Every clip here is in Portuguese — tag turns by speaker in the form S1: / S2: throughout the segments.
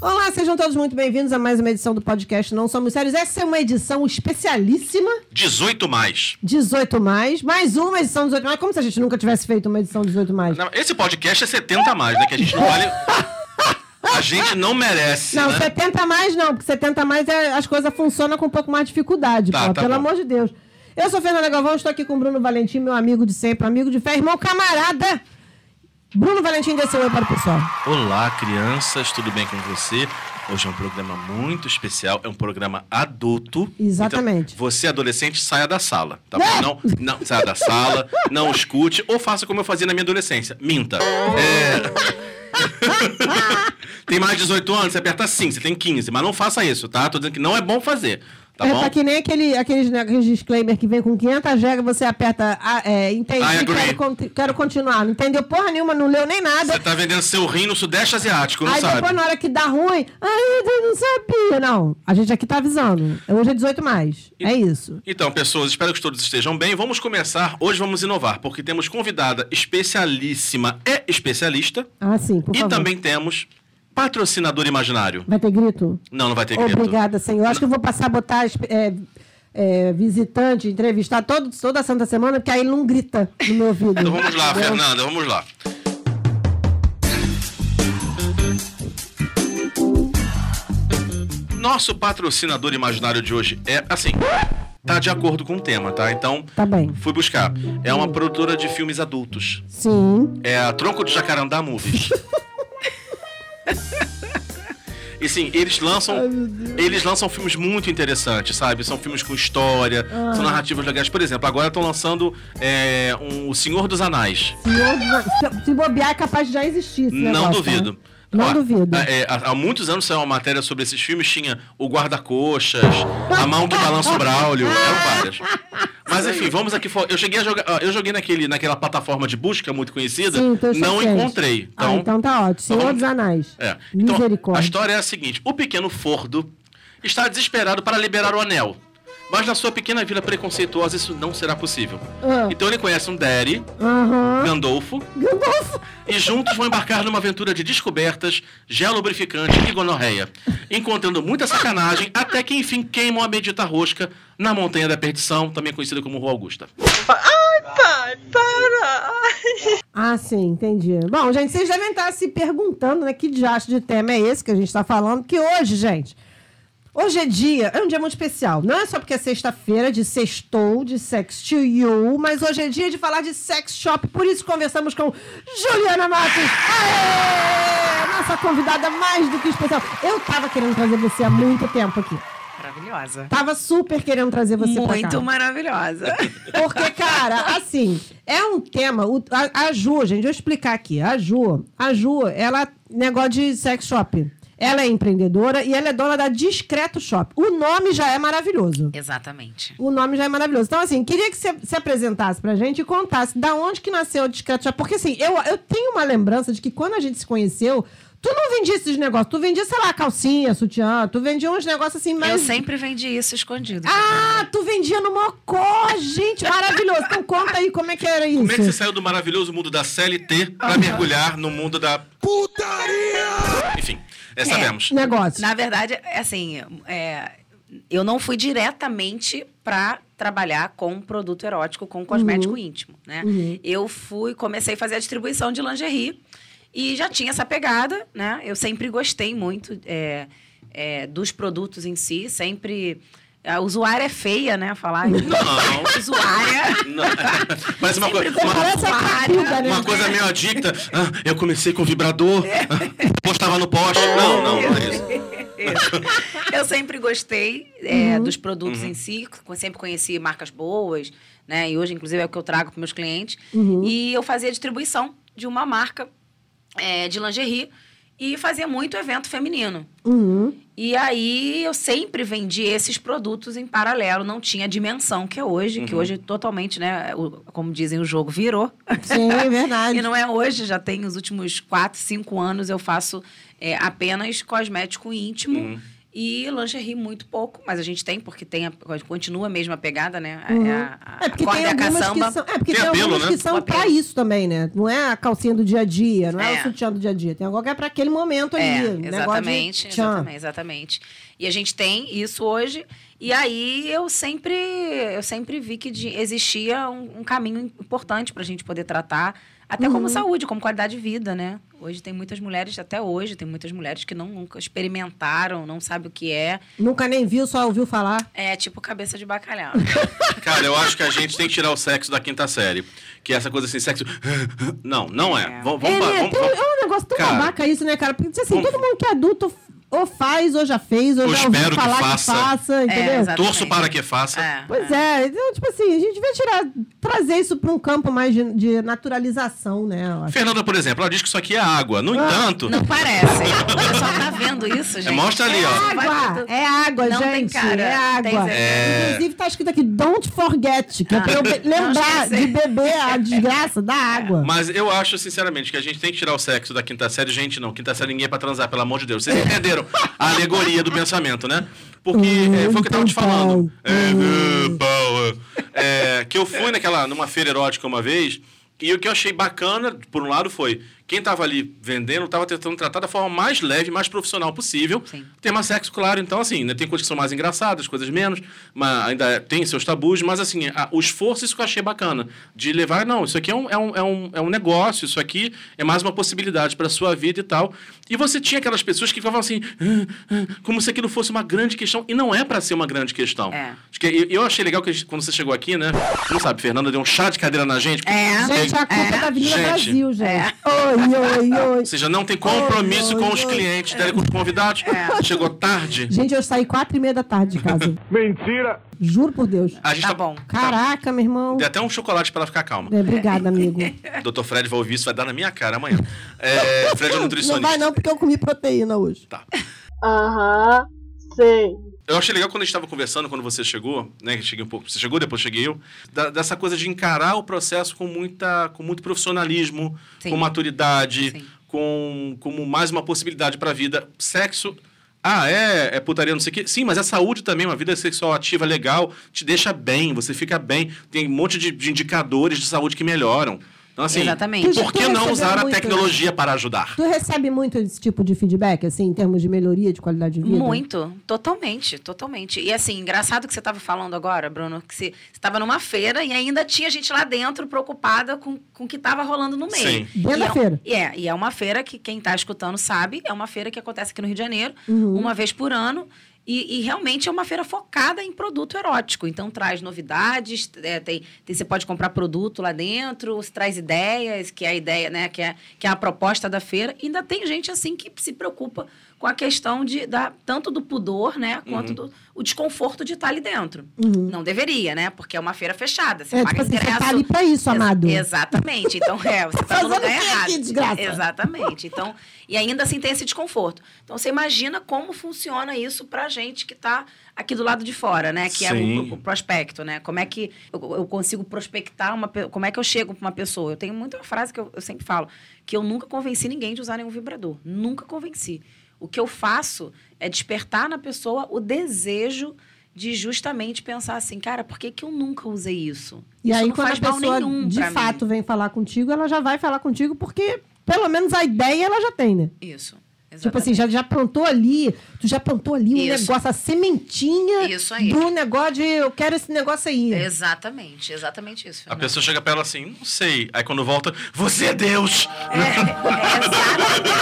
S1: Olá, sejam todos muito bem-vindos a mais uma edição do podcast Não Somos Sérios. Essa é uma edição especialíssima,
S2: 18 mais. Não, Esse podcast é 70 mais, né? Que a gente não vale. A gente não merece.
S1: Não,
S2: né?
S1: 70 a mais não, porque 70 a mais é- as coisas funcionam com um pouco mais de dificuldade,
S2: Tá,
S1: pô,
S2: tá
S1: pelo
S2: bom.
S1: amor de Deus. Eu sou Fernanda Galvão, estou aqui com o Bruno Valentim, meu amigo de sempre, amigo de fé, irmão camarada. Bruno Valentim desceu aí para o pessoal.
S2: Olá, crianças, tudo bem com você? Hoje é um programa muito especial, é um programa adulto.
S1: Exatamente.
S2: Então, você, adolescente, saia da sala, tá bom? Não, não, saia da sala, não escute, ou faça como eu fazia na minha adolescência. Minta. É. tem mais de 18 anos, você aperta sim, você tem 15, mas não faça isso, tá? Tô dizendo que não é bom fazer, tá
S1: é,
S2: bom?
S1: tá que nem aquele, aqueles, né, aqueles disclaimer que vem com 500 regras, você aperta, ah, é, entendi,
S2: I agree.
S1: quero, conti- quero continuar. Não entendeu porra nenhuma, não leu nem nada.
S2: Você tá vendendo seu rim no Sudeste Asiático, não
S1: Aí
S2: sabe?
S1: depois, na hora que dá ruim, ai, eu não sabia. Não, a gente aqui tá avisando. Hoje é 18 mais. É isso.
S2: Então, pessoas, espero que todos estejam bem. Vamos começar. Hoje vamos inovar, porque temos convidada especialíssima e especialista.
S1: Ah, sim, por
S2: e
S1: favor.
S2: também temos patrocinador imaginário.
S1: Vai ter grito?
S2: Não, não vai ter grito.
S1: Obrigada, senhor. Acho que eu vou passar a botar é, é, visitante, entrevistar todo, toda santa semana, porque aí ele não grita no meu ouvido.
S2: Então vamos lá,
S1: Entendeu?
S2: Fernanda, vamos lá. Nosso patrocinador imaginário de hoje é assim. Tá de acordo com o tema, tá? Então,
S1: Tá bem.
S2: fui buscar. É uma produtora de filmes adultos.
S1: Sim.
S2: É a Tronco de Jacarandá Movies. E sim, eles lançam. eles lançam filmes muito interessantes, sabe? São filmes com história,
S1: Ah.
S2: são narrativas legais. Por exemplo, agora estão lançando é, um O Senhor dos Anais.
S1: Senhor, se- se bobear, é capaz de já existir. esse
S2: Não
S1: negócio,
S2: duvido.
S1: né? Não
S2: Ó,
S1: duvido.
S2: a- é, há, há muitos anos saiu uma matéria sobre esses filmes, tinha o guarda-coxas, a mão que balança o Braulio, eram várias. Mas enfim, vamos aqui fora. Eu cheguei a jogar. ó, Eu joguei naquele, naquela plataforma de busca muito conhecida.
S1: Sim, tô
S2: não
S1: chateada.
S2: encontrei.
S1: Ah, então tá ótimo. Senhor
S2: vamos-
S1: dos Anais.
S2: É. Então, a
S1: Misericórdia.
S2: história é a seguinte: o pequeno Fordo está desesperado para liberar o anel. Mas na sua pequena vila preconceituosa isso não será possível.
S1: Ah.
S2: Então ele conhece um Derry,
S1: Aham.
S2: Gandolfo,
S1: Gandalf.
S2: e juntos vão embarcar numa aventura de descobertas, gel lubrificante e gonorreia, encontrando muita sacanagem até que enfim queimam a medita rosca na Montanha da Perdição, também conhecida como Rua Augusta.
S3: Pai, para!
S1: Ah, sim, entendi. Bom, gente, vocês devem estar se perguntando, né, que diacho de tema é esse que a gente está falando, que hoje, gente, hoje é dia, é um dia muito especial. Não é só porque é sexta-feira de sextou, de sex to you, mas hoje é dia de falar de sex shop, por isso conversamos com Juliana Matos. Aê! Nossa convidada mais do que especial. Eu tava querendo trazer você há muito tempo aqui.
S3: Maravilhosa.
S1: Tava super querendo trazer você pra cá.
S3: Muito maravilhosa.
S1: Porque, cara, assim, é um tema. o- a, a Ju, gente, deixa eu explicar aqui. A Ju, a Ju, ela. Negócio de sex shop. Ela é empreendedora e ela é dona da Discreto Shop. O nome já é maravilhoso.
S3: Exatamente.
S1: O nome já é maravilhoso. Então, assim, queria que você se apresentasse pra gente e contasse da onde que nasceu o Discreto Shop. Porque, assim, eu, eu tenho uma lembrança de que quando a gente se conheceu, tu não vendia esses negócios. Tu vendia, sei lá, calcinha, sutiã, tu vendia uns negócios assim, mais.
S3: Eu sempre vendi isso escondido.
S1: Ah, tu vendia no Mocó, gente, maravilhoso. Então conta aí como é Ah. que era isso.
S2: Como é que você saiu do maravilhoso mundo da CLT para mergulhar no mundo da putaria? Enfim, é, sabemos.
S1: Negócio.
S3: Na verdade, assim, é, eu não fui diretamente pra trabalhar com produto erótico, com cosmético íntimo, né? Eu fui, comecei a fazer a distribuição de lingerie e já tinha essa pegada, né? Eu sempre gostei muito é, é, dos produtos em si, sempre... A usuária é feia, né? Falar isso.
S2: Não.
S3: usuária.
S2: Não. Parece uma, coisa,
S3: Sempre
S2: uma,
S1: Parece a capuda, né?
S2: uma coisa meio adicta. Ah, eu comecei com vibrador, ah, postava no poste. Não, não, não é isso.
S3: Isso. Eu sempre gostei é, dos produtos em si, co- sempre conheci marcas boas, né? E hoje, inclusive, é o que eu trago para meus clientes.
S1: Uhum.
S3: E eu fazia distribuição de uma marca é, de lingerie e fazia muito evento feminino.
S1: Uhum.
S3: E aí eu sempre vendi esses produtos em paralelo, não tinha a dimensão que é hoje, que hoje totalmente, né? o- como dizem, o jogo virou.
S1: Sim, é verdade.
S3: E não é hoje, já tem os últimos quatro, cinco anos eu faço é, apenas cosmético íntimo. E lingerie muito pouco, mas a gente tem, porque tem a- continua a mesma pegada, né? A-
S1: Uhum.
S3: a- a-
S1: É porque
S3: a corda
S1: tem
S3: e a
S1: algumas
S3: caçamba.
S1: que são, é porque
S2: Tem
S1: tem
S2: apelo,
S1: algumas
S2: né?
S1: que são
S3: Apelo.
S1: pra isso também, né? Não é a calcinha do dia a dia, não é,
S3: É.
S1: o sutiã do dia a dia. Tem agora que é pra aquele momento
S3: É,
S1: ali. um
S3: exatamente,
S1: negócio de tchan.
S3: exatamente, exatamente. E a gente tem isso hoje. E aí eu sempre, eu sempre vi que de- existia um, um caminho importante para a gente poder tratar, até
S1: Uhum.
S3: como saúde, como qualidade de vida, né? Hoje tem muitas mulheres, até hoje tem muitas mulheres que não, nunca experimentaram, não sabem o que é.
S1: Nunca nem viu, só ouviu falar.
S3: É tipo cabeça de bacalhau.
S2: Cara, eu acho que a gente tem que tirar o sexo da quinta série. Que essa coisa assim, sexo. Não, não é.
S3: É.
S2: Vamos,
S1: é, né?
S2: vamos, pra- vamos,
S1: Tem-
S2: vamos.
S1: é um negócio tão
S2: Cara,
S1: babaca isso, né, cara? Porque assim,
S2: vamos-
S1: todo mundo que é adulto ou faz, ou já fez, ou
S2: Eu
S1: já ouviu
S2: espero que
S1: falar que
S2: faça. É.
S1: faça, entendeu?
S3: exatamente.
S2: Torço para que faça.
S3: É,
S1: Pois
S3: é.
S1: é, então, tipo assim, a gente devia tirar, trazer isso pra um campo mais de, de naturalização, né? eu acho.
S2: Fernanda, por exemplo, ela diz que isso aqui é água. No entanto,
S3: Não parece. O pessoal tá vendo isso, gente.
S2: mostra ali,
S1: É
S2: ó.
S3: Vai
S1: água,
S3: tudo.
S1: é água,
S3: Não
S1: gente.
S3: tem cara,
S1: é
S3: tem
S1: água.
S3: zero. Ah.
S2: É.
S1: Inclusive, tá escrito aqui, don't forget, que é pra eu be-
S3: Não
S1: lembrar de
S3: esquecer.
S1: beber a desgraça da água.
S2: Mas eu acho, sinceramente, que a gente tem que tirar o sexo da quinta série. Gente, não. Quinta série ninguém é pra transar, pelo amor de Deus. Vocês entenderam a alegoria do pensamento, né? Porque
S1: Hum,
S2: é, foi o que eu tava te
S1: então,
S2: falando.
S1: pau.
S2: É, é, pau, é. É, que eu fui naquela, numa feira erótica uma vez, e o que eu achei bacana, por um lado, foi quem tava ali vendendo, tava tentando tratar da forma mais leve, mais profissional possível.
S3: Sim.
S2: Tema sexo, claro, então, assim, né, tem coisas que são mais engraçadas, coisas menos, mas ainda tem seus tabus, mas, assim, a- o esforço, isso que eu achei bacana, de levar, não, isso aqui é um, é um, é um, é um negócio, isso aqui é mais uma possibilidade para sua vida e tal. E você tinha aquelas pessoas que ficavam assim, "Ah, ah", como se aquilo fosse uma grande questão, e não é para ser uma grande questão.
S3: É.
S2: Acho que eu, eu achei legal que a gente- quando você chegou aqui, né, não sabe, Fernanda deu um chá de cadeira na gente, porque
S3: É.
S1: Gente, a culpa é da Avenida
S2: Gente.
S1: Brasil, gente.
S3: É.
S1: Oi, oi, oi.
S2: ou seja, não tem compromisso
S1: Oi, oi,
S2: com os
S1: oi.
S2: clientes, dela e com os convidados,
S3: É.
S2: chegou tarde.
S1: Gente, eu saí quatro e meia da tarde de casa.
S4: Mentira!
S1: Juro por Deus.
S2: A gente
S3: Tá bom.
S1: Caraca, meu irmão.
S2: Dei até um chocolate pra ela ficar calma.
S1: É, obrigada, amigo.
S3: É.
S2: Dr. Fred vai ouvir isso, vai dar na minha cara amanhã. É, Fred é um
S1: Não
S2: nutricionista.
S1: vai não, porque eu comi proteína hoje.
S2: Tá.
S5: Aham, sei.
S2: Eu achei legal quando a gente estava conversando, quando você chegou, né? Que eu cheguei um pouco. Você chegou, depois cheguei eu. da- dessa coisa de encarar o processo com, muita, com muito profissionalismo,
S3: Sim.
S2: com maturidade,
S3: Sim.
S2: com como mais uma possibilidade para a vida. Sexo. Ah, é, é putaria, não sei o quê. Sim, mas é saúde também, uma vida sexual ativa legal, te deixa bem, você fica bem. Tem um monte de, de indicadores de saúde que melhoram. Então, assim,
S3: Exatamente.
S2: por que
S1: Tu
S2: não
S1: recebeu
S2: usar a
S1: muito-
S2: tecnologia para ajudar?
S1: Tu recebe muito esse tipo de feedback, assim, em termos de melhoria de qualidade de vida?
S3: Muito, totalmente, totalmente. E assim, engraçado que você estava falando agora, Bruno, que você estava numa feira e ainda tinha gente lá dentro preocupada com, com o que estava rolando no meio.
S2: Sim.
S1: Dentro
S3: E
S1: da
S3: é um-
S1: feira.
S3: E é, e é uma feira que quem está escutando sabe, é uma feira que acontece aqui no Rio de Janeiro,
S1: Uhum.
S3: uma vez por ano. E, e realmente é uma feira focada em produto erótico. Então traz novidades, é, tem, tem- você pode comprar produto lá dentro, você traz ideias, que é a ideia, né? Que é, que é a proposta da feira. E ainda tem gente assim que se preocupa com a questão de, da, tanto do pudor, né? Quanto do o desconforto de estar ali dentro.
S1: Uhum.
S3: Não deveria, né? Porque é uma feira fechada. Você
S1: É,
S3: paga
S1: tipo assim,
S3: ingresso.
S1: você tá ali pra isso,
S3: Ex-
S1: amado.
S3: Exatamente. Então, é, você tá no
S1: Fazendo o
S3: lugar
S1: quê
S3: errado.
S1: aqui, desgraça?
S3: Exatamente. Então, e ainda assim tem esse desconforto. Então, você imagina como funciona isso pra gente que tá aqui do lado de fora, né? Que é
S2: Sim.
S3: o, o prospecto, né? Como é que eu, eu consigo prospectar uma... pe- Como é que eu chego pra uma pessoa? Eu tenho muita frase que eu, eu sempre falo, que eu nunca convenci ninguém de usar nenhum vibrador. Nunca convenci. O que eu faço é despertar na pessoa o desejo de justamente pensar assim, cara, por que, que eu nunca usei isso?
S1: E
S3: isso
S1: aí,
S3: não
S1: quando a
S3: faz mal
S1: pessoa
S3: nenhum
S1: de
S3: pra mim.
S1: fato vem falar contigo, ela já vai falar contigo porque, pelo menos, a ideia ela já tem, né?
S3: Isso. Exatamente.
S1: Tipo assim, já, já plantou ali, tu já plantou ali um
S3: Isso.
S1: negócio, a sementinha
S3: Isso aí.
S1: do negócio de eu quero esse negócio aí.
S3: Exatamente, exatamente
S2: A
S3: isso. Fernanda.
S2: pessoa chega pra ela assim, não sei. Aí quando volta, você é Deus! Né?
S3: É, é exatamente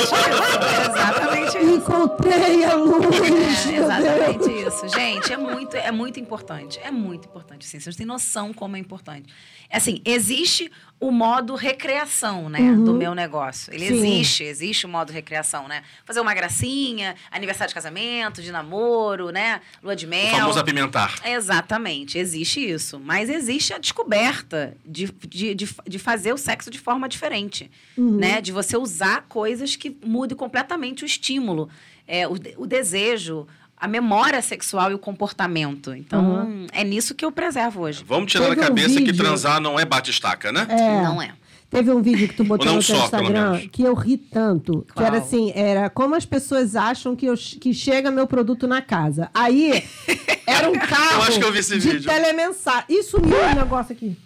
S3: isso. é Exatamente isso.
S1: Encontrei a luz.
S3: É,
S1: meu Deus.
S3: exatamente isso. Gente, é muito, é muito importante. É muito importante, sim. Vocês têm noção como é importante. Assim, existe o modo recreação, né? Do meu negócio. Ele
S1: Uhum. Sim.
S3: existe, existe o modo recreação, né? Fazer uma gracinha, aniversário de casamento, de namoro, né? Lua de
S2: O
S3: mel.
S2: famoso apimentar.
S3: Exatamente, existe isso. Mas existe a descoberta de, de, de, de fazer o sexo de forma diferente, né? De você usar coisas que mudem completamente o estímulo, é, o, de- o desejo, a memória sexual e o comportamento. Então, é nisso que eu preservo hoje.
S2: Vamos tirar da
S1: Teve um
S2: cabeça que
S1: vídeo-
S2: transar não é bate-estaca, né?
S1: É.
S3: Não é.
S1: Teve um vídeo que tu botou
S2: não
S1: no teu
S2: só, pelo
S1: Instagram
S2: menos.
S1: que eu ri tanto. Que
S3: Qual?
S1: era assim, era como as pessoas acham que, eu, que chega meu produto na casa. Aí, era um carro
S2: Eu acho que eu vi esse
S1: de
S2: vídeo.
S1: telemensagem. E sumiu o um negócio aqui.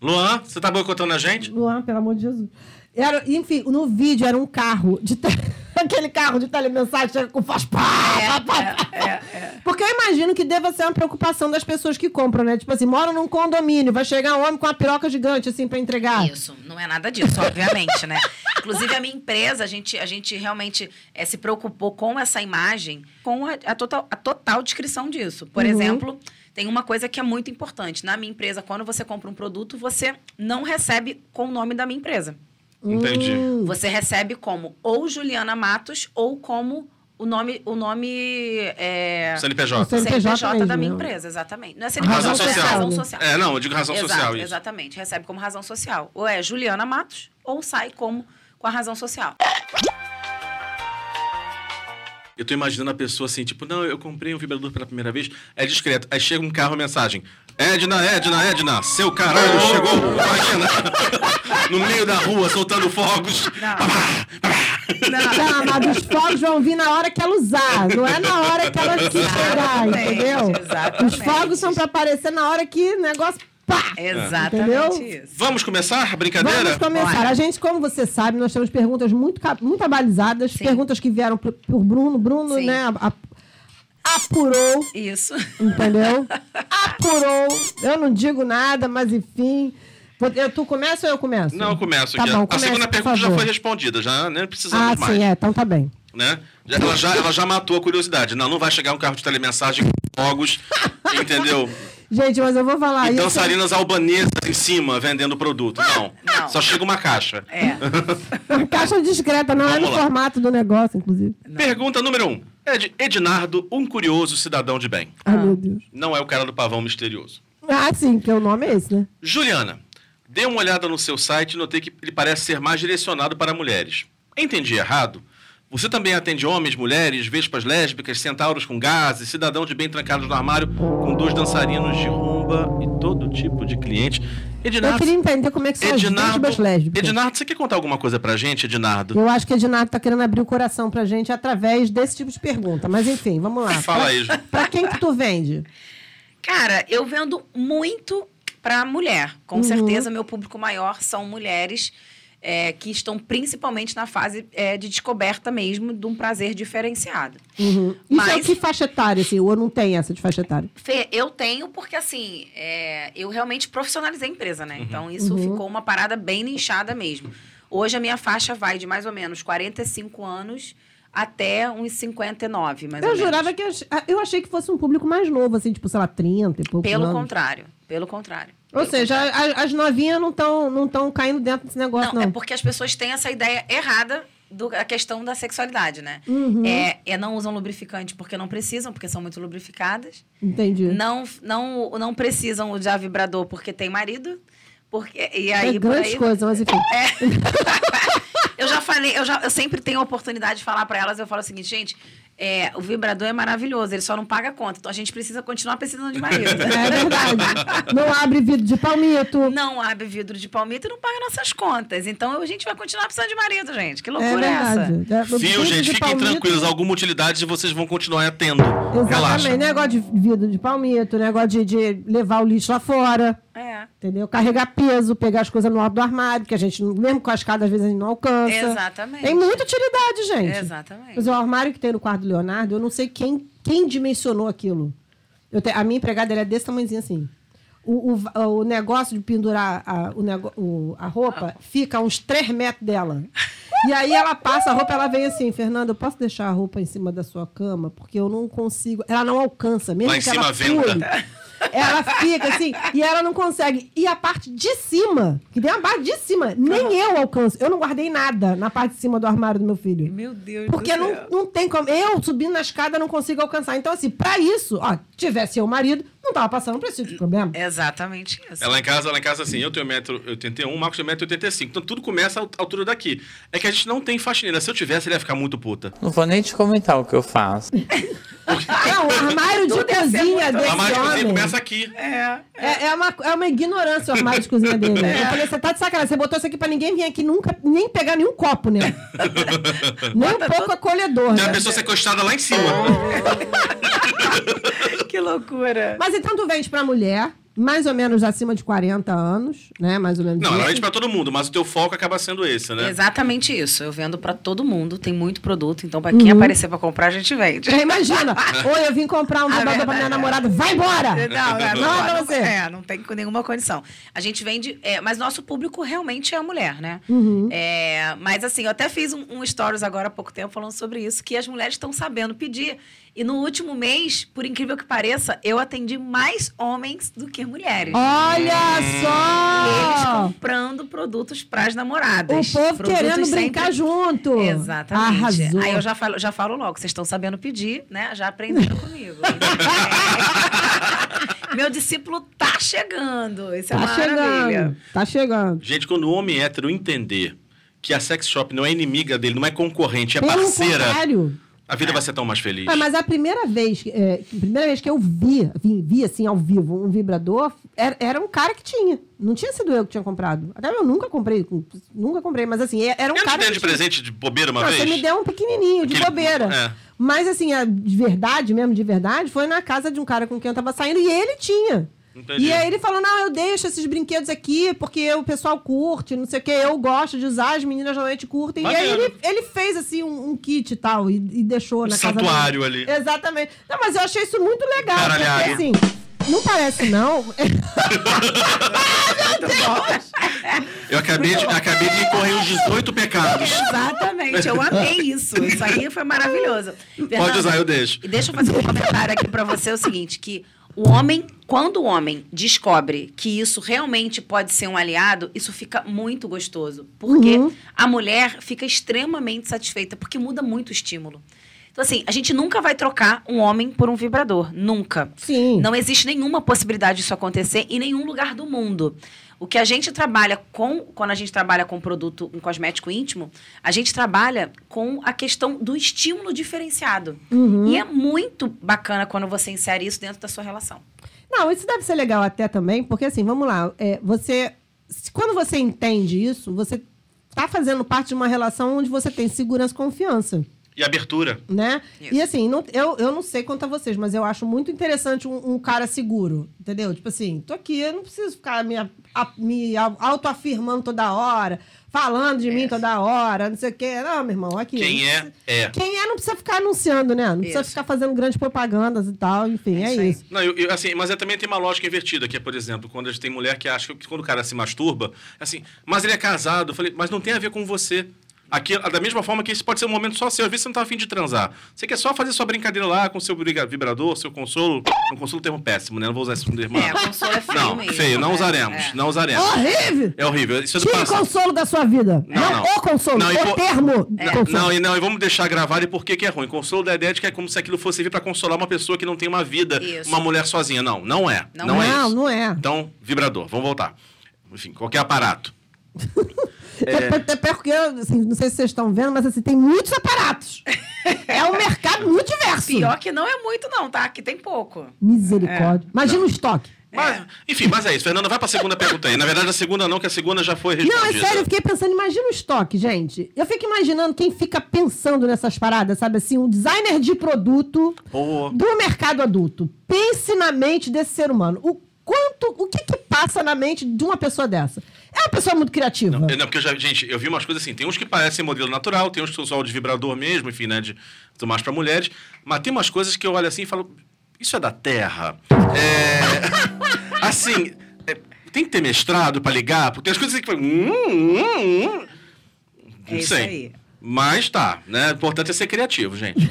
S2: Luan, você tá boicotando a gente?
S1: Luan, pelo amor de Jesus. Era, enfim, no vídeo era um carro de tele- aquele carro de telemensagem chega com faz pá,
S3: É,
S1: pá, pá, pá. Porque eu imagino que deva ser uma preocupação das pessoas que compram, né? Tipo assim, moram num condomínio, vai chegar um homem com uma piroca gigante assim pra entregar.
S3: Isso, não é nada disso, obviamente, né? Inclusive, a minha empresa, a gente, a gente realmente eh, se preocupou com essa imagem, com a, a total, a total descrição disso. Por
S1: Uhum.
S3: exemplo, tem uma coisa que é muito importante. Na minha empresa, quando você compra um produto, você não recebe com o nome da minha empresa.
S1: Hum.
S2: Entendi.
S3: Você recebe como ou Juliana Matos ou como o nome, o nome eh,
S2: CNPJ.
S1: Você- CNPJ
S3: CNPJ da
S1: mesmo,
S3: minha
S1: né?
S3: empresa, exatamente. Não é
S2: Razão
S3: CNPJ, é
S2: social.
S3: razão social.
S2: É, não, eu digo razão
S3: Exato,
S2: social. Isso.
S3: Exatamente, recebe como razão social. Ou é Juliana Matos, ou sai como com a razão social.
S2: É. Eu tô imaginando a pessoa assim, tipo, não, eu comprei um vibrador pela primeira vez, é discreto. Aí chega um carro, uma mensagem. Edna, Edna, Edna, seu caralho chegou. Imagina. no meio da rua, soltando fogos.
S1: Tá, mas os fogos vão vir na hora que ela usar, não é na hora que ela se chegar,
S3: Exatamente,
S1: entendeu? Os
S3: exatamente.
S1: fogos são pra aparecer na hora que o negócio pá!
S3: É Exatamente
S1: Entendeu?
S3: isso.
S2: Vamos começar a brincadeira?
S1: Vamos começar.
S3: Bora.
S1: A gente, como você sabe, nós temos perguntas muito, ca- muito abalizadas,
S3: Sim.
S1: perguntas que vieram pro- por Bruno. Bruno,
S3: Sim.
S1: né, a- a- apurou,
S3: Isso.
S1: entendeu? apurou. Eu não digo nada, mas enfim. Vou- Eu, tu começa ou eu começo?
S2: Não, eu começo
S1: Tá
S2: aqui.
S1: bom,
S2: a
S1: começa,
S2: segunda
S1: por
S2: pergunta já
S1: favor.
S2: foi respondida, já nem precisamos
S1: Ah,
S2: mais.
S1: sim, é. Então tá bem.
S2: né? Já- ela, já, ela já matou a curiosidade. Não, não vai chegar um carro de telemensagem com fogos, entendeu?
S1: Gente, mas eu vou falar
S2: e
S1: isso.
S2: dançarinas albanesas em cima vendendo produto. Não.
S3: Não.
S2: Só chega uma caixa.
S3: É.
S1: Uma caixa discreta, não é
S2: Vamos
S1: no
S2: lá.
S1: formato do negócio, inclusive.
S2: Pergunta número um. É de Ednardo, um curioso cidadão de bem.
S1: Ai,
S3: Ah.
S1: meu Deus.
S2: Não é o cara do pavão misterioso.
S1: Ah, sim, que o nome é esse, né?
S2: Juliana, dei uma olhada no seu site e notei que ele parece ser mais direcionado para mulheres. Entendi errado? Você também atende homens, mulheres, vespas lésbicas, centauros com gases, cidadão de bem trancados no armário, com dois dançarinos de rumba e todo tipo de cliente.
S1: Eu
S2: Ednardo,
S1: queria entender como é que são as
S2: Ednardo,
S1: duas lésbicas.
S2: Ednardo, você quer contar alguma coisa pra gente, Ednardo?
S1: Eu acho que a Edinardo tá querendo abrir o coração pra gente através desse tipo de pergunta. Mas enfim, vamos lá.
S2: Fala
S1: pra,
S2: aí, Ju.
S1: Pra quem que tu vende?
S3: Cara, eu vendo muito para mulher. Com
S1: Uhum.
S3: certeza, meu público maior são mulheres é, que estão principalmente na fase é, de descoberta mesmo de um prazer diferenciado.
S1: Uhum. Isso é o
S3: Mas-
S1: que faixa etária, assim, ou não tem essa de faixa etária?
S3: Fê, eu tenho porque, assim, é, eu realmente profissionalizei a empresa, né? Então, isso
S1: Uhum.
S3: ficou uma parada bem linchada mesmo. Hoje, a minha faixa vai de mais ou menos 45 anos até uns 59, mais
S1: eu
S3: ou menos.
S1: jurava que... Eu, ach- ah, eu achei que fosse um público mais novo, assim, tipo, sei lá, 30 e pouco
S3: Pelo
S1: anos.
S3: contrário, pelo contrário.
S1: Ou
S3: Pelo
S1: seja,
S3: contrário.
S1: a- a- as novinhas não estão não tão caindo dentro desse negócio,
S3: não,
S1: não.
S3: é porque as pessoas têm essa ideia errada do- da questão da sexualidade, né?
S1: Uhum.
S3: É, é, não usam lubrificante porque não precisam, porque são muito lubrificadas.
S1: Entendi.
S3: Não, não, não precisam usar vibrador porque tem marido. Porque, e
S1: é
S3: aí, por
S1: grandes
S3: aí,
S1: coisas, mas enfim.
S3: Eu já falei, eu, já, eu sempre tenho a oportunidade de falar pra elas, eu falo o seguinte, gente, é, o vibrador é maravilhoso, ele só não paga a conta. Então a gente precisa continuar precisando de marido.
S1: É verdade. não abre vidro de palmito.
S3: Não abre vidro de palmito e não paga nossas contas. Então a gente vai continuar precisando de marido, gente. Que
S1: É
S3: loucura é, essa?
S1: verdade. É, vidro
S2: Fio, gente,
S1: de
S2: fiquem
S1: palmito- né?
S2: tranquilos. Alguma utilidade vocês vão continuar tendo.
S1: Exatamente. né?
S2: Relaxa.
S1: Negócio de vidro de palmito, negócio de, de levar o lixo lá fora,
S3: É.
S1: entendeu? Carregar peso, pegar as coisas no alto do armário, porque a gente, não- mesmo com as escadas, às vezes a gente não alcança.
S3: Exatamente.
S1: Tem muita utilidade, gente.
S3: Exatamente.
S1: Mas o armário que tem no quarto do Leonardo, eu não sei quem, quem dimensionou aquilo. Eu te- a minha empregada ela é desse tamanhozinho assim. O, o, o negócio de pendurar a, o nego- o- a roupa fica a uns 3 metros dela. E aí ela passa a roupa, ela vem assim, Fernanda, eu posso deixar a roupa em cima da sua cama? Porque eu não consigo. Ela não alcança, mesmo
S2: Lá em
S1: que ela
S2: cima, venda.
S1: fure. Ela fica assim, e ela não consegue. E a parte de cima, que tem a parte de cima, nem eu alcanço. Eu não guardei nada na parte de cima do armário do meu filho.
S3: Meu Deus
S1: Porque
S3: do
S1: não,
S3: céu.
S1: não tem como. Eu subindo na escada não consigo alcançar. Então, assim, pra isso, ó, tivesse eu marido, não tava passando por esse tipo de
S3: É.
S1: problema.
S3: Exatamente isso.
S2: É lá em casa, lá em casa, assim, eu tenho 1,81m, o Marcos tem 1,85m. Então tudo começa à altura daqui. É que a gente não tem faxineira. Se eu tivesse, ele ia ficar muito puta.
S4: Não vou nem te comentar o que eu faço.
S1: É um armário de
S3: Tudo é
S1: cozinha
S3: certo.
S1: desse
S2: A mágica cozinha
S1: homem.
S2: começa aqui.
S3: É.
S1: É, é uma, é uma ignorância o armário de cozinha dele. Eu falei, você tá de sacanagem, você botou isso aqui pra ninguém vir aqui nunca, nem pegar nenhum copo, né? nem um pouco acolhedor,
S2: Tem uma
S1: né?
S2: pessoa sequestrada lá em
S1: É,
S2: cima.
S3: Que loucura.
S1: Mas então tu vende pra mulher, mais ou menos acima de 40 anos, né? Mais ou menos
S2: Não, é ela
S1: isso.
S2: vende pra todo mundo, mas o teu foco acaba sendo esse, né?
S3: Exatamente isso. Eu vendo pra todo mundo, tem muito produto, então pra
S1: Uhum.
S3: quem aparecer pra comprar, a gente vende.
S1: Já É, imagina, oi, eu vim comprar um
S3: A
S1: babado pra
S3: Ah, verdade. tá-
S1: minha namorada, vai embora!
S3: Não, não,
S1: Não é
S3: não,
S1: pra
S3: não,
S1: você.
S3: é, não tem com nenhuma condição. A gente vende, é, mas nosso público realmente é a mulher, né?
S1: Uhum.
S3: É, mas assim, eu até fiz um, um stories agora há pouco tempo falando sobre isso, que as mulheres estão sabendo pedir. E no último mês, por incrível que pareça, eu atendi mais homens do que mulheres.
S1: Olha
S3: Hum. Eles
S1: só!
S3: comprando produtos pras namoradas.
S1: Ah. O povo
S3: Produtos
S1: querendo
S3: sempre-
S1: brincar junto!
S3: Exatamente.
S1: Arrasou!
S3: Aí eu já falo, já falo logo, vocês estão sabendo pedir, né? Já aprenderam comigo. É. Meu discípulo tá chegando. Isso
S1: Tá
S3: é uma maravilha.
S1: chegando, tá chegando.
S2: Gente, quando o homem hétero entender que a sex shop não é inimiga dele, não é concorrente, é
S1: Pelo
S2: parceira,
S1: contrário,
S2: a vida vai ser tão mais feliz.
S1: Ah, mas a primeira vez, é, a primeira vez que eu vi, vi, vi, assim ao vivo um vibrador, era, era um cara que tinha. Não tinha sido eu que tinha comprado. Até eu nunca comprei, nunca comprei, mas assim, era um
S2: eu não te
S1: cara.
S2: dei
S1: que
S2: de
S1: tinha.
S2: presente de bobeira uma
S1: Não,
S2: vez?
S1: Você me deu um pequenininho, de
S2: Aquele-
S1: bobeira.
S2: É.
S1: Mas assim, a de verdade mesmo, de verdade, foi na casa de um cara com quem eu tava saindo e ele tinha.
S2: Entendi.
S1: E aí ele falou: não, eu deixo esses brinquedos aqui, porque o pessoal curte, não sei o quê, eu gosto de usar, as meninas geralmente curtem. E aí
S2: Maneiro.
S1: ele, ele fez assim um, um kit e tal, e, e deixou
S2: Um
S1: na casa.
S2: santuário
S1: dele.
S2: ali.
S1: Exatamente. Não, mas eu achei isso muito legal.
S2: Caralhado.
S1: Porque, assim, não parece, não. É,
S2: Eu acabei de, acabei de correr os 18 pecados.
S3: Exatamente, eu amei isso. Isso aí foi maravilhoso. Fernanda,
S2: usar, eu deixo.
S3: E deixa eu fazer um comentário aqui pra você: é o seguinte, que o homem, quando o homem descobre que isso realmente pode ser um aliado, isso fica muito gostoso. Porque
S1: Uhum.
S3: a mulher fica extremamente satisfeita, porque muda muito o estímulo. Então, assim, a gente nunca vai trocar um homem por um vibrador. Nunca.
S1: Sim.
S3: Não existe nenhuma possibilidade disso acontecer em nenhum lugar do mundo. O que a gente trabalha com, quando a gente trabalha com produto, um cosmético íntimo, a gente trabalha com a questão do estímulo diferenciado.
S1: Uhum.
S3: E é muito bacana quando você insere isso dentro da sua relação.
S1: Não, isso deve ser legal até também, porque assim, vamos lá, é, você. se- Quando você entende isso, você tá fazendo parte de uma relação onde você tem segurança e confiança,
S2: E abertura.
S1: né?
S3: Isso.
S1: E assim, não- eu, eu não sei quanto a vocês, mas eu acho muito interessante um, um cara seguro, entendeu? Tipo assim, tô aqui, eu não preciso ficar me, a- a- me au- autoafirmando toda hora, falando de mim toda hora, não sei o quê. Não, meu irmão, aqui.
S2: Quem é, é.
S1: Quem é não precisa ficar anunciando, né? Não precisa
S3: Isso.
S1: ficar fazendo grandes propagandas e tal, enfim,
S3: É
S1: é,
S3: isso aí.
S1: isso.
S2: Não, eu, eu, assim, mas é, também tem uma lógica invertida, que é, por exemplo, quando a gente tem mulher que acha que quando o cara se masturba, é assim, mas ele é casado, eu falei, mas não tem a ver com você. Aqui, da mesma forma que esse pode ser um momento só seu, às vezes você não tá afim de transar. Você quer só fazer sua brincadeira lá com seu briga- vibrador, seu consolo. Não consolo é um termo péssimo, né? Não vou usar esse termo.
S3: É, consolo é feio
S2: Não,
S3: mesmo,
S2: feio, não
S3: né?
S2: usaremos.
S3: É.
S2: Não usaremos.
S1: Horrível!
S2: É horrível. Isso é do
S1: Tire
S2: passado.
S1: consolo da sua vida. Não,
S2: Não, não.
S1: o consolo,
S2: Não, e
S1: o
S2: po-
S1: termo consolo.
S2: Não, e não, e vamos deixar gravado e por que que é ruim. Consolo da ideia de que é como se aquilo fosse vir pra consolar uma pessoa que não tem uma vida,
S3: Isso.
S2: uma mulher sozinha. Não, não é. Não,
S3: Não
S1: não,
S2: é
S1: não,
S2: isso.
S1: é.
S2: Então, vibrador, vamos voltar. Enfim, qualquer aparato. É.
S1: Até- Até porque, assim, não sei se vocês estão vendo, mas assim, tem muitos aparatos. é um mercado muito diverso.
S3: Pior que não é muito, não, tá? Aqui tem pouco.
S1: Misericórdia.
S2: É.
S1: Imagina o estoque.
S2: Mas, enfim, mas é isso. Fernanda, vai pra segunda pergunta aí. Na verdade, a segunda não, que a segunda já foi respondida.
S1: Não, é sério, eu fiquei pensando, imagina o estoque, gente. Eu fico imaginando quem fica pensando nessas paradas, sabe assim, um designer de produto
S2: Pô.
S1: do mercado adulto. Pense na mente desse ser humano. O quanto, o que que passa na mente de uma pessoa dessa? É uma pessoa muito criativa.
S2: Eu- É, Não, porque eu já, gente, eu vi umas coisas assim. Tem uns que parecem modelo natural, tem uns que são só de vibrador mesmo, enfim, né? De, do mais pra mulheres. Mas tem umas coisas que eu olho assim e falo: Isso é da terra? É. assim. é, tem que ter mestrado pra ligar? Porque tem as coisas que. falam, Hum, hum, hum.
S3: É isso aí.
S2: Mas tá, né? O importante é ser criativo, gente.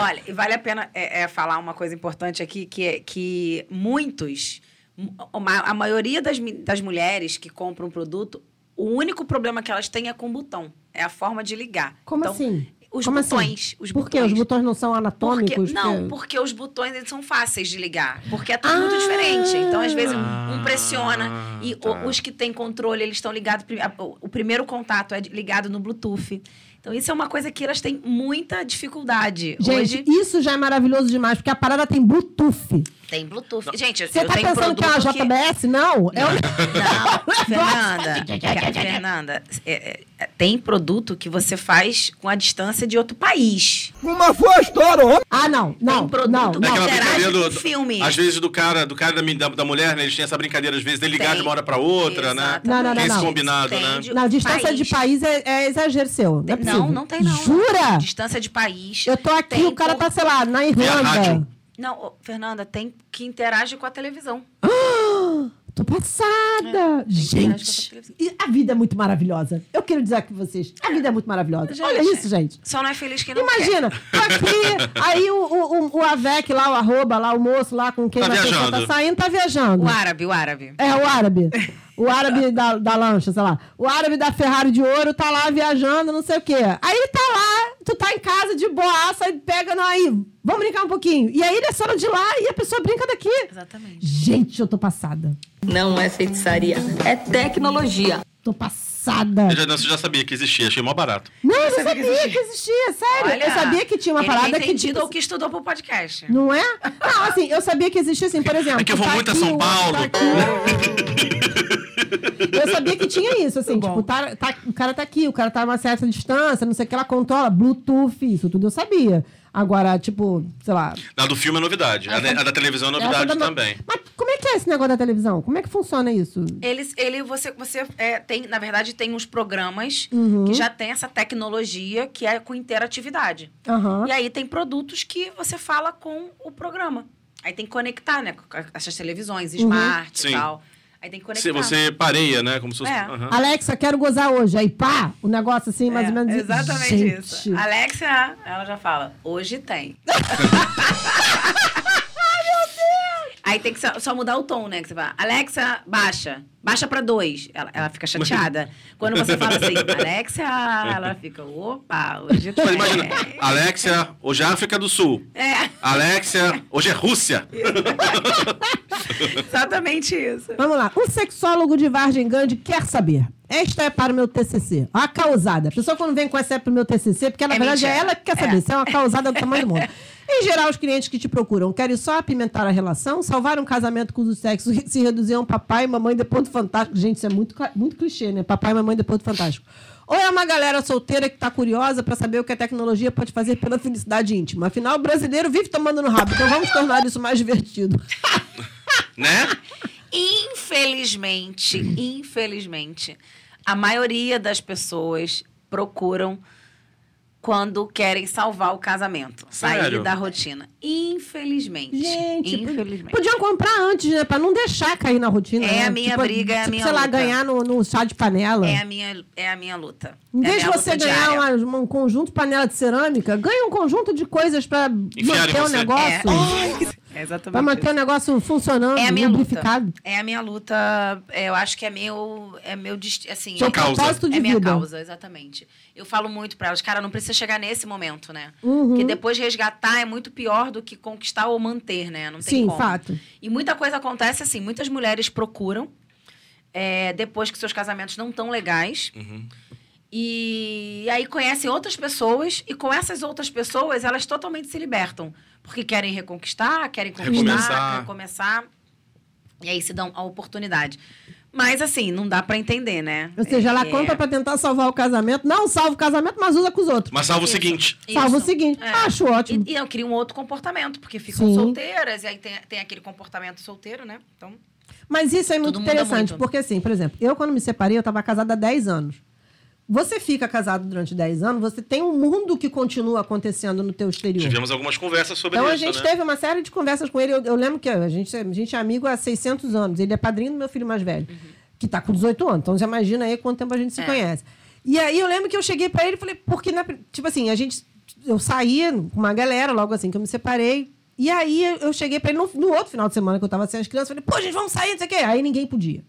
S3: Olha, e vale a pena é, é, falar uma coisa importante aqui, que é que muitos, mu- ma- a maioria das, mi- das mulheres que compram um produto, o único problema que elas têm é com o botão. É a forma de ligar.
S1: Como
S3: Então,
S1: assim?
S3: Os
S1: Como
S3: botões.
S1: assim?
S3: Os
S1: Por quê?
S3: botões.
S1: Os botões não são anatômicos?
S3: Porque, não,
S1: Que-
S3: porque os botões eles são fáceis de ligar. Porque é tudo
S1: Ah!
S3: muito diferente. Então, às vezes,
S2: Ah,
S3: um pressiona. E o-
S2: tá.
S3: os que têm controle, eles estão ligados. prime- a- O, o primeiro contato é de- ligado no Bluetooth. Então, isso é uma coisa que elas têm muita dificuldade.
S1: Gente,
S3: Hoje
S1: isso já é maravilhoso demais, porque a parada tem Bluetooth.
S3: tem Bluetooth. Gente,
S1: Você
S3: eu
S1: tá
S3: tenho
S1: pensando que é uma
S3: produto que-
S1: JBS? Não. É um-
S3: Não, Fernanda, Ca- Fernanda, é, é, tem produto que você faz com a distância de outro país.
S4: Uma foi a história, homem.
S1: Ah, não. Não,
S3: Tem produto
S1: não,
S3: que
S2: É
S1: não.
S2: aquela
S3: Interage
S2: brincadeira
S3: com
S2: do,
S3: o filme.
S2: Às vezes do cara, do cara da, men- da, da mulher, né? Eles têm essa brincadeira, às vezes, de ligar
S3: Tem.
S2: de uma hora pra outra,
S3: Exatamente.
S2: né?
S1: Não, não, não,
S2: Tem esse
S1: não.
S2: combinado, né?
S3: Tem de-
S1: Não, distância de país é, é exagero seu. Não, é
S3: Tem- Não,
S1: possível.
S3: não tem, não.
S1: Jura?
S3: Distância de país.
S1: Eu tô aqui,
S3: Tem
S1: o cara
S3: por-
S1: tá, sei lá, na
S2: rádio.
S1: Irlanda.
S3: Não, ô, Fernanda, tem que interage com a televisão.
S1: Tô
S3: É.
S1: passada. Gente, e a vida é muito maravilhosa. Eu quero dizer aqui pra vocês, a vida é muito maravilhosa.
S3: Gente,
S1: Olha isso, gente.
S3: Só não é feliz quem não
S1: Imagina, tô aqui, aí o, o, o- o Avec lá, o arroba lá, o moço lá com quem
S2: Tá
S1: vai ter que
S2: viajando.
S1: tá saindo, tá
S3: quer.
S1: viajando.
S3: O árabe, o árabe.
S1: É, o árabe. O árabe da, da lancha, sei lá. O árabe da Ferrari de ouro tá lá viajando, não sei o quê. Aí ele tá lá, tu tá em casa de boaça, aí pega, não, aí, vamos brincar um pouquinho. E aí ele é só de lá e a pessoa brinca daqui.
S3: Exatamente.
S1: Gente, eu tô passada.
S6: Não é feitiçaria, é tecnologia.
S1: Tô passada.
S2: Eu já, não, você já sabia que existia, achei mó barato.
S1: Não, eu não sabia que existia, sério. eu sabia que tinha uma
S3: ele
S1: parada
S3: tem
S1: que.
S3: entendido
S1: tipo,
S3: o que estudou pro podcast.
S1: Não é? Não, assim, eu sabia que existia, assim, por exemplo.
S2: É que eu vou
S1: tá
S2: muito a
S1: aqui
S2: São
S1: o-
S2: Paulo.
S1: tá aqui. Eu sabia que tinha isso, assim, tipo, tá- tá- o cara tá aqui, o cara tá a uma certa distância, não sei o que, ela controla, Bluetooth, isso tudo eu sabia. Agora, tipo, sei lá.
S2: A do filme é novidade. A, da- a da televisão é
S1: essa
S2: novidade
S1: da no-
S2: também.
S1: Mas como é que é esse negócio da televisão? Como é que funciona isso?
S3: Eles, ele, você, você é, tem, na verdade, tem uns programas que já tem essa tecnologia que é com interatividade.
S1: Aham.
S3: E aí tem produtos que você fala com o programa. Aí tem que conectar, né? Com a- essas televisões, smart
S2: Sim.
S3: e tal. Aí tem que conectar.
S2: Se você pareia, né? Como se fosse.
S3: É.
S2: Aham.
S1: Alexa, quero gozar hoje. Aí, pá, o negócio assim, mais
S3: É,
S1: ou menos.
S3: Exatamente
S1: Gente.
S3: isso. Alexia, ela já fala, hoje tem. Ai, meu Deus! Aí tem que só, só mudar o tom, né? Que você fala, Alexa, baixa. Baixa pra dois. Ela, ela fica chateada. Quando você fala assim, Alexia, ela fica, opa, hoje tem.
S2: Mas imagina, Alexia, hoje é África do Sul.
S3: É,
S2: Alexia, hoje é Rússia.
S3: exatamente isso.
S1: Vamos lá. Um sexólogo de Vargem Grande quer saber. Esta é para o meu TCC. A causada. A pessoa quando vem com essa é para o meu TCC, porque na
S3: É
S1: verdade é
S3: mentira.
S1: ela que quer saber. Se é uma causada do tamanho do mundo. Em geral, os clientes que te procuram querem só apimentar a relação, salvar um casamento cujo sexo se reduzir a um papai e mamãe depois do fantástico. Gente, isso é muito, cla- muito clichê, né? Papai e mamãe depois do fantástico. Ou é uma galera solteira que está curiosa para saber o que a tecnologia pode fazer pela felicidade íntima. Afinal, o brasileiro vive tomando no rabo, então vamos tornar isso mais divertido.
S2: Né?
S3: Infelizmente, infelizmente, a maioria das pessoas procuram quando querem salvar o casamento,
S2: Sério?
S3: sair da rotina. Infelizmente.
S1: Gente, pod-
S3: infelizmente.
S1: podiam comprar antes, né? Pra não deixar cair na rotina.
S3: É
S1: né?
S3: a minha briga, é a minha
S1: Sei lá,
S3: luta.
S1: ganhar no, no chá de panela.
S3: É a minha é a minha luta.
S1: Em
S3: É a
S1: vez de
S3: minha
S1: você
S3: luta
S1: ganhar
S3: diária.
S1: uma- uma- um conjunto de panela de cerâmica, ganha um conjunto de coisas pra
S2: Enfiarem
S1: manter o
S2: você.
S1: negócio.
S3: É exatamente.
S1: Pra manter o negócio funcionando,
S3: É a minha
S1: lubrificado.
S3: luta. É a minha luta. é, Eu acho que é meu. É meu. dest- Assim,
S1: Seu
S3: é-
S2: causa.
S1: propósito de
S3: é minha
S1: vida.
S3: causa, exatamente. Eu falo muito pra elas, cara, não precisa chegar nesse momento, né?
S1: Uhum.
S3: Porque depois resgatar é muito pior do que conquistar ou manter, né? Não tem
S1: Sim,
S3: como.
S1: fato.
S3: E muita coisa acontece assim, muitas mulheres procuram é, depois que seus casamentos não estão legais.
S2: Uhum.
S3: E aí conhecem outras pessoas e com essas outras pessoas elas totalmente se libertam. Porque querem reconquistar, querem conquistar,
S2: Recomeçar.
S3: querem começar. E aí se dão a oportunidade. Mas assim, não dá pra entender, né?
S1: Ou seja, ela
S3: É,
S1: compra pra tentar salvar o casamento. Não salva o casamento, mas usa com os outros.
S2: Mas salvo o
S3: Isso.
S2: seguinte.
S1: Salva o
S3: isso.
S1: seguinte.
S3: É.
S1: Acho ótimo.
S3: E, e não, cria um outro comportamento, porque ficam
S1: Sim.
S3: solteiras, e aí tem, tem aquele comportamento solteiro, né? Então,
S1: Mas isso é muito
S3: Tudo muda
S1: interessante,
S3: muito.
S1: porque assim, por exemplo, eu quando me separei, eu estava casada há 10 anos. Você fica casado durante 10 anos, você tem um mundo que continua acontecendo no teu exterior.
S2: Tivemos algumas conversas sobre
S1: Então a
S2: isso,
S1: gente
S2: né?
S1: teve uma série de conversas com ele. Eu, eu lembro que a gente, a gente é amigo há 600 anos. Ele é padrinho do meu filho mais velho, que tá com 18 anos. Então já imagina aí quanto tempo a gente se conhece. E aí eu lembro que eu cheguei pra ele e falei, porque, na, pri- tipo assim, a gente. Eu saí com uma galera logo assim que eu me separei. E aí eu cheguei pra ele no, no outro final de semana que eu tava sem as crianças. Falei, pô, gente, vamos sair, não sei o quê. Aí ninguém podia.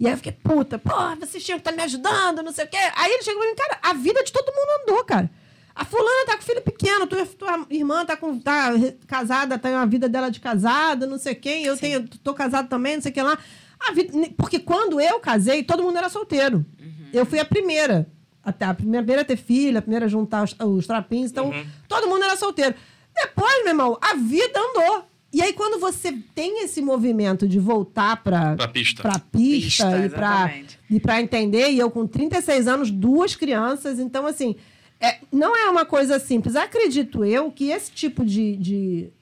S1: E aí eu fiquei, puta, porra, vocês tinham que estar tá me ajudando, não sei o quê. Aí ele chegou pra mim, cara, a vida de todo mundo andou, cara. A fulana tá com filho pequeno, tua, tua irmã tá, com, tá re- casada, tem uma vida dela de casada, não sei quem, eu tenho, tô casado também, não sei o que lá. A vida, porque quando eu casei, todo mundo era solteiro. Eu fui a primeira a até a primeira, primeira ter filha, a primeira juntar os, os trapinhos. Então, todo mundo era solteiro. Depois, meu irmão, a vida andou. E aí, quando você tem esse movimento de voltar pra,
S2: Pra pista.
S1: pra pista,
S3: Pista,
S1: e, pra,
S3: exatamente.
S1: e pra entender, e eu com 36 anos, duas crianças, então, assim, é, não é uma coisa simples. Acredito eu que esse tipo de, de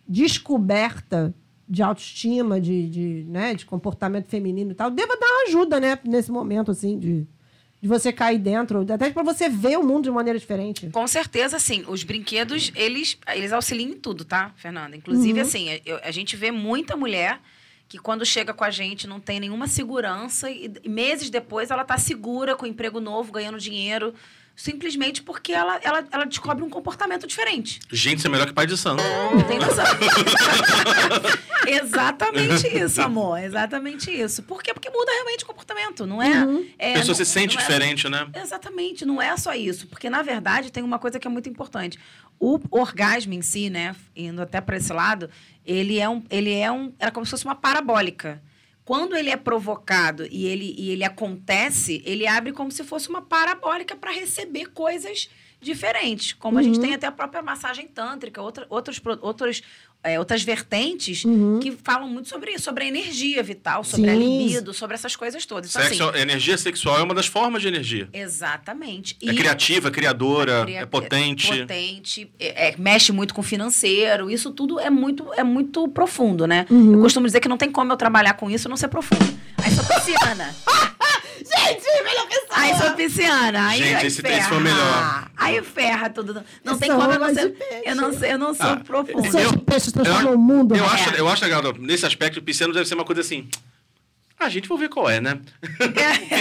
S1: descoberta de autoestima, de, de, né, de comportamento feminino e tal, deva dar uma ajuda, né, nesse momento, assim, de, de você cair dentro, até pra você ver o mundo de maneira diferente.
S3: Com certeza, assim, os brinquedos, eles, eles auxiliam em tudo, tá, Fernanda?
S1: Uhum.
S3: Inclusive, assim, a- eu- a gente vê muita mulher que quando chega com a gente não tem nenhuma segurança e e meses depois ela tá segura com emprego novo, ganhando dinheiro, simplesmente porque ela, ela, ela descobre um comportamento diferente.
S2: Gente, isso é melhor que pai de santo.
S3: Não tem noção. exatamente isso, amor. Exatamente isso. Por quê? Porque muda realmente o comportamento, não é? é,
S2: A pessoa
S3: não-
S2: se sente
S3: não é-
S2: diferente, né?
S3: Exatamente, não é só isso, porque na verdade tem uma coisa que é muito importante. O orgasmo em si, né, indo até para esse lado, ele é um, ele é um, era como se fosse uma parabólica. Quando ele é provocado e ele, e ele acontece, ele abre como se fosse uma parabólica para receber coisas diferentes. Como a gente tem até a própria massagem tântrica, outra, outros, pro- outros, é, outras vertentes que falam muito sobre isso, sobre a energia vital, sobre a
S1: Sim.
S3: libido, sobre essas coisas todas. Então,
S2: Sexo-
S3: assim,
S2: energia sexual é uma das formas de energia.
S3: Exatamente.
S2: É criativa, é criadora,
S3: cria-
S2: é potente.
S3: É potente, é- é- mexe muito com o financeiro. Isso tudo é muito, é muito profundo, né?
S1: Uhum.
S3: Eu costumo dizer que não tem como eu trabalhar com isso e não ser profundo. Aí sou pisciana.
S1: Gente, melhor pessoa!
S3: aí sou pisciana. Aí,
S2: Gente,
S3: aí
S2: esse-
S3: ferra.
S2: esse foi o melhor.
S3: Aí ferra tudo. Não
S1: Eu
S3: tem
S1: sou
S3: como eu não
S1: mais
S3: ser.
S1: de peixe.
S3: Eu não, sei- eu não sou
S2: Ah,
S3: profunda.
S1: Seus
S2: eu-
S1: peixes
S2: eu
S1: transformam
S2: acho-
S1: o mundo.
S2: Eu
S1: né?
S2: acho, eu acho legal, nesse aspecto, o pisciano deve ser uma coisa assim. A gente vou ver qual é, né?
S3: É,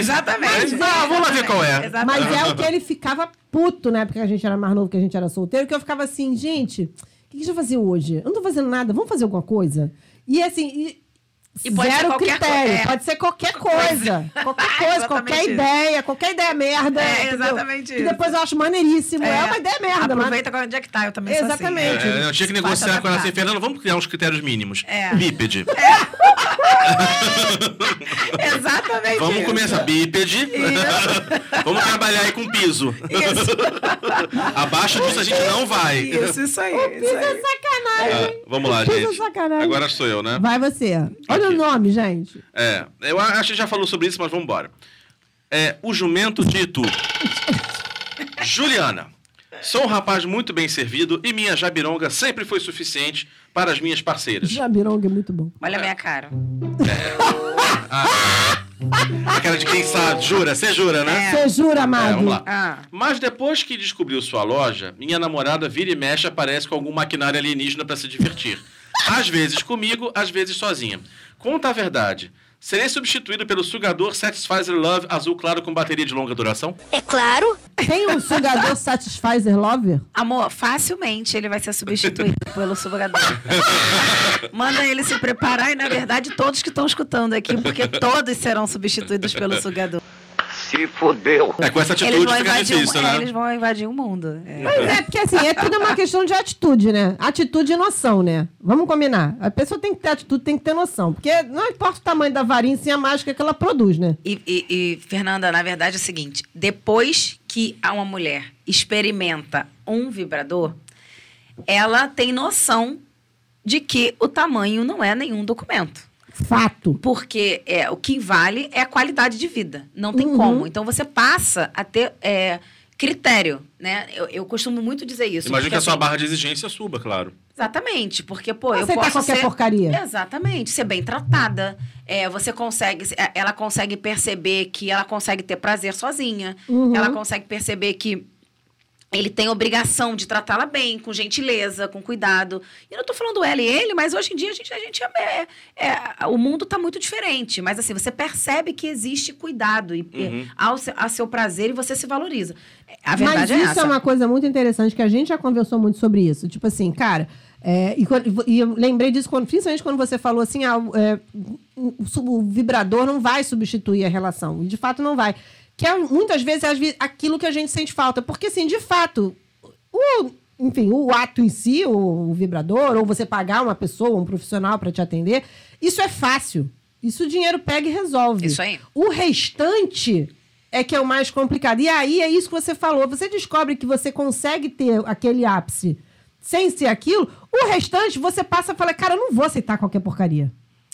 S2: Mas,
S3: exatamente.
S2: ah, vamos lá ver qual é.
S3: Exatamente.
S1: Mas é o que ele ficava puto, né? Porque a gente era mais novo, que a gente era solteiro, que eu ficava assim, gente, o que a gente vai fazer hoje? Eu não tô fazendo nada, vamos fazer alguma coisa? E assim, e-
S3: E pode ser
S1: zero
S3: qualquer co-
S1: critério,
S3: é.
S1: pode ser qualquer coisa. Qualquer coisa, qualquer
S3: Exatamente isso.
S1: ideia, qualquer ideia merda.
S3: É,
S1: entendeu?
S3: exatamente
S1: Que
S3: isso.
S1: depois eu acho maneiríssimo. É, uma ideia merda, mas
S3: Aproveita quando é que tá, eu também sou assim.
S1: Exatamente.
S2: É, eu tinha que negociar com ela assim, Fernando, vamos criar uns critérios mínimos.
S3: É.
S2: Bípede.
S3: É. Exatamente.
S2: Vamos
S3: isso.
S2: começar. Bípede. vamos trabalhar aí com piso. Abaixo disso a gente não vai.
S3: Isso, isso aí.
S1: Isso
S3: Isso aí.
S1: é sacanagem.
S2: Ah, vamos lá,
S1: Isso é
S2: gente.
S1: sacanagem.
S2: Agora sou eu, né?
S1: Vai você. Olha
S2: Aqui.
S1: o nome, gente.
S2: É, eu acho que já falou sobre isso, mas vamos embora. É, o jumento dito. Juliana, sou um rapaz muito bem servido e minha jabironga sempre foi suficiente para as minhas parceiras.
S1: Jabironga é muito bom.
S3: Olha a minha cara.
S2: Aquela de quem sabe, jura, você jura, né?
S1: Você jura, É, amado?
S2: vamos lá.
S3: Ah.
S2: Mas depois que descobriu sua loja, minha namorada vira e mexe aparece com algum maquinário alienígena para se divertir. Às vezes comigo, às vezes sozinha. Conta a verdade. Serei substituído pelo sugador Satisfizer Love azul claro com bateria de longa duração?
S1: Tem um sugador Satisfizer Lover?
S3: Amor, facilmente ele vai ser substituído pelo sugador. Manda ele se preparar e, na verdade, todos que estão escutando aqui, porque todos serão substituídos pelo sugador.
S4: Se fudeu.
S2: É, com essa
S3: Eles
S2: atitude
S3: vão,
S2: fica
S3: invadir
S1: um-
S2: difícil,
S3: o, é,
S2: né?
S3: eles vão invadir o mundo. É.
S1: Pois é, porque assim, é tudo uma questão de atitude, né? Atitude e noção, né? Vamos combinar. A pessoa tem que ter atitude, tem que ter noção. Porque não importa o tamanho da varinha, sim a mágica que ela produz, né?
S3: E, e- e, Fernanda, na verdade é o seguinte: depois que a uma mulher experimenta um vibrador, ela tem noção de que o tamanho não é nenhum documento.
S1: Fato.
S3: Porque é, o que vale é a qualidade de vida. Não tem
S1: Uhum.
S3: como. Então você passa a ter é, critério, né? Eu, eu costumo muito dizer isso.
S2: Imagina
S3: porque
S2: que a sua
S3: assim-
S2: barra de exigência suba, claro.
S3: Exatamente, porque, pô, eu
S1: Aceitar
S3: posso
S1: Ah, qualquer
S3: ser...
S1: porcaria.
S3: Exatamente, ser bem tratada. É, você consegue... é, Ela consegue perceber que ela consegue ter prazer sozinha.
S1: Uhum.
S3: Ela consegue perceber que... Ele tem obrigação de tratá-la bem, com gentileza, com cuidado. E eu não tô falando ela e ele, mas hoje em dia a gente, a gente é, é- é- o mundo tá muito diferente. Mas assim, você percebe que existe cuidado e, e- ao, se- a seu prazer e você se valoriza. A
S1: Mas
S3: verdade
S1: isso
S3: é essa.
S1: é uma coisa muito interessante, que a gente já conversou muito sobre isso. Tipo assim, cara, é, e, quando- e eu lembrei disso, quando, principalmente quando você falou assim, ah, o, é, o- o vibrador não vai substituir a relação. E de fato não vai. Que é, muitas vezes é às ve- aquilo que a gente sente falta. Porque assim, de fato, o, enfim, o ato em si, o, o vibrador, ou você pagar uma pessoa, um profissional para te atender, isso é fácil. Isso o dinheiro pega e resolve.
S3: Isso aí.
S1: O restante é que é o mais complicado. E aí é isso que você falou. Você descobre que você consegue ter aquele ápice sem ser aquilo, o restante você passa e fala, cara, eu não vou aceitar qualquer porcaria.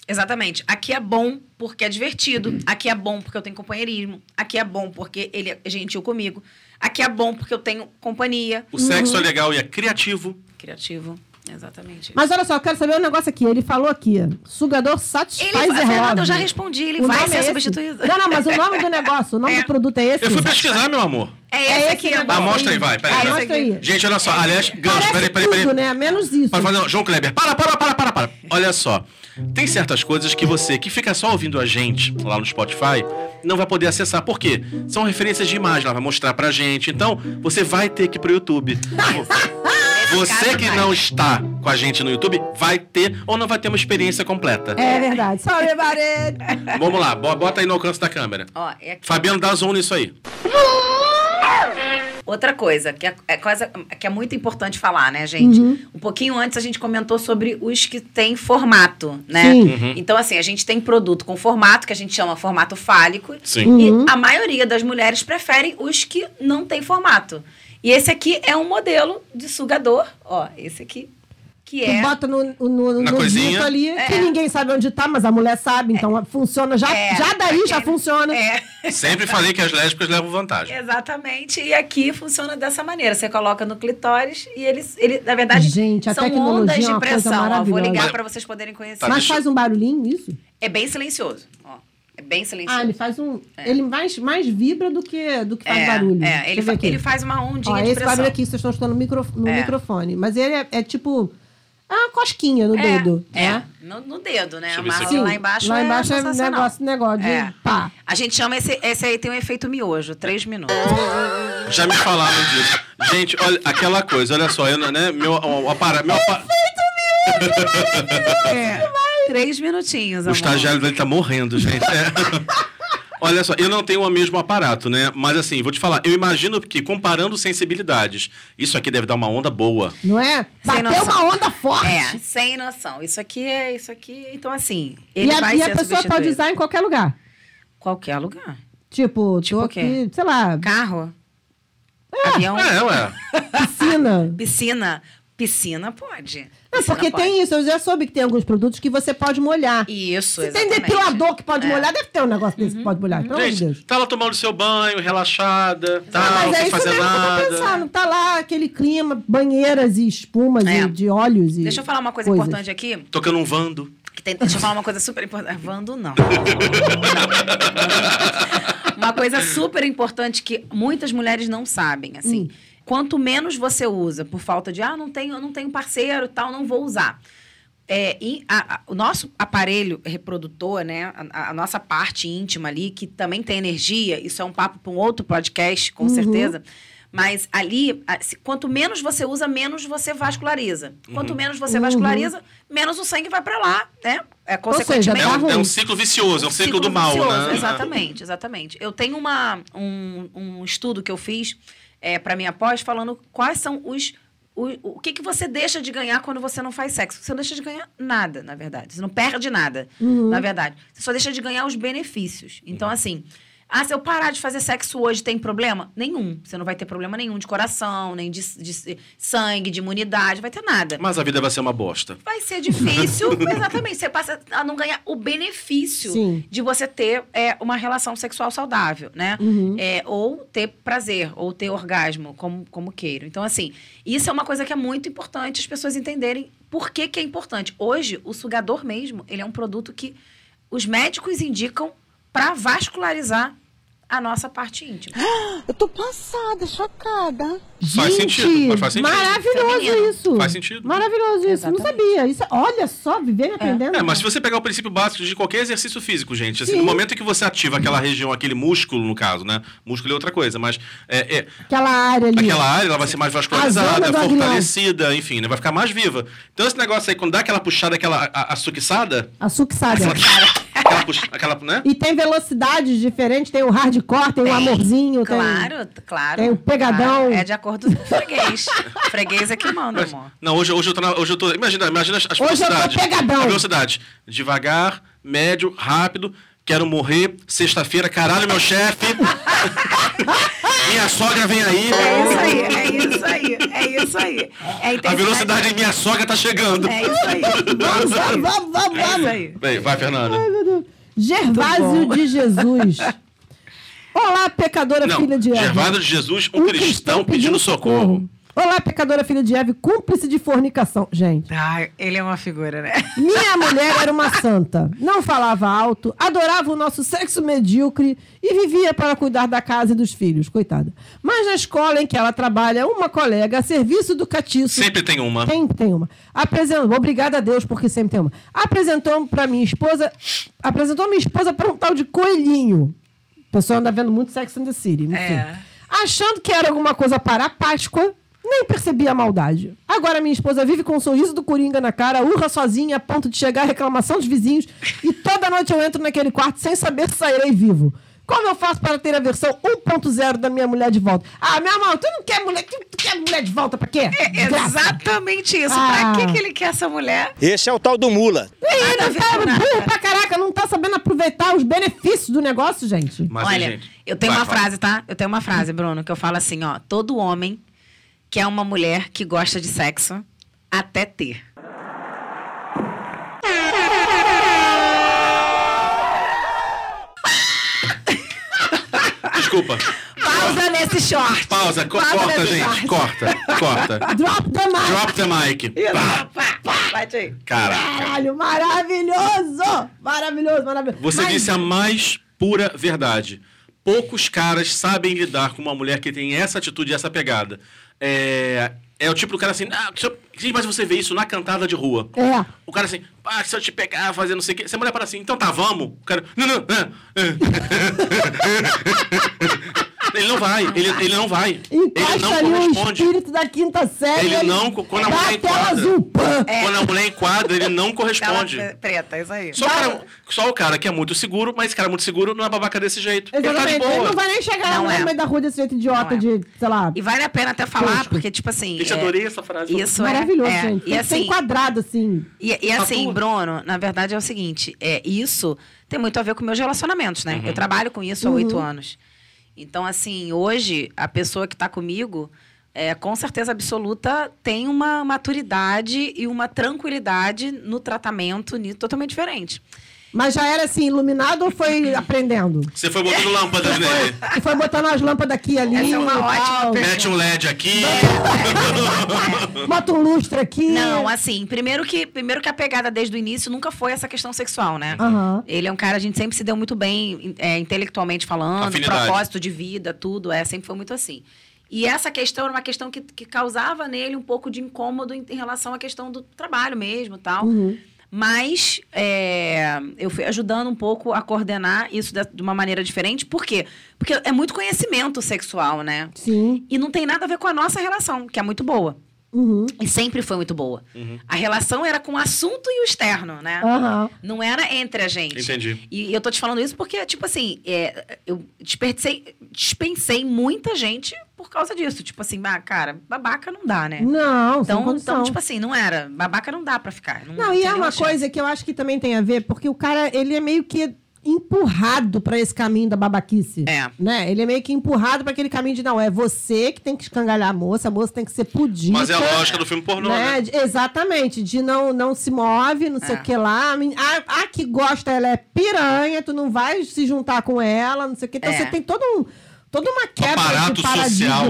S3: Exatamente. Aqui é bom porque é divertido. Aqui é bom porque eu tenho companheirismo. Aqui é bom porque ele é gentil comigo. Aqui é bom porque eu tenho companhia.
S1: Uhum.
S2: O sexo é legal e é criativo.
S3: Criativo. Exatamente.
S1: Mas olha só, eu quero saber um negócio aqui. Ele falou aqui, sugador satisfaz
S3: ele, Fernanda, eu já
S1: respondi.
S3: respondi, ele
S1: O
S3: vai
S1: nome
S3: ser
S1: é esse?
S3: substituído.
S1: Não, não, mas o nome do negócio, o nome
S3: É.
S1: do produto é esse?
S2: Eu fui pesquisar, meu amor.
S3: É esse
S1: esse
S3: aqui.
S1: mesmo.
S3: agora.
S2: Ah, mostra aí, vai, peraí,
S3: É
S1: Ah,
S2: vai.
S3: esse
S1: mostra
S3: aqui.
S1: aí.
S2: Gente, olha só. Aliás, gancho.
S1: Parece
S2: Peraí, peraí, peraí.
S1: tudo,
S2: peraí.
S1: né? Menos isso.
S2: Para, para, não, João Kleber, para, para, para, para, para. Olha só, tem certas coisas que você que fica só ouvindo a gente lá no Spotify não vai poder acessar. Por quê? São referências de imagem, ela vai mostrar pra gente. Então, você vai ter que ir pro YouTube. Você que não está com a gente no YouTube vai ter ou não vai ter uma experiência completa.
S1: É verdade. Sorry, everybody.
S2: Vamos lá, bo- bota aí no alcance da câmera.
S3: Ó, é aqui.
S2: Fabiano dá zoom nisso aí.
S3: Outra coisa que é, é coisa que é muito importante falar, né, gente?
S1: Uhum.
S3: Um pouquinho antes a gente comentou sobre os que têm formato, né?
S1: Sim.
S2: Uhum.
S3: Então, assim, a gente tem produto com formato, que a gente chama formato fálico.
S2: Sim.
S1: Uhum.
S3: E a maioria das mulheres preferem os que não têm formato. E esse aqui é um modelo de sugador, ó, esse aqui, que é...
S1: Tu bota no, no, no,
S2: Na
S1: no
S2: coisinha.
S1: dito ali, que ninguém sabe onde tá, mas a mulher sabe, então funciona. Já,
S3: É.
S1: já daí já
S3: Aquele-
S1: funciona.
S3: É,
S2: Sempre falei que as lésbicas levam vantagem.
S3: exatamente. E aqui funciona dessa maneira. Você coloca no clitóris e ele, ele na verdade,
S1: Gente, a
S3: são
S1: tecnologia
S3: ondas
S1: é
S3: de
S1: uma coisa
S3: pressão. Ó, vou
S1: maravilhosa.
S2: Mas-
S3: ligar para vocês poderem conhecer.
S2: Tá,
S1: mas
S2: deixa-
S1: faz um barulhinho isso?
S3: É bem silencioso. Ó. É bem silencioso.
S1: Ah, ele faz um. Ele mais, mais vibra do que, do que faz
S3: é,
S1: barulho.
S3: É, ele,
S1: Deixa
S3: fa-
S1: eu ver aqui.
S3: ele faz uma ondinha
S1: Ó,
S3: de
S1: esse
S3: pressão.
S1: barulho aqui, vocês estão escutando no, micro- no
S3: É.
S1: microfone. Mas ele é, é tipo. É uma cosquinha no
S3: é,
S1: dedo.
S3: É,
S1: né?
S3: No, no dedo, né?
S2: Deixa eu ver
S3: Amarra
S2: isso aqui.
S3: lá embaixo
S1: lá embaixo é,
S3: sensacional.
S1: negócio, negócio de
S3: É.
S1: pá.
S3: A gente chama esse, esse aí tem um efeito miojo, três minutos.
S2: Já me falaram disso. Gente, olha, aquela coisa, olha só, eu, não- né? Meu, o, apara- meu apa-
S1: É.
S3: É. Três minutinhos,
S2: O
S3: amor.
S2: estagiário dele tá morrendo, gente. É. Olha só, eu não tenho o mesmo aparato, né? Mas assim, vou te falar, eu imagino que comparando sensibilidades, isso aqui deve dar uma onda boa.
S1: Não é? Bateu
S3: Sem noção.
S1: uma onda forte.
S3: É, sem noção. Isso aqui é isso aqui. Então, assim,
S1: E
S3: ele
S1: a,
S3: vai
S1: e
S3: ser
S1: a pessoa
S3: substituído.
S1: pode usar em qualquer lugar.
S3: Qualquer lugar.
S1: Tipo,
S3: Tipo
S1: tô
S3: o quê?
S1: aqui, sei lá,
S3: Carro, avião,
S2: É, ué.
S1: piscina.
S3: piscina. Piscina pode.
S1: Não,
S3: Piscina
S1: porque
S3: pode.
S1: tem isso, eu já soube que tem alguns produtos que você pode molhar.
S3: Isso,
S1: Se tem
S3: exatamente. É. Uhum,
S1: depilador que pode molhar, deve ter um negócio desse que pode molhar, pelo amor de Deus.
S2: Gente, tá lá tomando seu banho, relaxada, tá,
S1: Ah,
S2: não
S1: mas é
S2: sem
S1: isso
S2: fazer
S1: mesmo que eu tô
S2: nada.
S1: pensando. Tá lá aquele clima, banheiras e espumas
S3: É.
S1: e de óleos e.
S3: Deixa eu falar uma coisa
S1: coisas.
S3: importante aqui.
S2: Tocando um vando.
S3: Que tem- deixa eu falar uma coisa super importante. Vando, não. uma coisa super importante que muitas mulheres não sabem, assim.
S1: Hum.
S3: Quanto menos você usa por falta de, ah, não tenho, não tenho parceiro, tal, não vou usar. É, e a- a- o nosso aparelho reprodutor, né? A, a- a nossa parte íntima ali, que também tem energia, isso é um papo para um outro podcast, com certeza. Mas ali, a- se- quanto menos você usa, menos você vasculariza. Quanto menos você vasculariza, menos o sangue vai para lá, né? É, consequentemente,
S2: É
S1: Tá
S2: um, é um
S1: ruim.
S2: ciclo vicioso, é um ciclo,
S3: ciclo
S2: do mal,
S3: vicioso,
S2: né?
S3: Exatamente, exatamente. Eu tenho uma, um, um estudo que eu fiz é, para minha pós falando quais são os. O, o que, que você deixa de ganhar quando você não faz sexo? Você não deixa de ganhar nada, na verdade. Você não perde nada, na verdade. Você só deixa de ganhar os benefícios. Então,
S2: Uhum.
S3: assim. Ah, se eu parar de fazer sexo hoje, tem problema? Nenhum. Você não vai ter problema nenhum de coração, nem de, de sangue, de imunidade, vai ter nada.
S2: Mas a vida vai ser uma bosta.
S3: Vai ser difícil, exatamente. Você passa a não ganhar o benefício
S1: Sim.
S3: de você ter é, uma relação sexual saudável, né?
S1: Uhum.
S3: É, ou ter prazer, ou ter orgasmo, como, como queiro. Então, assim, isso é uma coisa que é muito importante as pessoas entenderem por que, que é importante. Hoje, o sugador mesmo, ele é um produto que os médicos indicam para vascularizar a nossa parte íntima.
S7: Eu tô passada, chocada.
S2: Faz
S1: Gente,
S2: sentido, mas faz sentido.
S1: Maravilhoso
S3: Feminino.
S1: isso.
S2: Faz sentido.
S1: Maravilhoso isso. Não
S3: Exatamente.
S1: sabia. Isso, é, olha só, viver e aprendendo.
S2: É, mas se você pegar o princípio básico de qualquer exercício físico, gente, assim,
S1: Sim.
S2: no momento em que você ativa aquela região, aquele músculo, no caso, né? Músculo é outra coisa, mas é, é,
S1: Aquela área ali.
S2: aquela área ela vai ser mais
S1: A zona
S2: vascularizada,
S1: do avião.
S2: fortalecida, enfim, né? vai ficar mais viva. Então esse negócio aí, quando dá aquela puxada, aquela a, a suquiçada,
S1: A suxada.
S2: aquela, aquela, pux- aquela, né?
S1: E tem velocidades diferentes, tem o hardcore, tem o amorzinho. tem-
S3: Claro, claro.
S1: tem o pegadão.
S3: claro. É de acordo com o freguês. freguês é que manda, amor.
S2: Não, hoje, hoje, eu tô na- hoje eu tô. Imagina, imagina as, as
S1: Hoje eu tô
S2: velocidades.
S1: pegadão.
S2: As velocidades. Devagar, médio, rápido. Quero morrer. Sexta-feira, caralho, meu chefe. Minha sogra vem aí.
S3: É isso aí, é isso aí, é isso aí. É
S2: A
S3: intensidade-
S2: velocidade de minha sogra tá chegando.
S3: É isso aí.
S1: Vamos, vamos, vamos, vamos,
S3: É isso
S1: vamos.
S3: aí.
S2: Bem, vai, Fernanda.
S1: Gervásio de Jesus. Olá, pecadora
S2: Não,
S1: filha de Eva.
S2: Gervásio de Jesus, um, cristão, pedindo socorro.
S1: Olá, pecadora filha de Eva, cúmplice de fornicação. Gente,
S3: Ai, ele é uma figura, né?
S1: minha mulher era uma santa. Não falava alto, adorava o nosso sexo medíocre e vivia para cuidar da casa e dos filhos. Coitada. Mas na escola em que ela trabalha, uma colega a serviço do catiço...
S2: Sempre tem uma.
S1: Tem, tem uma. Apresentou, obrigada a Deus, porque sempre tem uma. Apresentou pra minha esposa, apresentou minha esposa pra um tal de coelhinho. O pessoal anda vendo muito Sex and the City, enfim.
S3: É.
S1: Achando que era alguma coisa para a Páscoa, nem percebi a maldade. Agora minha esposa vive com um sorriso do Coringa na cara, urra sozinha a ponto de chegar a reclamação dos vizinhos, e toda noite eu entro naquele quarto sem saber se sairei vivo. Como eu faço para ter a versão 1.0 da minha mulher de volta? Ah, meu amor, tu não quer mulher, tu tu quer mulher de volta pra quê?
S3: É,
S1: Desgraça.
S3: Exatamente isso.
S1: Ah.
S3: Pra que, que ele quer essa mulher?
S8: Esse é o tal do Mula.
S1: Ih,
S3: Nada a
S1: não
S3: ver
S1: tá
S3: com nada.
S1: burro pra caraca, não tá sabendo aproveitar os benefícios do negócio, gente.
S2: Mas,
S3: Olha,
S2: gente,
S3: eu tenho
S2: vai,
S3: uma
S2: fala.
S3: frase, tá? Eu tenho uma frase, Bruno, que eu falo assim, ó. Todo homem que é uma mulher que gosta de sexo até ter.
S2: Desculpa.
S3: Pausa nesse short.
S2: Pausa, co-
S3: Pausa
S2: corta,
S3: nesse
S2: gente.
S3: short.
S2: Corta, corta.
S1: Drop the mic.
S2: Drop the mic. Pá.
S3: Pá, pá, Bate aí.
S2: Caraca.
S1: Caralho, maravilhoso! Maravilhoso, maravilhoso.
S2: Você
S1: Mas-
S2: disse a mais pura verdade. Poucos caras sabem lidar com uma mulher que tem essa atitude e essa pegada. É, é o tipo do cara assim, ah, se eu- gente, mas você vê isso na cantada de rua.
S1: É.
S2: O cara assim, ah, se eu te pegar, fazer não sei o quê. Você mulher para assim, então tá, vamos. O cara, não, não, ah, ah." Ele não vai, ele, ele não vai. ele não
S1: Encosta ali o
S2: corresponde.
S1: espírito da quinta série.
S2: Ele não co- quando a
S1: dá
S2: mulher
S1: a tela
S2: enquadra.
S1: azul. pã.
S3: É,
S2: Quando a mulher enquadra, ele não
S3: Tela
S2: corresponde.
S3: pre- preta, isso aí.
S2: Só o, cara, só o cara que é muito seguro, mas esse cara muito seguro não é babaca desse jeito. Ele tá de
S1: Exatamente. Ele não
S2: boa.
S1: vai nem chegar
S3: Não
S1: lá
S3: é.
S1: no meio da rua desse jeito idiota
S3: Não é.
S1: de, sei lá.
S3: E vale a pena até falar,
S1: Tosco.
S3: porque, tipo assim.
S2: Gente,
S3: é-
S2: adorei essa frase.
S3: Isso é-
S1: maravilhoso,
S3: é,
S1: gente.
S3: E
S1: Tem que ser
S3: assim,
S1: enquadrado assim.
S3: E, e assim,
S2: Atua.
S3: Bruno, na verdade é o seguinte: é isso tem muito a ver com meus relacionamentos, né? Eu trabalho com isso há oito anos. Então, assim, hoje, a pessoa que está comigo, é, com certeza absoluta, tem uma maturidade e uma tranquilidade no tratamento ni- totalmente diferente.
S1: Mas já era assim, iluminado ou foi aprendendo?
S2: Você foi botando lâmpadas nele.
S1: E foi botando as lâmpadas aqui e ali.
S3: Essa é uma
S1: e
S3: ótima
S1: tal.
S2: Mete um LED aqui.
S1: Bota um lustre aqui.
S3: Não, assim, primeiro que, primeiro que a pegada desde o início nunca foi essa questão sexual, né?
S1: Aham.
S3: Ele é um cara, a gente sempre se deu muito bem, é, intelectualmente falando,
S2: Afinidade.
S3: propósito de vida, tudo, é, sempre foi muito assim. E essa questão era uma questão que, que causava nele um pouco de incômodo em, em relação à questão do trabalho mesmo tal.
S1: Uhum.
S3: Mas é, eu fui ajudando um pouco a coordenar isso da- de, uma maneira diferente. Por quê? Porque é muito conhecimento sexual, né?
S1: Sim.
S3: E não tem nada a ver com a nossa relação, que é muito boa.
S1: Uhum.
S3: E sempre foi muito boa. A relação era com o assunto e o externo, né?
S1: Aham.
S3: Não era entre a gente.
S2: Entendi.
S3: E eu tô te falando isso porque, tipo assim, é, eu desperdicei, dispensei muita gente por causa disso. Tipo assim, ah, cara, babaca não dá, né?
S1: Não, sem
S3: então,
S1: condição.
S3: então, tipo assim, não era. Babaca não dá pra ficar. Não, Assim,
S1: Não, e
S3: tem
S1: é uma
S3: nenhuma chance.
S1: coisa que eu acho que também tem a ver, porque o cara, ele é meio que empurrado pra esse caminho da babaquice.
S3: É.
S1: Né? Ele é meio que empurrado pra aquele caminho de não, é você que tem que escangalhar a moça, a moça tem que ser pudica.
S2: Mas é a lógica do filme pornô, né?
S1: tá- né? De- Exatamente, de não, não se move, não sei
S3: É.
S1: o que lá. A, men- a- a que gosta, ela é piranha, tu não vai se juntar com ela, não sei o que. Então
S3: É.
S1: você tem todo um, toda uma quebra
S2: Aparato
S1: de
S2: social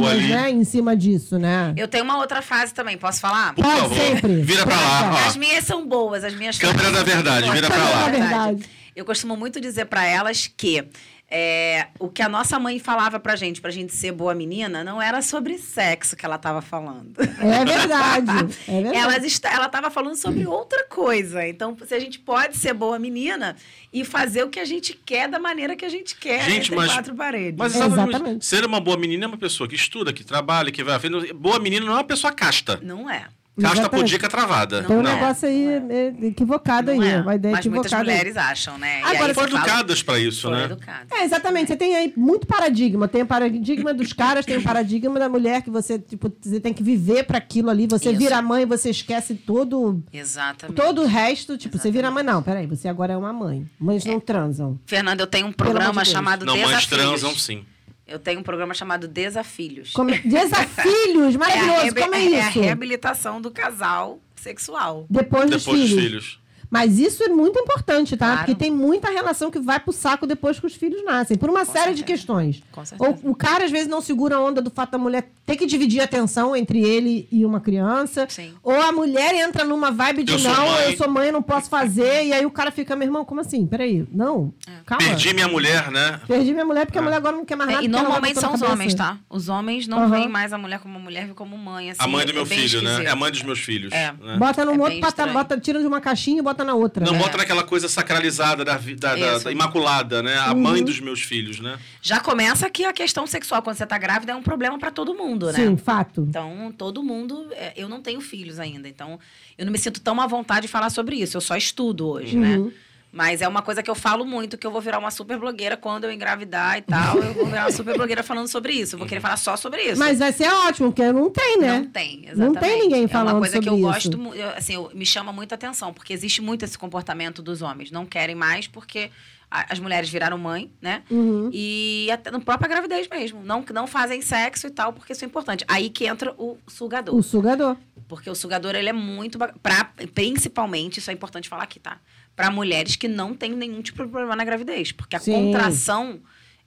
S1: paradigmas,
S2: ali.
S1: né? Em cima disso, né?
S3: Eu tenho uma outra fase também, posso falar?
S2: Por
S1: Pode
S2: favor.
S1: sempre.
S2: Vira pra lá,
S3: As minhas são boas, as minhas
S2: Câmera da verdade, vira pra lá.
S1: Câmera da verdade.
S3: Eu costumo muito dizer pra elas que é, o que a nossa mãe falava pra gente, pra gente ser boa menina, não era sobre sexo que ela tava falando.
S1: É verdade. É verdade.
S3: Elas está, ela estava falando sobre outra coisa. Então, se a gente pode ser boa menina e fazer o que a gente quer da maneira que a gente quer
S2: Gente,
S3: entre
S2: mas-
S3: quatro paredes.
S2: Mas sabe,
S1: Exatamente.
S2: ser uma boa menina é uma pessoa que estuda, que trabalha, que vai à frente. Boa menina não é uma pessoa casta.
S3: Não é.
S2: Casta
S1: Exatamente.
S2: pudica travada.
S1: Tem um
S2: Não.
S1: negócio aí é, equivocado
S3: né? Não
S1: aí,
S3: é.
S1: uma ideia
S3: Mas muitas
S1: equivocada. aí.
S3: mulheres acham, né? E
S1: Agora,
S3: aí
S2: Foram
S3: você fala-
S2: educadas pra isso,
S3: Foram
S2: né?
S3: educadas.
S1: É, exatamente. Você tem aí muito paradigma. Tem o paradigma dos caras, tem o paradigma da mulher que você, tipo, você tem que viver pra aquilo ali. Você
S3: Isso.
S1: vira mãe, você esquece todo
S3: Exatamente.
S1: todo o resto, tipo, você vira mãe não, peraí, você agora é uma mãe. Mães não transam.
S3: Fernanda, eu tenho um
S1: amor
S3: programa
S1: de Deus.
S3: chamado
S2: Não, mães
S3: Desafios.
S2: transam sim.
S3: Eu tenho um programa chamado Desafilhos.
S1: Como- Desafios,
S3: É a
S1: maravilhoso.
S3: rebe-
S1: Como é
S3: É a
S1: isso?
S3: reabilitação do casal sexual.
S1: Depois dos
S2: Depois dos
S1: filhos.
S2: filhos.
S1: Mas isso é muito importante, tá?
S3: Claro.
S1: Porque tem muita relação que vai pro saco depois que os filhos nascem, por uma
S3: Com
S1: série de
S3: certeza.
S1: questões.
S3: Com certeza.
S1: Ou o cara, às vezes, não segura a onda do fato da mulher ter que dividir a atenção entre ele e uma criança.
S3: Sim.
S1: Ou a mulher entra numa vibe de
S2: Eu sou
S1: não,
S2: mãe.
S1: eu sou mãe, eu não posso fazer. E aí o cara fica, meu irmão, como assim? Peraí, não,
S3: É.
S1: é. calma.
S2: Perdi minha mulher, né?
S1: Perdi minha mulher porque a mulher agora não quer mais nada.
S3: É, e
S1: Ah, porque ela
S3: normalmente
S1: botou
S3: são
S1: na
S3: os
S1: cabeça.
S3: homens, tá? Os homens não
S1: Aham.
S3: veem mais a mulher como mulher, vê como mãe. Assim,
S2: a mãe do
S3: é
S2: meu
S3: bem
S2: filho, né?
S3: esquisito.
S2: É a mãe dos meus filhos.
S3: É.
S2: né?
S1: Bota
S3: É
S1: num
S3: bem
S1: outro patamar,
S3: estranho.
S1: bota, tira de uma caixinha e bota na outra.
S2: Não
S1: É.
S2: bota naquela coisa sacralizada da, vi- da, da-
S3: Isso.
S2: da imaculada, né? A mãe dos meus filhos, né?
S3: Já começa que a questão sexual, quando você tá grávida, é um problema pra todo mundo, né?
S1: Sim, fato.
S3: Então, todo mundo. é, Eu não tenho filhos ainda, então eu não me sinto tão à vontade de falar sobre isso. Eu só estudo hoje,
S1: Uhum.
S3: né? Mas é uma coisa que eu falo muito, que eu vou virar uma super blogueira quando eu engravidar e tal. Eu vou virar uma super blogueira falando sobre isso. Eu
S2: Uhum.
S3: vou querer falar só sobre isso.
S1: Mas vai ser ótimo, porque não tem, né?
S3: Não tem,
S1: Não
S3: exatamente.
S1: tem ninguém
S3: É
S1: falando
S3: uma coisa que eu
S1: sobre isso.
S3: gosto, mu- eu, assim, eu- me chama muita atenção, porque existe muito esse comportamento dos homens. Não querem mais porque a- as mulheres viraram mãe, né?
S1: Uhum.
S3: E até na própria gravidez mesmo. Não, não fazem sexo e tal, porque isso é importante. Aí que entra o sugador.
S1: O sugador.
S3: Porque o sugador, ele é muito... ba- Pra, principalmente, isso é importante falar aqui, tá? Pra mulheres que não têm nenhum tipo de problema na gravidez. Porque a
S1: Sim.
S3: contração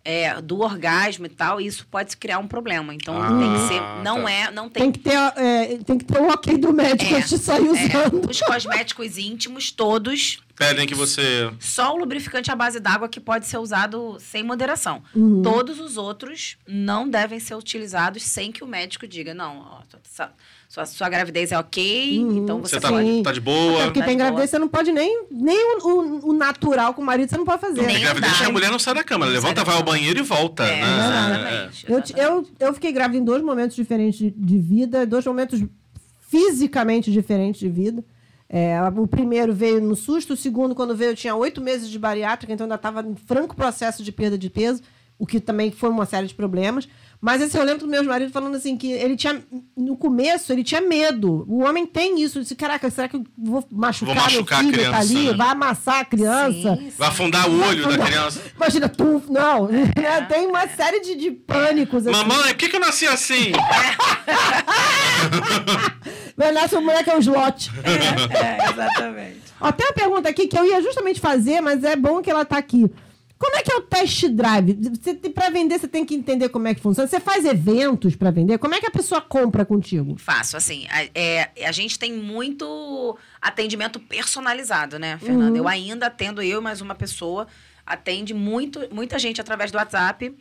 S3: é, do orgasmo e tal, isso pode criar um problema. Então, tem que ser...
S2: Ah,
S3: Não
S2: tá.
S3: é... Não tem,
S1: Tem que, ter, é, tem que ter o ok do médico
S3: É,
S1: antes de sair usando.
S3: é, os cosméticos íntimos, todos.
S2: Pedem que você.
S3: Só o lubrificante à base d'água que pode ser usado sem moderação.
S1: Uhum.
S3: Todos os outros não devem ser utilizados sem que o médico diga, não, ó, tua- sua, sua, sua gravidez é ok,
S1: Uhum.
S3: então
S2: Você
S3: você,
S2: tá,
S3: pode...
S1: Sim.
S2: tá de
S1: Até
S2: boa.
S1: É porque tem
S3: Mas boa.
S1: gravidez, você não pode nem, nem o, o- o natural com o marido, você não pode fazer. né?
S3: nem
S2: Tem gravidez
S3: andar.
S2: que a mulher não sai da cama. Ela
S3: Não sai
S2: levanta,
S3: da
S2: vai ao
S3: cama.
S2: banheiro e volta.
S3: É,
S2: né?
S3: exatamente,
S1: Eu, te- eu,
S3: exatamente.
S1: eu fiquei grávida em dois momentos diferentes de, de vida, dois momentos fisicamente diferentes de vida. É, o primeiro veio no susto, o segundo, quando veio, eu tinha oito meses de bariátrica, então ainda estava em franco processo de perda de peso, o que também foi uma série de problemas. Mas assim, eu lembro do meu marido falando assim que ele tinha. No começo, ele tinha medo. O homem tem isso. Disse, caraca, será que eu vou machucar,
S2: Vou machucar a
S1: meu filho? tá
S2: criança,
S1: ali,
S2: né?"
S1: vai amassar a criança.
S3: Sim, sim.
S2: Vai afundar o olho da criança.
S1: Imagina, tu. Não, né? tem uma série de, de pânicos. assim.
S2: Mamãe, por que, que eu nasci assim?
S1: Vai nasce um moleque é um slot.
S3: É, exatamente.
S1: Ó, tem uma pergunta aqui que eu ia justamente fazer, mas é bom que ela tá aqui. Como é que é o test drive? Você, tem- pra vender, você tem que entender como é que funciona. Você faz eventos pra vender? Como é que a pessoa compra contigo?
S3: Faço, assim, a, é, a gente tem muito atendimento personalizado, né, Fernanda?
S1: Uhum.
S3: Eu ainda atendo eu e mais uma pessoa, atende muito, muita gente através do WhatsApp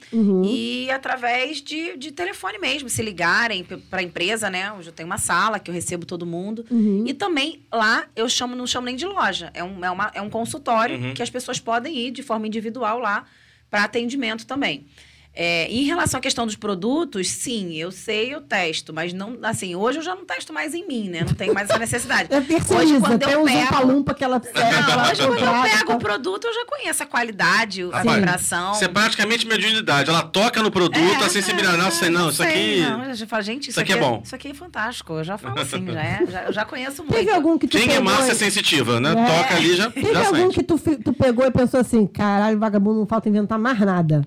S3: e através de, de telefone mesmo, se ligarem para a empresa, né? Hoje eu tenho uma sala que eu recebo todo mundo. E também lá eu chamo, não chamo nem de loja, é um, é uma- é um consultório
S2: Uhum.
S3: que as pessoas podem ir de forma individual lá para atendimento também. É, em relação à questão dos produtos, sim, eu sei, eu testo, mas não, assim, hoje eu já não testo mais em mim, né? Não tenho mais essa necessidade.
S1: É
S3: Hoje,
S1: terceiriza,
S3: quando
S1: até
S3: eu
S1: os
S3: pego-
S1: palumpa que ela
S3: Não, hoje quando eu pego
S1: pro...
S3: o produto, eu já conheço a qualidade, a
S2: Sim.
S3: vibração.
S2: Você é praticamente mediunidade. Ela toca no produto, assim, se mirar, não, sei não, isso aqui.
S3: É, Não, eu já falo, gente, isso,
S2: aqui é bom.
S3: Isso aqui é fantástico. Eu já falo assim, já é. já- eu já conheço muito.
S1: Teve algum que tu
S2: Quem é
S1: pegou
S2: massa
S1: e-
S2: é sensitiva, né?
S1: É.
S2: Toca ali já,
S1: Teve
S2: já
S1: algum
S2: sente.
S1: que tu, fi- tu pegou e pensou assim, caralho, vagabundo, não falta inventar mais nada.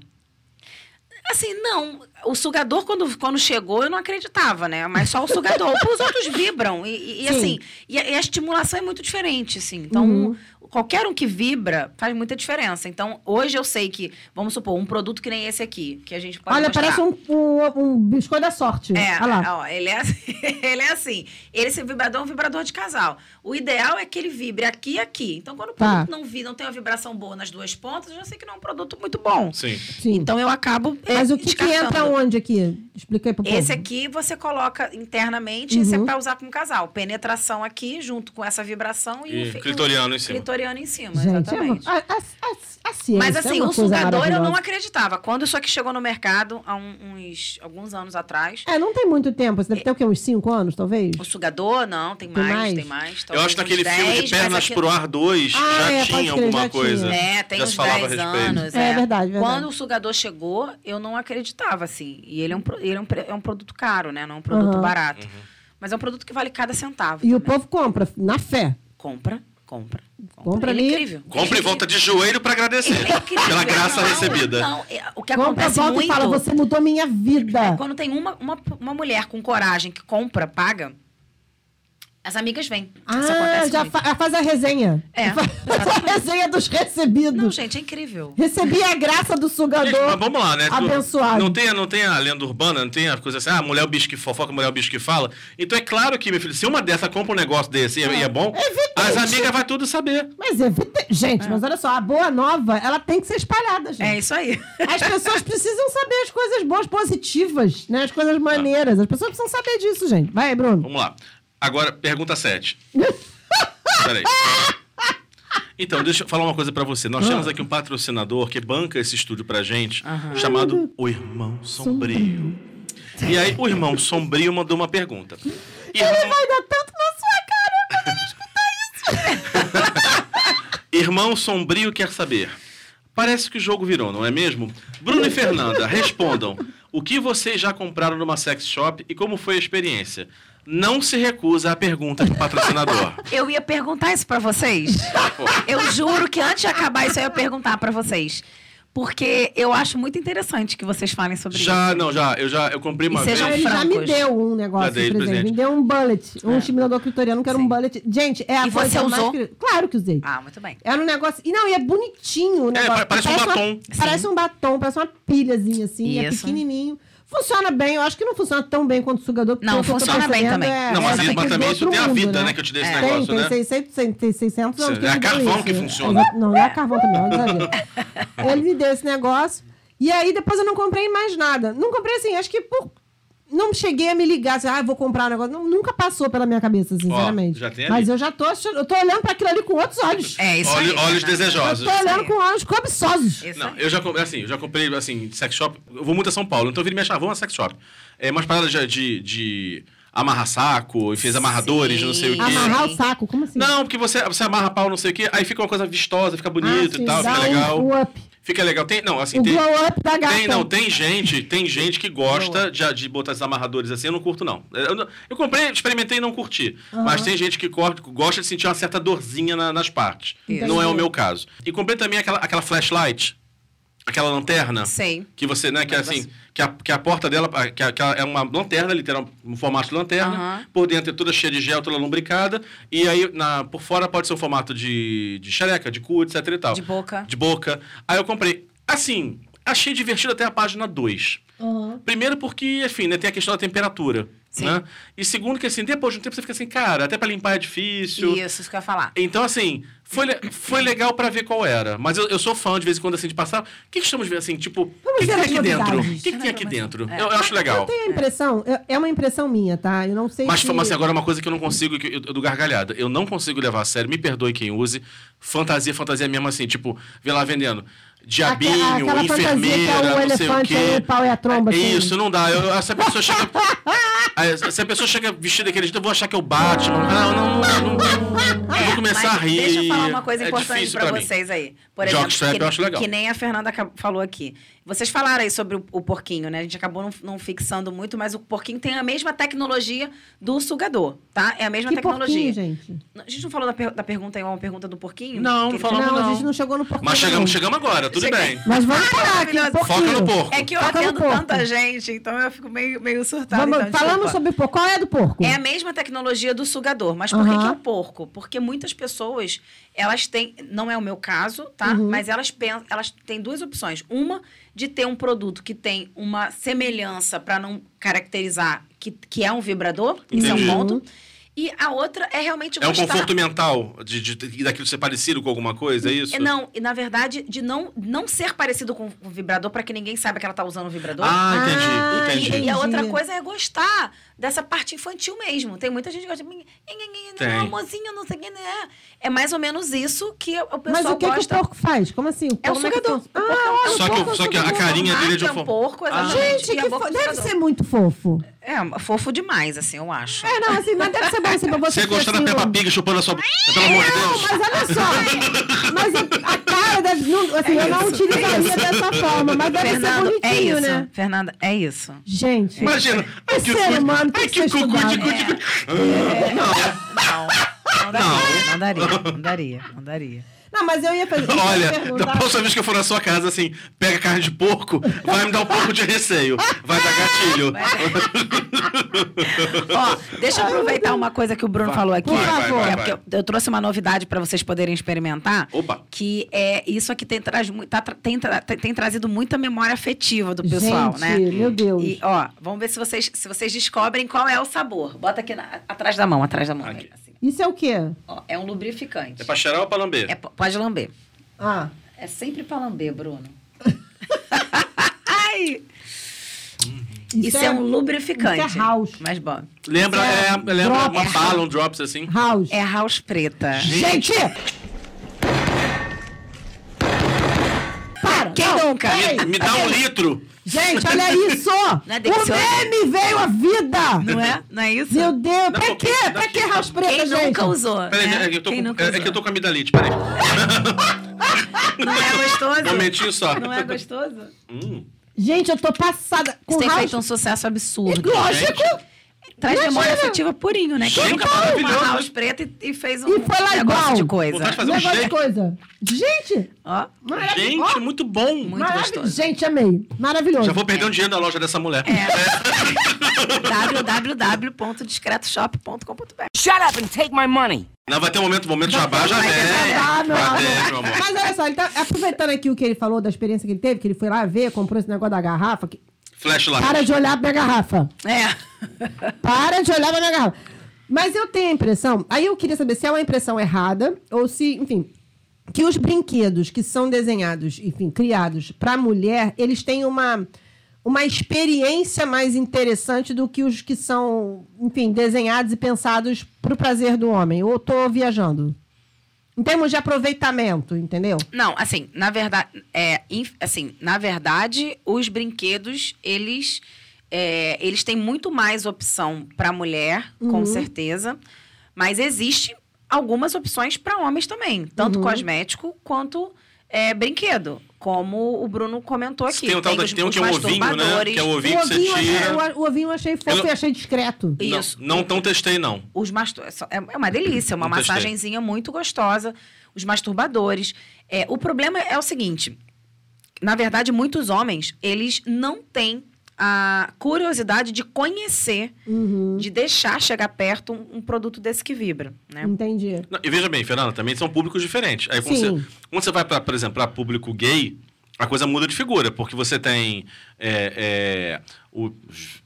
S3: Assim, não. O sugador, quando, quando chegou, eu não acreditava, né? Mas só o sugador. Os outros vibram. E, e- e,
S1: Sim.
S3: assim, e a, e a estimulação é muito diferente, assim. Então,
S1: Uhum.
S3: qualquer um que vibra faz muita diferença. Então, hoje eu sei que, vamos supor, um produto que nem esse aqui, que a gente pode
S1: Olha,
S3: mostrar.
S1: parece um, um, um biscoito da sorte.
S3: É,
S1: Olha lá.
S3: ó, ele, é, assim- ele é assim. Ele, esse vibrador é um vibrador de casal. O ideal é que ele vibre aqui e aqui. Então, quando o
S1: Tá.
S3: produto não, vi, não tem uma vibração boa nas duas pontas, eu já sei que não é um produto muito bom.
S2: Sim.
S1: Sim.
S3: Então, eu acabo. é,
S1: Mas o que, que
S3: descartando.
S1: entra onde aqui? Explica aí pro povo.
S3: Esse aqui você coloca internamente e você vai usar como casal. Penetração aqui junto com essa vibração e,
S2: E
S3: o fi-
S2: clitoriano em
S3: o
S2: cima.
S3: clitoriano em cima,
S1: Gente, é
S3: exatamente.
S1: uma, a, a- a- a ciência
S3: Mas
S1: é
S3: assim,
S1: uma
S3: o
S1: coisa
S3: sugador eu não
S1: maravilhosa.
S3: acreditava. Quando isso aqui chegou no mercado, há um- uns alguns anos atrás,
S1: É, não tem muito tempo. Você deve ter o quê? Uns 5 anos, talvez?
S3: O sugador, não, tem,
S1: Tem
S3: mais,
S1: mais?
S3: tem mais.
S2: Eu acho que naquele filme de Pernas
S3: pro
S2: pro Ar 2
S1: Ah,
S2: já
S1: é, pode
S2: tinha
S1: crer,
S2: alguma
S1: já
S2: coisa.
S1: tinha.
S3: É, tem
S2: já
S3: uns
S2: se falava
S3: 10
S2: a respeito.
S3: anos.
S1: É verdade, verdade.
S3: Quando o sugador chegou, eu não acreditava, assim. E ele é um, pro- ele é um, pre- é um produto caro, né? Não é um produto
S1: Aham.
S2: Uhum.
S3: barato. Mas é um produto que vale cada centavo.
S1: E o
S3: também.
S1: povo compra, na fé.
S3: Compra, Compra.
S1: Compra
S3: Ele é
S1: ali.
S3: incrível.
S2: Compra e
S3: Ele-
S2: volta de joelho pra agradecer.
S3: Ele é incrível.
S2: Pela graça
S3: Não,
S2: recebida.
S3: Não, é- o que
S1: Compra,
S3: acontece
S1: volta
S3: muito... é
S1: e fala, você é." mudou minha vida.
S3: Quando tem uma, uma, uma mulher com coragem que compra, paga, as amigas vêm. Isso
S1: Ah,
S3: acontece
S1: já
S3: muito.
S1: fa- faz a resenha.
S3: É,
S1: Faz a resenha dos recebidos.
S3: Não, gente, é incrível.
S1: Recebi a graça do
S2: Gente,
S1: sugador.
S2: mas vamos lá, né? Tu-
S1: Abençoado.
S2: Não tem, não tem a lenda urbana, não tem a coisa assim, ah, mulher é o bicho que fofoca, mulher é o bicho que fala. Então é claro que, meu filho, se uma dessa compra um negócio desse e é, e é bom,
S1: evidente.
S2: as amigas vai tudo saber.
S1: Mas evite... Gente, mas olha só, a boa nova, ela tem que ser espalhada, gente.
S3: É isso aí.
S1: As pessoas precisam saber as coisas boas, positivas, né? As coisas maneiras. As pessoas precisam saber disso, gente. Vai, Bruno.
S2: Vamos lá. Agora, pergunta 7. Peraí. Então, deixa eu falar uma coisa pra você. Nós temos aqui um patrocinador que banca esse estúdio pra gente, chamado O Irmão Sombrio. E aí, o Irmão Sombrio mandou uma pergunta. Irmão,
S1: Vai dar tanto na sua cara.
S2: Irmão Sombrio quer saber. Parece que o jogo virou, não é mesmo? Bruno e Fernanda, respondam. O que vocês já compraram numa sex shop e como foi a experiência? Não se recusa à pergunta do patrocinador.
S3: Eu ia perguntar isso pra vocês. Eu juro que antes de acabar isso, eu ia perguntar pra vocês. Porque eu acho muito interessante que vocês falem sobre
S2: Já,
S3: isso.
S2: não, já. Eu já eu comprei uma
S3: E
S2: vez.
S3: seja
S1: Ele já
S3: francos.
S1: me deu um negócio,
S2: Já dei de
S1: por exemplo.
S2: presente. É.
S1: Me deu um bullet, um estimulador clitoriano que era um bullet. Gente, é a
S3: E
S1: coisa
S3: você
S1: mais
S3: usou?
S1: que- Claro que usei.
S3: Ah, muito bem.
S1: Era um negócio. E não, e é bonitinho o negócio.
S2: pa- parece um
S1: uma-
S2: batom.
S1: parece um batom, parece uma pilhazinha assim, é
S3: Isso.
S1: pequenininho. Funciona bem, eu acho que não funciona tão bem quanto o sugador. porque
S3: Não,
S1: o que eu tô
S3: funciona bem
S1: percebendo
S3: também.
S2: Não, mas,
S3: É,
S2: isso-
S3: tem
S2: mas
S1: coisa
S2: também
S1: do
S2: isso
S1: outro
S2: tem a
S1: mundo,
S2: vida, né?
S1: né?
S2: Que eu te dei esse
S3: É.
S1: tem,
S2: negócio, né?
S1: tem 600, tem- tem 600 anos.
S2: É
S1: que ele me deu
S2: carvão
S1: isso.
S2: que funciona.
S1: Exa- Não, não é carvão também, é uma geladeira. Ele me deu esse negócio. E aí depois eu não comprei mais nada. Não comprei assim, acho que por. Não cheguei a me ligar, assim, ah, eu vou comprar um negócio. Não, nunca passou pela minha cabeça, assim, sinceramente.
S2: já tem ali.
S1: Mas eu já tô achando- eu tô olhando pra aquilo ali com outros olhos.
S3: É isso
S2: Olha-
S3: aí.
S2: olhos
S3: Fernanda.
S2: desejosos.
S1: Eu tô olhando com olhos cobiçosos.
S3: Isso
S2: Não,
S3: aí.
S2: eu já comprei, assim, eu já comprei, assim, sex shop. Eu vou muito a São Paulo, então eu vim me achar, vou uma sex shop. É umas paradas de, de, de amarra saco, e fez amarradores,
S3: Sim.
S2: não sei o quê.
S1: Amarrar o saco, como assim?
S2: Não, porque você, você amarra pau, não sei o quê, aí fica uma coisa vistosa, fica bonito
S1: sim,
S2: e tal,
S1: dá
S2: fica
S1: um-
S2: legal.
S1: o up.
S2: Fica legal. Tem, não, assim,
S1: O
S2: tem.
S1: glow é up da gata.
S2: Tem, não, tem gente, tem gente que gosta de, de botar esses amarradores assim, eu não curto, não. Eu, não- eu comprei, experimentei e não curti. Mas tem gente que corta- gosta de sentir uma certa dorzinha na- nas partes.
S3: Isso.
S2: Não é o meu caso. E comprei também aquela, aquela flashlight, aquela lanterna.
S3: Sei.
S2: Que você, né, que é assim, que a, que a porta dela, a- que, a- que a- é uma lanterna, literal, um formato de lanterna.
S3: Aham.
S2: Por dentro é toda cheia de gel, toda lubricada. E aí, na, por fora pode ser um formato de, de xereca, de cu, etc e tal.
S3: De boca.
S2: De boca. Aí eu comprei. Assim, achei divertido até a página 2. Primeiro porque, enfim, né, tem a questão da temperatura,
S3: Sim.
S2: né? E segundo que, assim, depois de um tempo você fica assim, cara, até pra limpar é difícil.
S3: Isso, isso que eu ia falar.
S2: Então, assim, foi, le- foi legal pra ver qual era. Mas eu, eu sou fã, de vez em quando, assim, de passar. O que, que estamos vendo, assim, tipo... O que, que
S1: ver
S2: tem
S1: as
S2: aqui dentro? O
S1: novidades. Ah,
S2: que, que tem aqui dentro? Eu, eu acho
S1: Eu
S2: legal.
S1: tenho a impressão, eu- é uma impressão minha, tá? Eu não sei
S2: Mas,
S1: se...
S2: mas assim, agora é uma coisa que eu não consigo, que eu, eu do gargalhada. Eu não consigo levar a sério, me perdoe quem use. Fantasia, fantasia mesmo assim, tipo, vê lá vendendo. Diabinho,
S1: Aquela- aquela fantasia que é
S2: enfermeira,
S1: o
S2: não sei o
S1: elefante
S2: quê.
S1: aí, o pau e a tromba,
S2: É
S1: assim.
S2: Isso, não dá. Eu- essa pessoa chega. Aí, se a pessoa chega vestida daquele jeito, eu vou achar que é eu bato. Ah, Não, não, não. não, não.
S1: É,
S2: eu vou começar
S3: mas
S2: a rir.
S3: Deixa eu falar uma coisa
S2: é
S3: importante
S2: difícil
S3: pra,
S2: mim.
S3: vocês aí. Por
S2: Jockstrap
S3: exemplo, que,
S2: eu acho legal.
S3: que nem a Fernanda acab- falou aqui. Vocês falaram aí sobre o, o porquinho, né? A gente acabou não, não fixando muito, mas o porquinho tem a mesma tecnologia do sugador, tá? É a mesma
S1: Que porquinho,
S3: tecnologia.
S1: gente?
S3: A gente não falou da, per- da pergunta aí, uma pergunta do porquinho?
S2: Não,
S3: Que
S2: não
S3: ele-
S2: falamos,
S1: não, a
S2: não.
S1: gente não chegou no porquinho.
S2: Mas
S1: não.
S2: chegamos, chegamos agora, tudo
S3: Cheguei.
S2: bem.
S1: Mas vamos parar aqui, um
S3: maravilhoso.
S2: Foca no
S1: porquinho.
S2: porco.
S3: É que eu
S1: Foca no
S3: atendo
S1: porco.
S3: tanta gente, então eu fico meio, meio surtada.
S1: Vamos,
S3: então,
S1: falando
S3: desculpa.
S1: sobre o porco, qual é a do porco?
S3: É a mesma tecnologia do sugador, mas por que
S1: Aham.
S3: que é o porco? Porque muitas pessoas, elas têm, não é o meu caso, tá?
S1: Uhum.
S3: Mas elas pensam, elas têm duas opções. Uma de ter um produto que tem uma semelhança para não caracterizar que, que é um vibrador, isso é um
S2: Entendi.
S1: Uhum.
S3: ponto. E a outra é realmente
S2: É um
S3: gostar.
S2: conforto mental de, de, daquilo ser parecido com alguma coisa, é isso?
S3: É, Não, e na verdade, de não, não ser parecido com o vibrador para que ninguém saiba que ela tá usando o vibrador.
S2: Ah,
S1: Ah,
S2: entendi,
S3: E,
S2: entendi.
S3: e a outra
S1: Entendi.
S3: coisa é gostar dessa parte infantil mesmo. Tem muita gente que gosta de. "Nhin, nhin, nhin,
S2: Tem.
S3: Não, mozinho, não sei o que, né? É mais ou menos isso que o pessoal
S1: Mas o que, que o
S3: gosta.
S1: porco faz? Como assim? O
S3: É um
S1: porco- como que
S3: sugador.
S1: fun- Ah, olha, o
S2: Só que-
S1: porco é um
S2: só que a
S1: sugador.
S2: cara- carinha dele é de
S3: Formato
S2: um
S3: um porco, exatamente.
S1: Gente,
S3: e a
S1: que
S3: boca
S1: fo...
S3: do
S1: deve
S3: jogador.
S1: ser muito fofo.
S3: É, fofo demais, assim, eu acho.
S1: É, não, assim, mas deve ser bom assim pra você.
S2: Você
S1: porque,
S2: gostar da
S1: assim,
S2: Peppa
S1: o-
S2: Pig chupando a sua. Pelo amor de Deus.
S1: Mas olha só, mas a a cara deve. não- assim, eu
S3: É
S1: não utilizaria dessa forma, mas deve ser
S3: Fernando, é
S1: bonitinho,
S3: isso.
S1: né?
S3: Fernanda, é isso.
S1: Gente.
S2: Imagina. Ai,
S1: O
S2: que
S1: ser
S2: cu-
S1: humano tem
S2: Ai,
S1: que
S2: que
S1: ser
S2: cucu de
S1: estudado.
S2: cu de cu.
S3: Não,
S2: Não.
S3: não dá pra- não dá daria, não daria, não daria.
S1: Não, mas eu ia fazer. eu ia
S2: Olha, da
S1: perguntar-
S2: próxima vez que eu for na sua casa, assim, pega carne de porco, vai me dar um pouco de receio. Vai dar gatilho.
S3: Ó, deixa eu aproveitar uma coisa que o Bruno
S2: Vai,
S3: falou aqui.
S2: por favor.
S3: É porque eu, eu trouxe uma novidade para vocês poderem experimentar.
S2: Opa.
S3: Que é isso aqui tem, traz, mui- tá tra- tem, tra- tem- tem trazido muita memória afetiva do pessoal,
S1: Gente,
S3: né?
S2: Hum.
S1: meu Deus.
S3: E, ó, vamos ver se vocês, se vocês descobrem qual é o sabor. Bota aqui na- atrás da mão, atrás da mão.
S2: Aqui.
S3: assim.
S1: Isso é o quê?
S3: Ó, é um lubrificante.
S2: É pra cheirar ou pra lamber?
S3: É po- pode lamber.
S1: Ah.
S3: É sempre pra lamber, Bruno. Ai! Isso, é, um lubrificante.
S1: isso é house.
S3: Mas bom.
S2: Lembra, é, lembra
S1: Drop.
S2: uma bala, um drops assim?
S1: House.
S3: É house preta.
S1: Gente! Para!
S3: Quem
S1: não,
S3: nunca?
S1: peraí.
S2: Me dá um litro.
S1: Gente, olha isso!
S3: Não é
S1: o
S3: delicioso?
S1: meme veio à vida!
S3: Não é? Não é isso?
S1: Meu Deus,
S2: Não,
S1: pra
S2: pô,
S1: quê?
S2: dá
S1: Pra que
S2: aqui,
S1: house preta,
S3: Quem
S1: gente?
S3: nunca usou?
S2: Peraí,
S3: né?
S2: é, que eu tô
S3: Quem
S2: com,
S3: nunca
S2: é- é
S3: usou?
S2: que eu tô com amidalite, peraí.
S3: Não é gostoso?
S2: Um momentinho só.
S3: Não é gostoso?
S2: Hum,
S1: Gente, eu tô passada com
S3: Isso tem
S1: house.
S3: feito um sucesso absurdo.
S1: Lógico!
S3: Traz
S1: Imagina.
S3: memória afetiva purinho, né? Quem
S2: Gente, tá
S3: nunca pagou uma
S2: maravilhoso.
S3: house preta e, e fez um
S1: E foi lá
S3: negócio
S1: igual.
S3: de coisa?
S2: Vontade de fazer um
S1: Negócio de
S2: shake.
S1: coisa. Gente!
S3: Ó,
S1: maravilhoso.
S2: Gente, muito bom.
S3: Muito
S1: Maravilhoso.
S3: gostoso.
S1: Gente, amei. Maravilhoso.
S2: Já vou perder um dinheiro da loja dessa mulher.
S3: www.discretoshop.com.br
S2: Não, vai ter um momento, momento jabá, já
S3: vai ter
S2: vem.
S1: Ah, não,
S2: Já
S1: não.
S2: vem, meu amor.
S1: Mas olha só, ele tá aproveitando aqui o que ele falou, da experiência que ele teve, que ele foi lá ver, comprou esse negócio da garrafa. que-
S2: Flashlight.
S1: Para de olhar pra minha garrafa.
S3: É.
S1: Para de olhar pra minha garrafa. Mas eu tenho a impressão. Aí eu queria saber se é uma impressão errada ou se, enfim, que os brinquedos que são desenhados, enfim, criados pra mulher, eles têm uma uma experiência mais interessante do que os que são, enfim, desenhados e pensados pro prazer do homem. Ou eu tô viajando. Em termos de aproveitamento, entendeu?
S3: Não, assim, na verdade, é, inf- assim, na verdade, os brinquedos, eles é, eles têm muito mais opção para mulher, com certeza, mas existe algumas opções para homens também, tanto cosmético quanto é, brinquedo, como o Bruno comentou aqui.
S2: Tem o tal da- tem o que é um ovinho, né? Que é o
S1: O
S2: ovinho que você
S1: Um ovinho, eu
S2: tira.
S1: achei, o ovinho eu achei fofo
S2: Eu não-
S1: e achei discreto.
S2: Não,
S3: Isso.
S2: não tão testei, não.
S3: os mastur... é só- é uma delícia, uma
S2: Não testei.
S3: massagenzinha muito gostosa, os masturbadores. É, o problema é o seguinte, na verdade, muitos homens, eles não têm a curiosidade de conhecer,
S1: Uhum.
S3: de deixar chegar perto um, um produto desse que vibra,
S2: É.
S3: né?
S1: Entendi.
S2: Não, e veja bem, Fernanda, também são públicos diferentes. Aí quando
S1: Sim.
S2: você, quando você vai, pra, por exemplo, para público gay, a coisa muda de figura, porque você tem é, é, os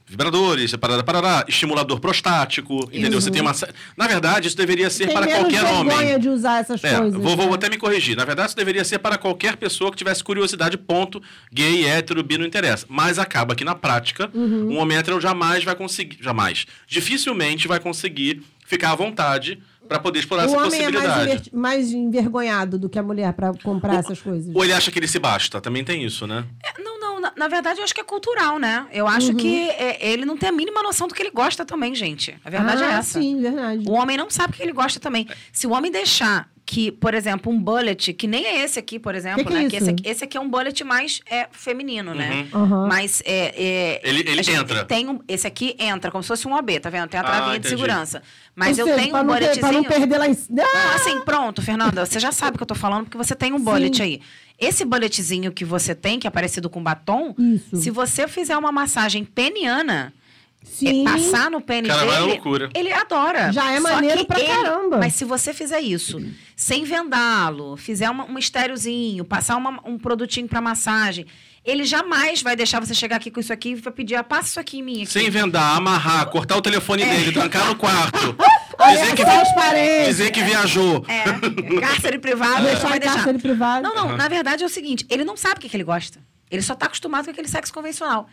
S2: vibradores, parará, parará, estimulador prostático, entendeu? Você tem uma. sé- Na verdade, isso deveria ser
S1: Tem
S2: para
S1: menos
S2: qualquer
S1: vergonha
S2: homem.
S1: de usar essas
S2: É,
S1: coisas.
S2: vou, vou
S1: né?
S2: até me corrigir. Na verdade, isso deveria ser para qualquer pessoa que tivesse curiosidade, ponto. Gay, hétero, bi, não interessa. Mas acaba que na prática,
S1: Uhum.
S2: um homem hétero jamais vai conseguir. Jamais. Dificilmente vai conseguir ficar à vontade para poder explorar
S1: o
S2: essa
S1: homem é mais,
S2: possibilidade.
S1: inver- mais envergonhado do que a mulher pra comprar essas coisas.
S2: Ou ele acha que ele se basta. Também tem isso, né?
S3: É, Não, não, na, na verdade eu acho que é cultural, né? Eu acho
S1: Uhum.
S3: que é, ele não tem a mínima noção do que ele gosta também, gente. A verdade
S1: ah,
S3: é essa.
S1: Sim, verdade.
S3: O homem não sabe o que ele gosta também. Se o homem deixar que, por exemplo, um bullet, que nem é esse aqui, por exemplo,
S1: Que que é
S3: né? esse,
S1: isso?
S3: aqui, esse aqui é um bullet mais é, feminino, né?
S1: Aham.
S3: Mas é, é,
S2: Uhum. Ele- ele
S3: a gente
S2: entra.
S3: Tem um, esse aqui entra, como se fosse um OB, tá vendo? Tem a
S2: Ah,
S3: travinha de
S2: entendi.
S3: segurança. Mas
S1: Ou
S3: eu
S1: seja,
S3: tenho
S1: pra
S3: um
S1: não ter- Pra não
S3: bulletzinho.
S1: perder lá em Ah, cima.
S3: Não, assim, pronto, Fernanda, você já sabe o que eu tô falando, porque você tem um bullet aí. Esse bulletzinho que você tem, que é parecido com batom,
S1: Isso.
S3: se você fizer uma massagem peniana,
S1: Sim.
S3: é, passar no pênis
S2: Cara, vai
S3: dele,
S2: à loucura.
S3: ele adora.
S1: Já é
S3: Só
S1: maneiro
S3: que
S1: pra
S3: ele-
S1: caramba.
S3: Mas se você fizer isso, sem vendá-lo, fizer uma- um estériozinho, passar uma- um produtinho pra massagem, ele jamais vai deixar você chegar aqui com isso aqui e vai pedir, ah, passa isso aqui em mim.
S1: É
S3: Aqui.
S2: Sem vendar, amarrar, cortar o telefone dele, trancar no quarto.
S1: Olha
S2: dizer, que,
S1: só os parentes.
S2: dizer que viajou.
S3: É, cárcere privado, ele só
S1: Deixar
S3: vai
S1: em
S3: deixar.
S1: cárcere privado.
S3: Não, não, na verdade é o seguinte, ele não sabe o que, que ele gosta. Ele só tá acostumado com aquele sexo convencional.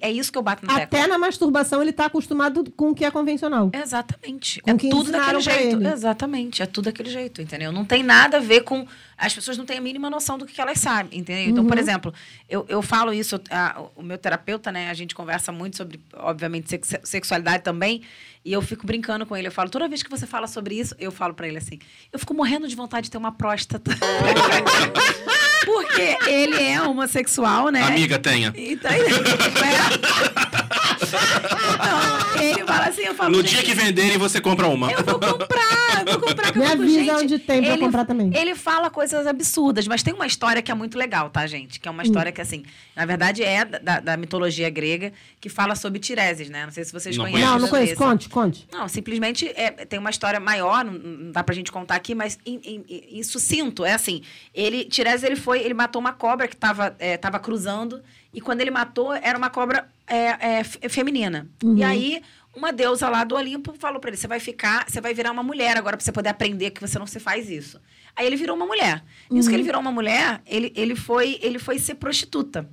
S3: É, é isso que eu bato na tecla.
S1: Uhum. Até na masturbação ele tá acostumado com o que é convencional.
S3: Exatamente.
S1: Com
S3: é
S1: quem
S3: tudo daquele
S1: ensinaram pra
S3: jeito.
S1: ele.
S3: Exatamente. É tudo daquele jeito, entendeu? Não tem nada a ver com. As pessoas não têm a mínima noção do que que elas sabem, entendeu? Então,
S1: Uhum.
S3: por exemplo, eu, eu falo isso, a- o meu terapeuta, né? A gente conversa muito sobre, obviamente, sex- sexualidade também. E eu fico brincando com ele. Eu falo, toda vez que você fala sobre isso, eu falo pra ele assim: eu fico morrendo de vontade de ter uma próstata. Porque ele é homossexual, né?
S2: Amiga, tenha.
S3: Então, ele- então, ele fala assim, eu falo.
S2: No
S3: "Gente, assim,
S2: dia que venderem, você compra uma.
S3: eu vou comprar, eu vou comprar que
S1: Me
S3: eu fico,
S1: avisa
S3: gente,
S1: onde tem pra
S3: ele-
S1: comprar também.
S3: Ele fala coisas absurdas, mas tem uma história que é muito legal, tá, gente? Que é uma
S1: Hum.
S3: história que, assim, na verdade é da, da- da mitologia grega, que fala sobre Tireses, né? Não sei se vocês
S2: Não
S3: conhecem.
S2: conheço.
S1: Não, não conheço.
S3: esse.
S1: Conte, conte.
S3: Não, simplesmente é, tem uma história maior, não, não dá pra gente contar aqui, mas em, em- em- em sucinto, é assim, ele, Tiresias, ele foi, ele matou uma cobra que tava, é, tava cruzando, e quando ele matou, era uma cobra é, é, fe- feminina. E aí, uma deusa lá do Olimpo falou pra ele, você vai ficar, você vai virar uma mulher agora, pra você poder aprender que você não se faz isso. Aí ele virou uma mulher. Nisso que ele virou uma mulher, ele, ele, foi, ele foi ser prostituta.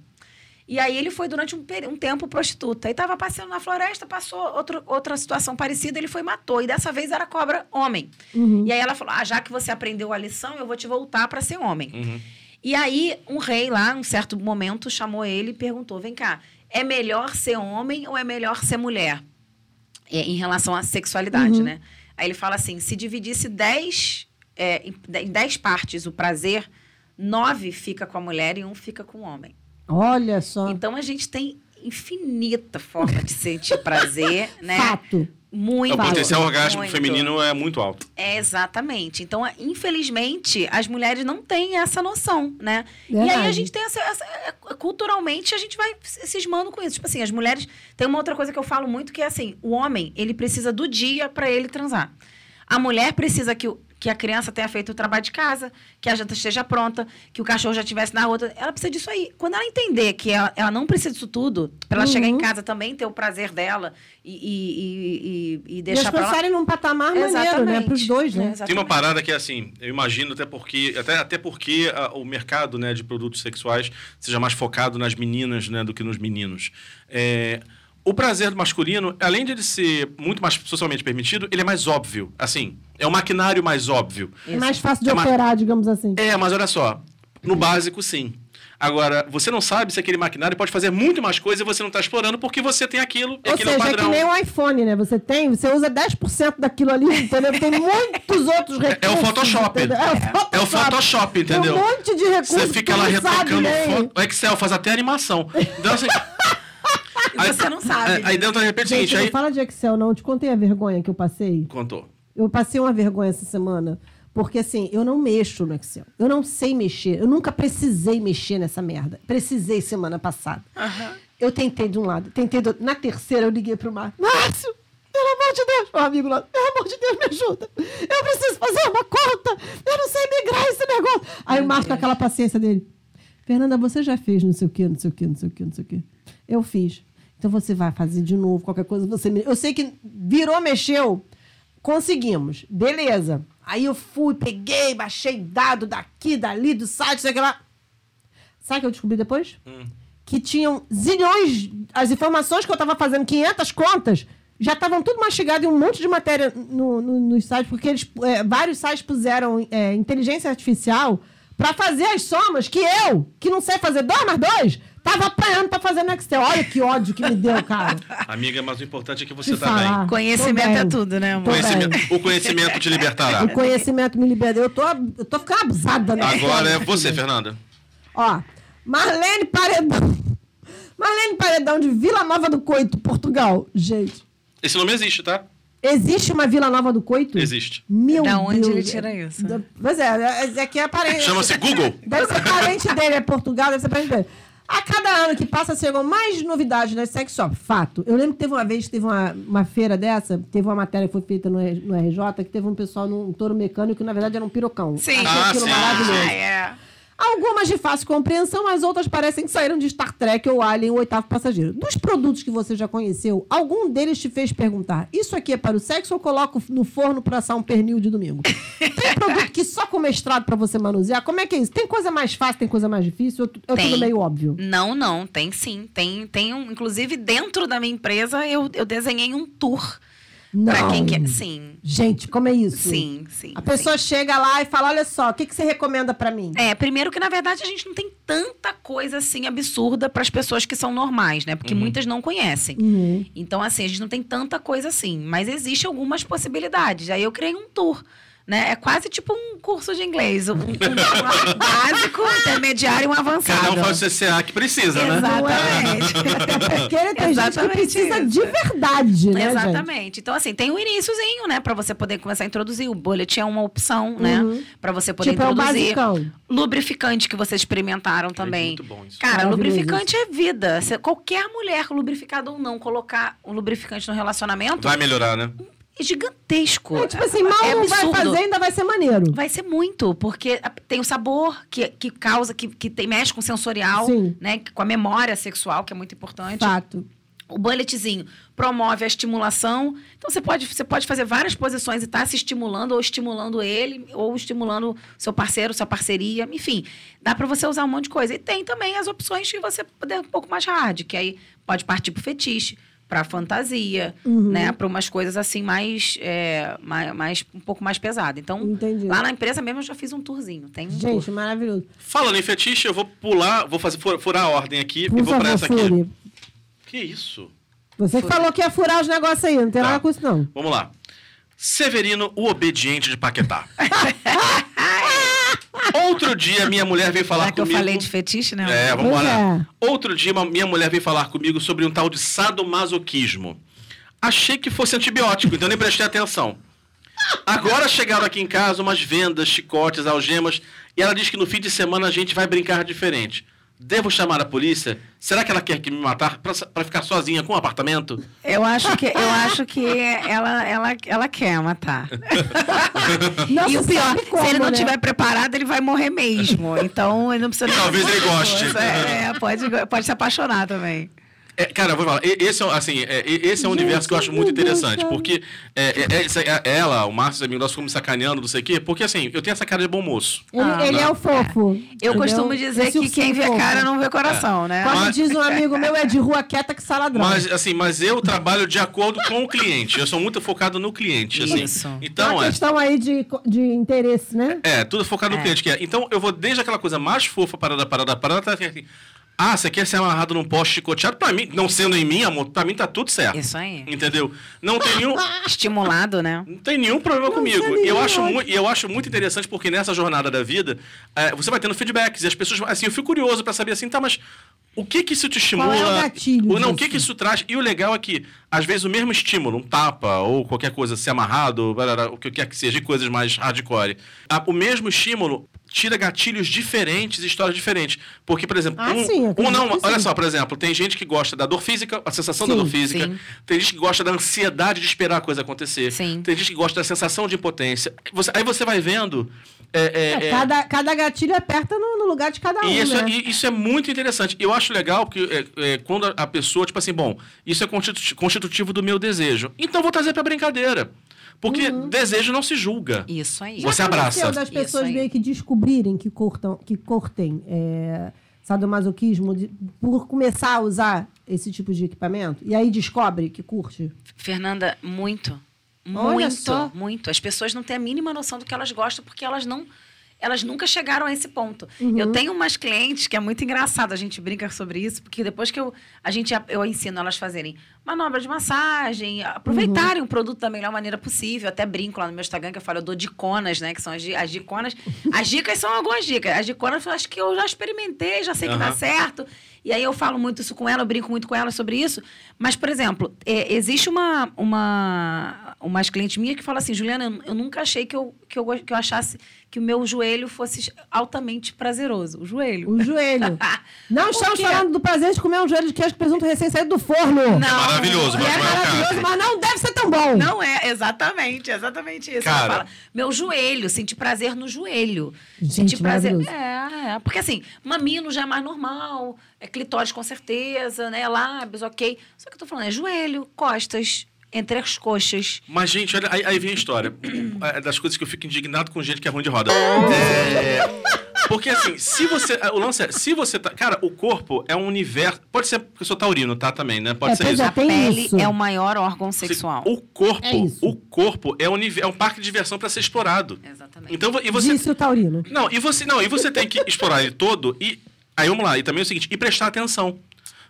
S3: E aí ele foi durante um, peri- um tempo prostituta. E estava passeando na floresta, passou outro, outra situação parecida, ele foi e matou. E dessa vez era cobra homem. E aí ela falou: Ah, já que você aprendeu a lição, eu vou te voltar para ser homem. E aí um rei lá, um certo momento, chamou ele e perguntou: Vem cá, é melhor ser homem ou é melhor ser mulher? É, em relação à sexualidade, né? Aí ele fala assim: se dividisse 10 é, em de- em 10 partes o prazer, nove fica com a mulher e um fica com o homem.
S1: Olha só.
S3: Então a gente tem infinita forma de sentir prazer, né?
S1: Fato.
S3: Muito.
S2: o potencial
S3: muito.
S2: orgasmo feminino é muito alto.
S1: Uhum.
S3: É, exatamente. Então, a- infelizmente, as mulheres não têm essa noção, né? E aí a
S1: Verdade.
S3: gente tem essa, essa- é, Culturalmente, a gente vai se- cismando com isso. Tipo assim, as mulheres. Tem uma outra coisa que eu falo muito que é assim: o homem, ele precisa do dia pra ele transar. A mulher precisa que, o- que a criança tenha feito o trabalho de casa, que a janta esteja pronta, que o cachorro já estivesse na rua. Ela precisa disso aí. Quando ela entender que ela, ela não precisa disso tudo, pra ela
S1: Uhum.
S3: chegar em casa também ter o prazer dela e, e- e- e- e
S1: E as
S3: deixar pra ela.
S1: pensarem num patamar maneiro, né? Para os dois, né?
S3: Exatamente.
S2: Tem uma parada que é assim, eu imagino até porque, até, até porque ah, o mercado né, de produtos sexuais seja mais focado nas meninas né, do que nos meninos. É, o prazer do masculino, além de ele ser muito mais socialmente permitido, ele é mais óbvio. Assim, é um maquinário mais óbvio.
S1: É mais fácil de
S2: É uma-
S1: operar, digamos assim.
S2: É, mas olha só, no básico sim. Agora, você não sabe se aquele maquinário pode fazer muito mais coisa e você não está explorando porque você tem aquilo e
S1: Ou
S2: aquilo
S1: seja,
S2: é o
S1: é que
S2: padrão.
S1: nem o iPhone, né? Você tem, você usa 10% daquilo ali, entendeu? Tem muitos outros recursos.
S2: É o Photoshop.
S1: entendeu?
S2: É o Photoshop, entendeu?
S1: Tem um monte de recursos.
S2: Você fica lá
S1: que não sabe
S2: retocando
S1: nem.
S2: foto. O Excel faz até animação. Então, assim,
S3: E você não sabe.
S2: aí, aí dentro, de repente, é o
S1: Gente,
S2: seguinte,
S1: não
S2: aí...
S1: fala de Excel, não. Eu te contei a vergonha que eu passei.
S2: Contou.
S1: Eu passei uma vergonha essa semana. Porque, assim, eu não mexo no Excel. Eu não sei mexer. Eu nunca precisei mexer nessa merda. Precisei semana passada. Eu tentei de um lado, tentei do outro. Na terceira, eu liguei pro Márcio. Márcio, pelo amor de Deus, meu amigo lá, pelo amor de Deus, me ajuda. Eu preciso fazer uma conta. Eu não sei migrar esse negócio. Aí o Márcio, com aquela paciência dele. Fernanda, você já fez não sei o quê, não sei o quê, não sei o quê, não sei o quê. Eu fiz. Então você vai fazer de novo, qualquer coisa você... me- Eu sei que virou, mexeu. Conseguimos. Beleza. Aí eu fui, peguei, baixei dado daqui, dali, do site, sei lá. Sabe o que eu descobri depois? Que tinham zilhões. As informações que eu tava fazendo, 500 contas, já estavam tudo mastigado em um monte de matéria no, no, nos sites, porque eles, é, vários sites puseram é, inteligência artificial pra fazer as somas que eu, que não sei fazer dois mais dois, tava apanhando pra fazer no Excel. Olha que ódio que me deu, cara.
S2: Amiga, mas o importante é que
S1: Te
S2: você tá
S1: falar.
S2: bem.
S3: Conhecimento
S1: Tô
S3: é
S1: bem.
S3: tudo, né, amor?
S1: Tô bem.
S2: Conhecimento- o conhecimento te libertará.
S1: O conhecimento me libera. Eu tô, eu tô ficando abusada. né?
S2: Agora é você, Fernanda.
S1: Ó, Marlene Paredão. Marlene Paredão de Vila Nova do Coito, Portugal. Gente,
S2: Esse nome existe, tá?
S1: existe uma Vila Nova do Coito?
S2: Existe.
S1: Meu
S3: Da onde
S1: Deus.
S3: ele tira isso?
S1: Da- Pois é, é, é que é parente.
S2: Chama-se Google.
S1: Deve ser parente dele, é Portugal, deve ser parente dele. A cada ano que passa, chegam mais novidades nas sex shop. Fato. Eu lembro que teve uma vez que teve uma, uma feira dessa, teve uma matéria que foi feita no, R- no RJ, que teve um pessoal num touro mecânico que, na verdade, era um pirocão.
S3: Sim.
S1: Achei
S2: Ah,
S1: aquilo
S2: sim,
S1: maravilhoso.
S2: sim.
S3: Ah, é.
S1: Algumas de fácil compreensão, as outras parecem que saíram de Star Trek ou Alien, o oitavo passageiro. Dos produtos que você já conheceu, algum deles te fez perguntar: isso aqui é para o sexo ou coloco no forno para assar um pernil de domingo? tem produto que só com mestrado para você manusear? Como é que é isso? Tem coisa mais fácil, tem coisa mais difícil? Eu, eu tudo
S3: Tem.
S1: meio óbvio.
S3: Não, não, tem sim. Tem, tem um, inclusive, dentro da minha empresa, eu, eu desenhei um tour.
S1: Não.
S3: Pra quem quer. Sim,
S1: Gente, como é isso?
S3: sim, sim.
S1: A
S3: sim.
S1: pessoa chega lá e fala: olha só, o que, que você recomenda para mim?
S3: É, primeiro que na verdade a gente não tem tanta coisa assim absurda para as pessoas que são normais, né?
S2: Uhum.
S3: Porque muitas não conhecem.
S1: Uhum.
S3: Então assim, a gente não tem tanta coisa assim, mas existe algumas possibilidades. Aí eu criei um tour Né? É quase tipo um curso de inglês. Um, um- um básico, um intermediário e um avançado.
S2: Cada um faz o CCA que precisa, né?
S1: é
S3: Exatamente.
S1: Até porque ele tem gente que
S3: Exatamente
S1: precisa
S3: isso.
S1: de verdade, né, gente?
S3: Exatamente. Então, assim, tem um iníciozinho, né? Pra você poder começar a introduzir. O bullet é uma opção, né? Pra você poder
S1: Tipo, é o
S3: introduzir.
S1: basicão.
S3: lubrificante que vocês experimentaram também.
S2: muito bom isso.
S3: Cara,
S1: Maravilhoso
S3: lubrificante é vida. Se qualquer mulher, lubrificada ou não, colocar um lubrificante no relacionamento
S2: Vai melhorar, né?
S3: é gigantesco.
S1: É, tipo assim, mal
S3: é
S1: não vai
S3: absurdo.
S1: fazer, ainda vai ser maneiro.
S3: Vai tipo, ser muito, porque a- tem o sabor que, que causa, que, que tem, mexe com o sensorial,
S1: Sim.
S3: né? Com a memória sexual, que é muito importante.
S1: Fato.
S3: O bulletzinho promove a estimulação. Então você pode, você pode fazer várias posições e tá se estimulando, ou estimulando ele, ou estimulando seu parceiro, sua parceria, enfim. Dá para você usar um monte de coisa. E tem também as opções que você puder um pouco mais hard, que aí pode partir pro fetiche, pra fantasia,
S1: Uhum.
S3: né? Para umas coisas assim mais, é, mais, mais- um pouco mais pesada. Então,
S1: Entendi.
S3: lá na empresa mesmo eu já fiz um tourzinho. Tem um tour.
S1: Gente, maravilhoso.
S2: Falando em fetiche, eu vou pular, vou fazer, fur- furar a ordem aqui e
S1: Por
S2: vou pra
S1: favor,
S2: essa aqui.
S1: Furi.
S2: Que isso?
S1: Você que falou que ia furar os negócios aí, não tem
S2: Tá.
S1: nada com isso, não.
S2: Vamos lá. Severino, o obediente de Paquetá. Outro dia, minha mulher veio falar
S3: Será É que eu
S2: comigo.
S3: falei de fetiche, né?
S2: É, vamos
S1: Pois
S2: lá. Outro dia, uma- minha mulher veio falar comigo sobre um tal de sadomasoquismo. Achei que fosse antibiótico, então nem prestei atenção. Agora chegaram aqui em casa umas vendas, chicotes, algemas, e ela diz que no fim de semana a gente vai brincar diferente. Devo chamar a polícia? Será que ela quer que me matar pra pra ficar sozinha com o apartamento?
S3: Eu acho que, eu acho que ela, ela, ela quer matar.
S1: Não
S3: e
S1: se
S3: o pior,
S1: sabe como,
S3: se ele não
S1: né?
S3: estiver preparado, ele vai morrer mesmo. Então, ele não precisa...
S2: E talvez ele goste.
S3: É, é, pode, pode se apaixonar também.
S2: É, cara, eu vou falar, e- esse é, um- assim, é, e- esse é um
S1: Gente,
S2: universo que eu acho
S1: meu
S2: muito
S1: Deus,
S2: interessante,
S1: cara.
S2: porque é, é, é, isso aí, é, ela, o Márcio, os amigos nossos, ficam me sacaneando, não sei o quê, porque assim, eu tenho essa cara de bom moço.
S1: Ele, ele é o fofo.
S3: Ah, Eu
S1: entendeu?
S3: costumo dizer
S1: Esse
S3: que
S1: ursinho
S3: quem vê
S1: fofo.
S3: cara não vê
S2: É.
S3: coração, né?
S1: Como
S2: Mas-
S1: diz um amigo meu, é de rua quieta que saladrão.
S2: Mas, assim, mas eu trabalho de acordo com o cliente, eu sou muito focado no cliente, assim.
S3: Isso.
S1: É
S2: Então,
S1: uma
S2: é,
S1: questão aí de, co- de interesse, né?
S2: é, tudo focado no cliente. que é. Então, eu vou desde aquela coisa mais fofa, parada, parada, parada, até assim, ah, você quer ser amarrado num poste chicoteado? Pra mim, não sendo em mim, amor, pra mim tá tudo certo.
S3: Isso aí.
S2: Entendeu? Não tem nenhum...
S3: Estimulado, né?
S2: Não tem nenhum problema comigo. E eu, acho mu- e eu acho muito interessante porque nessa jornada da vida, eh, você vai tendo feedbacks e as pessoas. Assim, eu fico curioso pra saber assim, tá, mas o que que isso te estimula?
S1: Qual é o gatilho
S2: Ou não, o que
S1: disso?
S2: que isso traz? E o legal é que, às vezes, o mesmo estímulo, um tapa ou qualquer coisa, se amarrado, barará, o que quer que seja, e coisas mais hardcore, a- o mesmo estímulo tira gatilhos diferentes, histórias diferentes. Porque, por exemplo,
S1: Ah,
S2: um,
S1: sim,
S2: um
S1: acredito
S2: não,
S1: que
S2: olha
S1: sim.
S2: só, por exemplo, tem gente que gosta da dor física, a sensação da
S1: assim. Sim,
S2: dor física,
S3: sim.
S2: tem gente que gosta da ansiedade de esperar a coisa acontecer.
S3: Sim.
S2: Tem gente que gosta da sensação de impotência. Você- aí você vai vendo. é, é, é,
S1: Cada, cada gatilho aperta no, no lugar de cada um,
S2: e isso, é-
S1: né?
S2: e isso é muito interessante. Eu acho legal porque é, é, quando a- a pessoa, tipo assim, bom, isso é constitu- constitutivo do meu desejo. Então vou trazer pra brincadeira. Porque
S1: Uhum.
S2: desejo não se julga.
S3: Isso aí.
S2: Você
S1: Já
S2: abraça.
S1: aconteceu é das
S3: Isso
S1: pessoas
S3: aí.
S1: meio que descobrirem que, curtam, que cortem é, sadomasoquismo de- por começar a usar esse tipo de equipamento? E aí descobre que curte?
S3: Fernanda, muito.
S1: Olha só.
S3: Muito, muito. As pessoas não têm a mínima noção do que elas gostam, porque elas não. Elas nunca chegaram a esse ponto.
S1: Uhum.
S3: Eu tenho umas clientes que é muito engraçado, a gente brinca sobre isso, porque depois que eu, a gente, eu ensino elas fazerem manobra de massagem, aproveitarem
S1: Uhum.
S3: o produto da melhor maneira possível. Eu até brinco lá no meu Instagram que eu falo, eu dou diconas, né? Que são as, di- as diconas. As dicas são algumas dicas. As diconas, eu acho que eu já experimentei, já sei que dá
S2: Aham.
S3: certo. E aí eu falo muito isso com ela, eu brinco muito com ela sobre isso. Mas, por exemplo, é, existe uma, uma umas clientes minhas que falam assim, Juliana, eu- eu nunca achei que eu, que, eu, go- que eu achasse que o meu joelho fosse altamente prazeroso. O joelho.
S1: O joelho. Não
S3: Por
S1: estamos
S3: quê?
S1: falando do prazer de comer um joelho de queijo com presunto recém-saído do forno.
S3: Não.
S2: maravilhoso,
S1: É
S2: mas não é o caso.
S1: maravilhoso, mas não deve ser tão bom.
S3: Não é, exatamente, exatamente isso. Ela
S2: Cara.
S3: fala, meu joelho, senti prazer no joelho.
S1: Gente,
S3: senti prazer.
S1: maravilhoso.
S3: É, é, porque assim, mamilo já é mais normal, é clitóris com certeza, né? Lábios, ok. Só que eu tô falando, é joelho, costas, entre as coxas.
S2: Mas, gente, olha, aí, aí vem a história. É das coisas que eu fico indignado com gente que é ruim de roda. É, Porque, assim, se você. O lance é, se você tá. Cara, o corpo é um universo. Pode ser porque eu sou taurino, tá? Também, né? Pode
S1: É,
S2: ser
S1: pois
S2: isso.
S1: é.
S3: A
S1: Tem
S3: pele
S1: isso.
S3: é o maior órgão
S2: Assim,
S3: sexual.
S2: O corpo,
S1: É isso.
S2: o corpo é um, univer- é um parque de diversão pra ser explorado.
S3: Exatamente.
S2: Então, vo- e você
S1: Disse o Taurino.
S2: não, e você, não, e você tem que explorar ele todo e. Aí vamos lá, e também é o seguinte, e prestar atenção.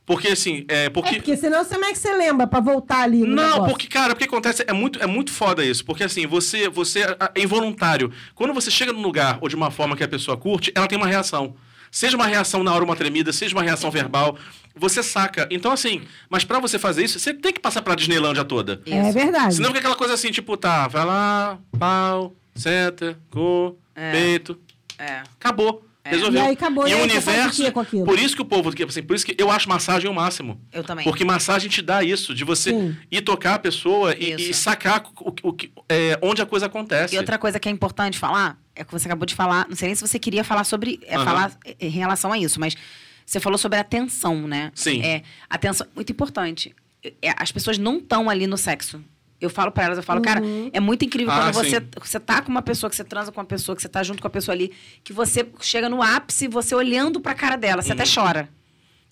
S2: Porque assim, é porque.
S1: É porque senão como é que você lembra pra voltar ali no
S2: Não,
S1: negócio?
S2: porque, cara, o que acontece é muito, é muito foda isso. Porque, assim, você, você é involuntário. Quando você chega num lugar ou de uma forma que a pessoa curte, ela tem uma reação. Seja uma reação na hora, uma tremida, seja uma reação verbal, você saca. Então, assim, mas pra você fazer isso, você tem que passar pra Disneylândia toda.
S1: É verdade.
S2: Senão fica aquela coisa assim, tipo, tá, vai lá, pau, senta, cu, peito.
S3: É. Acabou.
S2: Acabou. Resolveu.
S1: E aí acabou,
S2: e
S1: e
S2: o
S1: aí você faz o
S2: universo.
S1: quê com aquilo?
S2: por isso que o povo. Assim, por isso que eu acho massagem o máximo.
S3: Eu também.
S2: Porque massagem te dá isso, de você
S1: Sim.
S2: ir tocar a pessoa e,
S3: Isso.
S2: e sacar o, o que- é, onde a coisa acontece.
S3: E outra coisa que é importante falar, é que você acabou de falar, não sei nem se você queria falar sobre, é,
S2: Aham.
S3: falar em relação a isso, mas você falou sobre a atenção, né?
S2: Sim.
S3: É, atenção, muito importante. É, as pessoas não estão ali no sexo. Eu falo pra elas, eu falo, cara, é muito incrível
S2: Ah,
S3: quando você,
S2: sim.
S3: você tá com uma pessoa, que você transa com uma pessoa, que você tá junto com a pessoa ali, que você chega no ápice, você olhando pra cara dela, você até chora.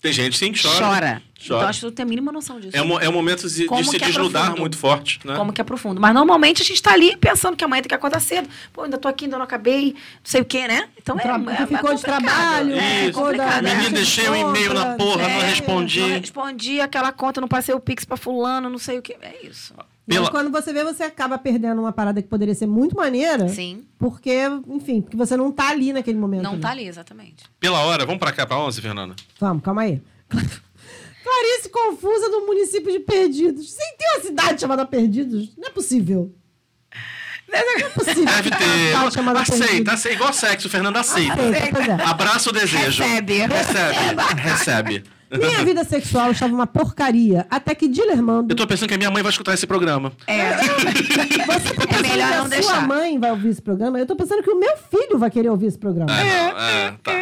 S2: Tem gente sim que
S3: Chora.
S2: Uhum. chora.
S3: Então acho que não tem a mínima noção disso.
S2: É, mo- é um momento de, de
S3: Como
S2: se
S3: que é
S2: desnudar
S3: profundo?
S2: muito forte, né?
S3: Como que é profundo. Mas normalmente a gente tá ali pensando que amanhã tem que acordar cedo. Pô, ainda tô aqui, ainda não acabei, não sei o quê, né? Então é,
S1: Tra-
S3: é,
S1: que
S3: é
S1: ficou de
S3: complicado.
S1: trabalho,
S3: é,
S2: Isso.
S3: complicado.
S2: Menina,
S3: é.
S2: deixei o e-mail na porra,
S3: não
S2: respondi.
S3: É, Não respondi aquela conta, não passei o pix pra fulano, não sei o quê. É isso.
S1: Mas
S2: Pela-
S1: quando você vê, você acaba perdendo uma parada que poderia ser muito maneira.
S3: Sim.
S1: Porque, enfim, porque você não tá ali naquele momento.
S3: Não
S1: né?
S3: tá ali, exatamente.
S2: Pela hora, vamos pra cá, pra 11, Fernanda?
S1: Vamos, calma aí. Clarice confusa no município de Perdidos. Sim, tem uma cidade chamada Perdidos? Não é possível. Não é possível.
S2: Deve
S1: Tem uma
S2: ter.
S1: cidade chamada
S2: aceita,
S1: Perdidos.
S2: aceita. Igual sexo, Fernanda aceita.
S1: Aceita, pois é.
S2: Abraça o desejo.
S3: Recebe.
S2: Recebe. Recebe.
S1: Minha vida sexual estava uma porcaria. Até que Dilermando.
S2: Eu tô pensando que a minha mãe vai escutar esse programa.
S1: Você tá pensando
S3: É melhor
S1: que
S3: não
S1: a
S3: deixar.
S1: sua mãe vai ouvir esse programa? Eu tô pensando que o meu filho vai querer ouvir esse programa.
S2: É, não, é, tá.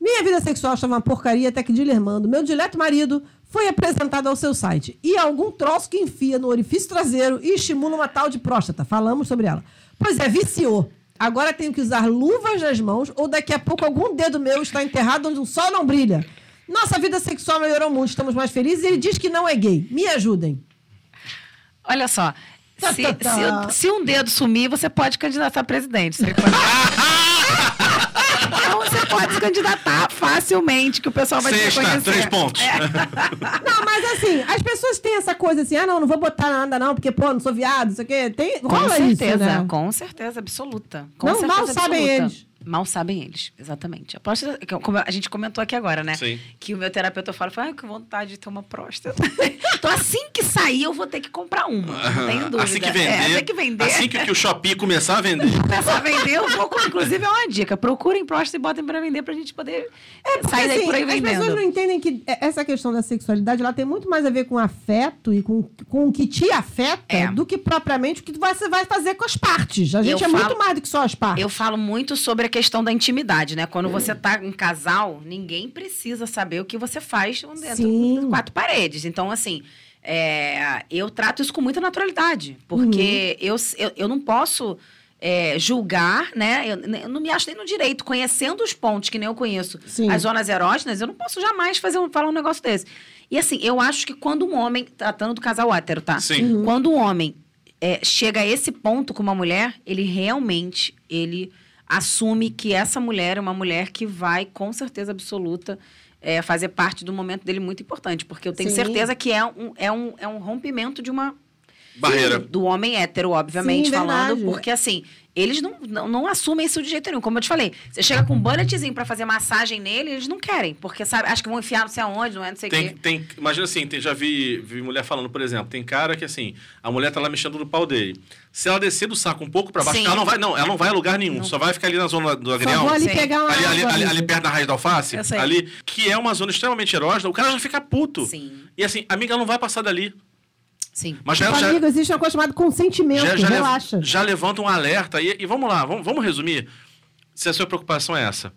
S1: Minha vida sexual estava uma porcaria até que Dilermando, meu dileto marido, foi apresentado ao seu site. E há algum troço que enfia no orifício traseiro e estimula uma tal de próstata. Falamos sobre ela. Pois é, viciou. Agora tenho que usar luvas nas mãos ou daqui a pouco algum dedo meu está enterrado onde o sol não brilha. Nossa vida sexual melhorou muito, estamos mais felizes e ele diz que não é gay. Me ajudem.
S3: Olha só. Se,
S1: Tá, tá,
S3: se
S1: tá.
S3: o- se um dedo sumir, você pode candidatar a presidente. Você pode... Então você pode se candidatar facilmente, que o pessoal vai te
S2: Sexta,
S3: reconhecer. É.
S2: três pontos.
S1: Não, mas assim, as pessoas têm essa coisa assim, ah, não, não vou botar nada não, porque, pô, não sou viado, não sei o quê. Tem,
S3: Com
S1: rola
S3: certeza,
S1: isso, né?
S3: com certeza absoluta. Com
S1: Não,
S3: certeza
S1: mal sabem
S3: absoluta.
S1: eles.
S3: Mal sabem eles, exatamente. A próstata, que- como a gente comentou aqui agora, né?
S2: Sim.
S3: Que o meu terapeuta fala, fala, ai, que vontade de ter uma próstata. então, assim que sair, eu vou ter que comprar uma. Não tenho dúvida.
S2: Assim que
S3: É,
S2: vender.
S3: assim que vender.
S2: assim que- que o Shopee começar a vender.
S3: começar a vender, eu vou. Inclusive, é uma dica. Procurem próstata e botem pra vender pra gente poder
S1: É porque,
S3: sair daí
S1: assim,
S3: por aí
S1: as pessoas
S3: vendendo.
S1: não entendem que é, essa questão da sexualidade ela tem muito mais a ver com afeto e com, com o que te afeta
S3: É.
S1: do que propriamente o que você vai fazer com as partes. A gente
S3: Eu
S1: é
S3: falo-
S1: muito mais do que só as partes.
S3: Eu falo muito sobre a questão da intimidade, né? Quando você tá em casal, ninguém precisa saber o que você faz dentro
S1: Sim.
S3: de quatro paredes. Então, assim, é, eu trato isso com muita naturalidade. Porque
S1: Uhum.
S3: eu, eu, eu não posso é, julgar, né? Eu, eu não me acho nem no direito. Conhecendo os pontos que nem eu conheço,
S1: Sim.
S3: as zonas erógenas, eu não posso jamais fazer um, falar um negócio desse. E assim, eu acho que quando um homem, tratando do casal hétero, tá?
S2: Sim.
S3: Quando um homem é, chega a esse ponto com uma mulher, ele realmente ele assume que essa mulher é uma mulher que vai, com certeza absoluta, é, fazer parte do momento dele muito importante. Porque eu tenho
S1: Sim.
S3: certeza que é um, é, um, é um rompimento de uma.
S2: Barreira.
S3: Do homem hétero, obviamente,
S1: Sim,
S3: falando.
S1: verdade.
S3: Porque assim, eles não, não, não assumem isso de jeito nenhum. Como eu te falei, você chega com um bulletzinho pra fazer massagem nele, eles não querem. Porque sabe, acho que vão enfiar não sei aonde, não é, não sei o quê.
S2: Tem, tem, imagina assim, tem- já vi, vi mulher falando, por exemplo, tem cara que assim, a mulher tá lá mexendo no pau dele. Se ela descer do saco um pouco pra baixo,
S3: Sim.
S2: ela não vai, não, ela não vai a lugar nenhum, só vai ficar ali na zona do
S1: Só
S2: agrião.
S1: vou ali
S3: Sim.
S1: pegar uma
S2: Ali, ali,
S1: água,
S2: ali- ali
S1: amiga.
S2: perto da raiz da alface,
S3: Eu sei.
S2: ali, que é uma zona extremamente erógena, o cara já fica puto.
S3: Sim,
S2: E assim, amiga, ela não vai passar dali.
S3: sim.
S2: Mas já,
S1: Tipo,
S2: já,
S1: amigo, existe uma coisa chamada consentimento,
S2: já, já, lev-
S1: relaxa.
S2: já levanta um alerta. E, e vamos lá, vamos, vamos resumir. Se a sua preocupação é essa.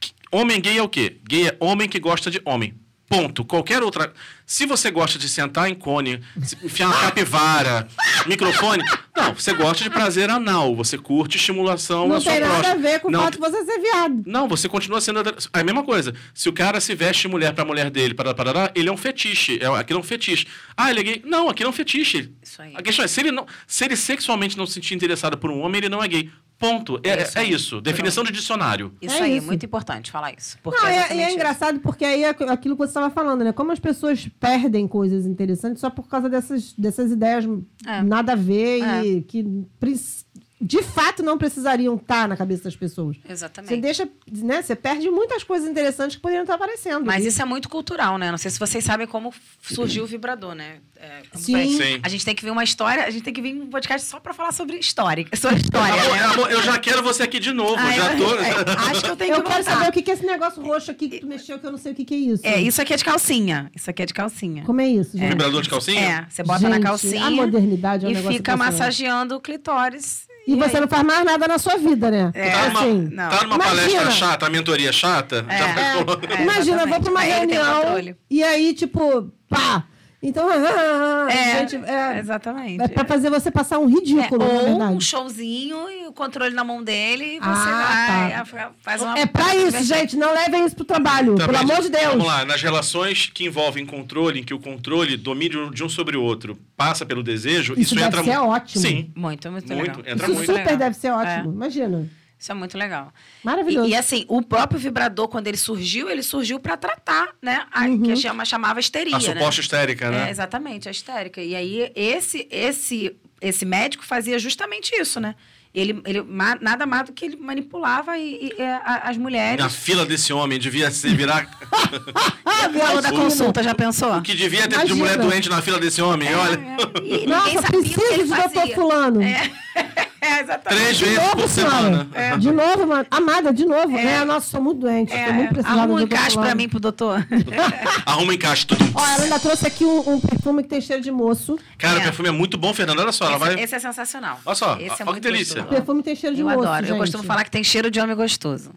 S2: Que- Homem gay é o quê? Gay é homem que gosta de homem. Ponto. Qualquer outra. Se você gosta de sentar em cone, se enfiar uma capivara, microfone. Não, você gosta de prazer anal. Você curte estimulação na
S1: Não
S2: sua
S1: tem nada
S2: próstata.
S1: a ver com o
S2: Não
S1: fato de você ser viado.
S2: não, você continua sendo atra- a mesma coisa. Se o cara se veste de mulher pra mulher dele, parará, parará, ele é um fetiche. É, aquilo é um fetiche. Ah, ele é gay. Não, aquilo é um fetiche.
S3: Isso aí.
S2: A questão é, se ele, não, se ele sexualmente não se sentir interessado por um homem, ele não é gay. Ponto. É, é- é isso. Definição de dicionário.
S3: Isso
S1: É
S3: aí,
S1: isso.
S3: muito importante falar isso. Porque
S1: Não,
S3: é,
S1: e é, e
S3: exatamente
S1: é
S3: isso.
S1: engraçado porque aí é aqu- aquilo que você estava falando, né? Como as pessoas perdem coisas interessantes só por causa dessas, dessas ideias
S3: É.
S1: nada a ver e que pres- de fato não precisariam estar na cabeça das pessoas. Você
S3: Exatamente.
S1: deixa, né? Você perde muitas coisas interessantes que poderiam estar aparecendo.
S3: Mas
S1: E-
S3: isso é muito cultural, né? Não sei se vocês sabem como surgiu o vibrador, né? É, como
S1: Sim.
S3: vai-
S2: Sim.
S3: A gente tem que vir uma história, a gente tem que vir um podcast só pra falar sobre história, sobre história,
S2: Amor,
S3: né?
S2: amor, eu já quero você aqui de novo.
S3: Ai,
S2: já tô.
S3: é, acho que eu tenho
S1: eu
S3: que
S1: quero
S3: voltar.
S1: saber o que que é esse negócio roxo aqui que tu mexeu que eu não sei o que que é isso.
S3: É, isso aqui é de calcinha. Isso aqui é de calcinha.
S1: Como é isso, gente?
S2: Vibrador de calcinha?
S3: É, você bota na
S1: Gente,
S3: calcinha
S1: A modernidade é um
S3: e
S1: negócio
S3: fica
S1: impressionante.
S3: massageando o clitóris.
S1: E você não faz mais nada na sua vida, né?
S3: É.
S2: Tá numa,
S1: Assim,
S3: não.
S2: tá numa
S1: Imagina.
S2: palestra chata, mentoria chata?
S3: É,
S2: já
S3: é.
S2: falou.
S3: É,
S1: Imagina, eu vou
S3: exatamente.
S1: pra uma
S3: Aí ele tem
S1: reunião
S3: controle.
S1: e aí, tipo, pá! Então, ah, ah, ah,
S3: É,
S1: gente, é,
S3: exatamente.
S1: é pra fazer você passar um ridículo, na
S3: É, ou um
S1: verdade.
S3: showzinho e o controle na mão dele e
S1: Ah,
S3: você vai a- faz uma
S1: É pra isso, gente, não levem isso pro trabalho,
S2: Também,
S1: pelo amor de Deus.
S2: Vamos lá, nas relações que envolvem controle, em que o controle, domínio de um sobre o outro, passa pelo desejo,
S1: Isso
S2: isso,
S1: deve
S2: entra
S1: ser
S2: mu-
S1: ótimo.
S2: Sim.
S3: Muito, muito,
S2: Muito,
S3: legal.
S2: entra
S1: Isso
S2: muito.
S1: super
S3: legal.
S1: deve ser ótimo, imagina.
S3: É, isso é muito legal.
S1: Maravilhoso.
S3: E, e assim, o próprio vibrador, quando ele surgiu, ele surgiu pra tratar, né? A,
S1: Uhum.
S3: Que a chama, chamava histeria,
S2: A
S3: né?
S2: suposta histérica,
S3: É,
S2: né?
S3: exatamente, a histérica. E aí, esse, esse, esse médico fazia justamente isso, né? Ele, ele ma- nada mais do que ele manipulava e, e, é, a- as mulheres.
S2: Na fila desse homem, devia se virar.
S1: Ah,
S3: Ela da
S1: imagina.
S3: consulta, já pensou?
S2: o que devia ter de
S1: Imagina.
S2: mulher doente na fila desse homem, olha.
S3: É, é. E ninguém
S1: Nossa,
S3: sabia o que ele
S1: preciso do doutor
S3: fazia.
S1: fulano.
S3: É, é, exatamente.
S2: Três
S1: De
S2: vezes
S1: novo,
S2: por semana.
S1: senhora. De novo, mano. Amada, de novo. né? Nossa, sou muito doente.
S3: É,
S1: Estou muito precisada
S3: arruma um
S1: do doutor
S3: encaixe pra
S1: fulano.
S3: mim pro doutor.
S2: Arruma encaixe tudo.
S1: Ó, ela ainda trouxe aqui um, um perfume que tem cheiro de moço.
S2: Cara,
S3: É.
S2: o perfume é muito bom, Fernando. Olha só, ela
S3: esse,
S2: vai.
S3: esse é sensacional.
S2: Olha só,
S3: Esse
S2: olha
S3: é
S2: que
S3: muito
S2: delícia.
S3: gostoso.
S1: Perfume tem cheiro de
S3: Eu
S1: moço.
S3: adoro. Eu
S1: gente.
S3: costumo falar que tem cheiro de homem gostoso.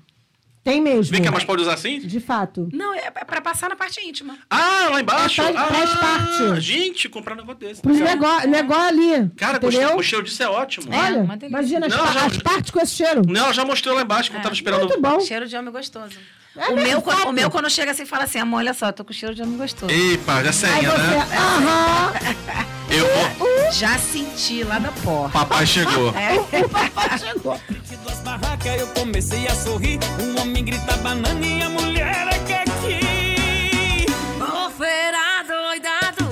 S1: Tem mesmo.
S2: Vem cá, mas pode usar assim?
S1: De fato.
S3: Não, é pra- pra passar na parte íntima.
S2: Ah, lá embaixo.
S1: É, faz- faz
S2: ah,
S1: parte.
S2: Gente, comprar um negócio desse.
S1: Pro
S2: Legal.
S1: negócio, negócio é ali.
S2: Cara,
S1: entendeu?
S2: o cheiro disso é ótimo.
S3: É.
S1: Olha,
S3: uma delícia.
S1: imagina as,
S2: Não,
S1: pa-
S2: já-
S1: as partes com esse cheiro.
S2: Não, ela já mostrou lá embaixo que eu tava
S3: É.
S2: esperando.
S1: Muito bom.
S3: Cheiro de homem gostoso.
S1: É
S3: o,
S1: mesmo,
S3: meu, quando-
S1: sabe?
S3: o meu, quando chega assim, fala assim: amor, olha só, eu tô com cheiro de homem gostoso.
S2: Epa, já
S1: Aí
S2: senha,
S1: você. é
S2: né?
S1: Aham.
S2: Eu vou.
S3: Já senti lá da porta.
S2: Papai chegou.
S8: Metido às barracas, eu comecei a sorrir. Um homem grita banana e a mulher é que aqui.
S9: Feira doida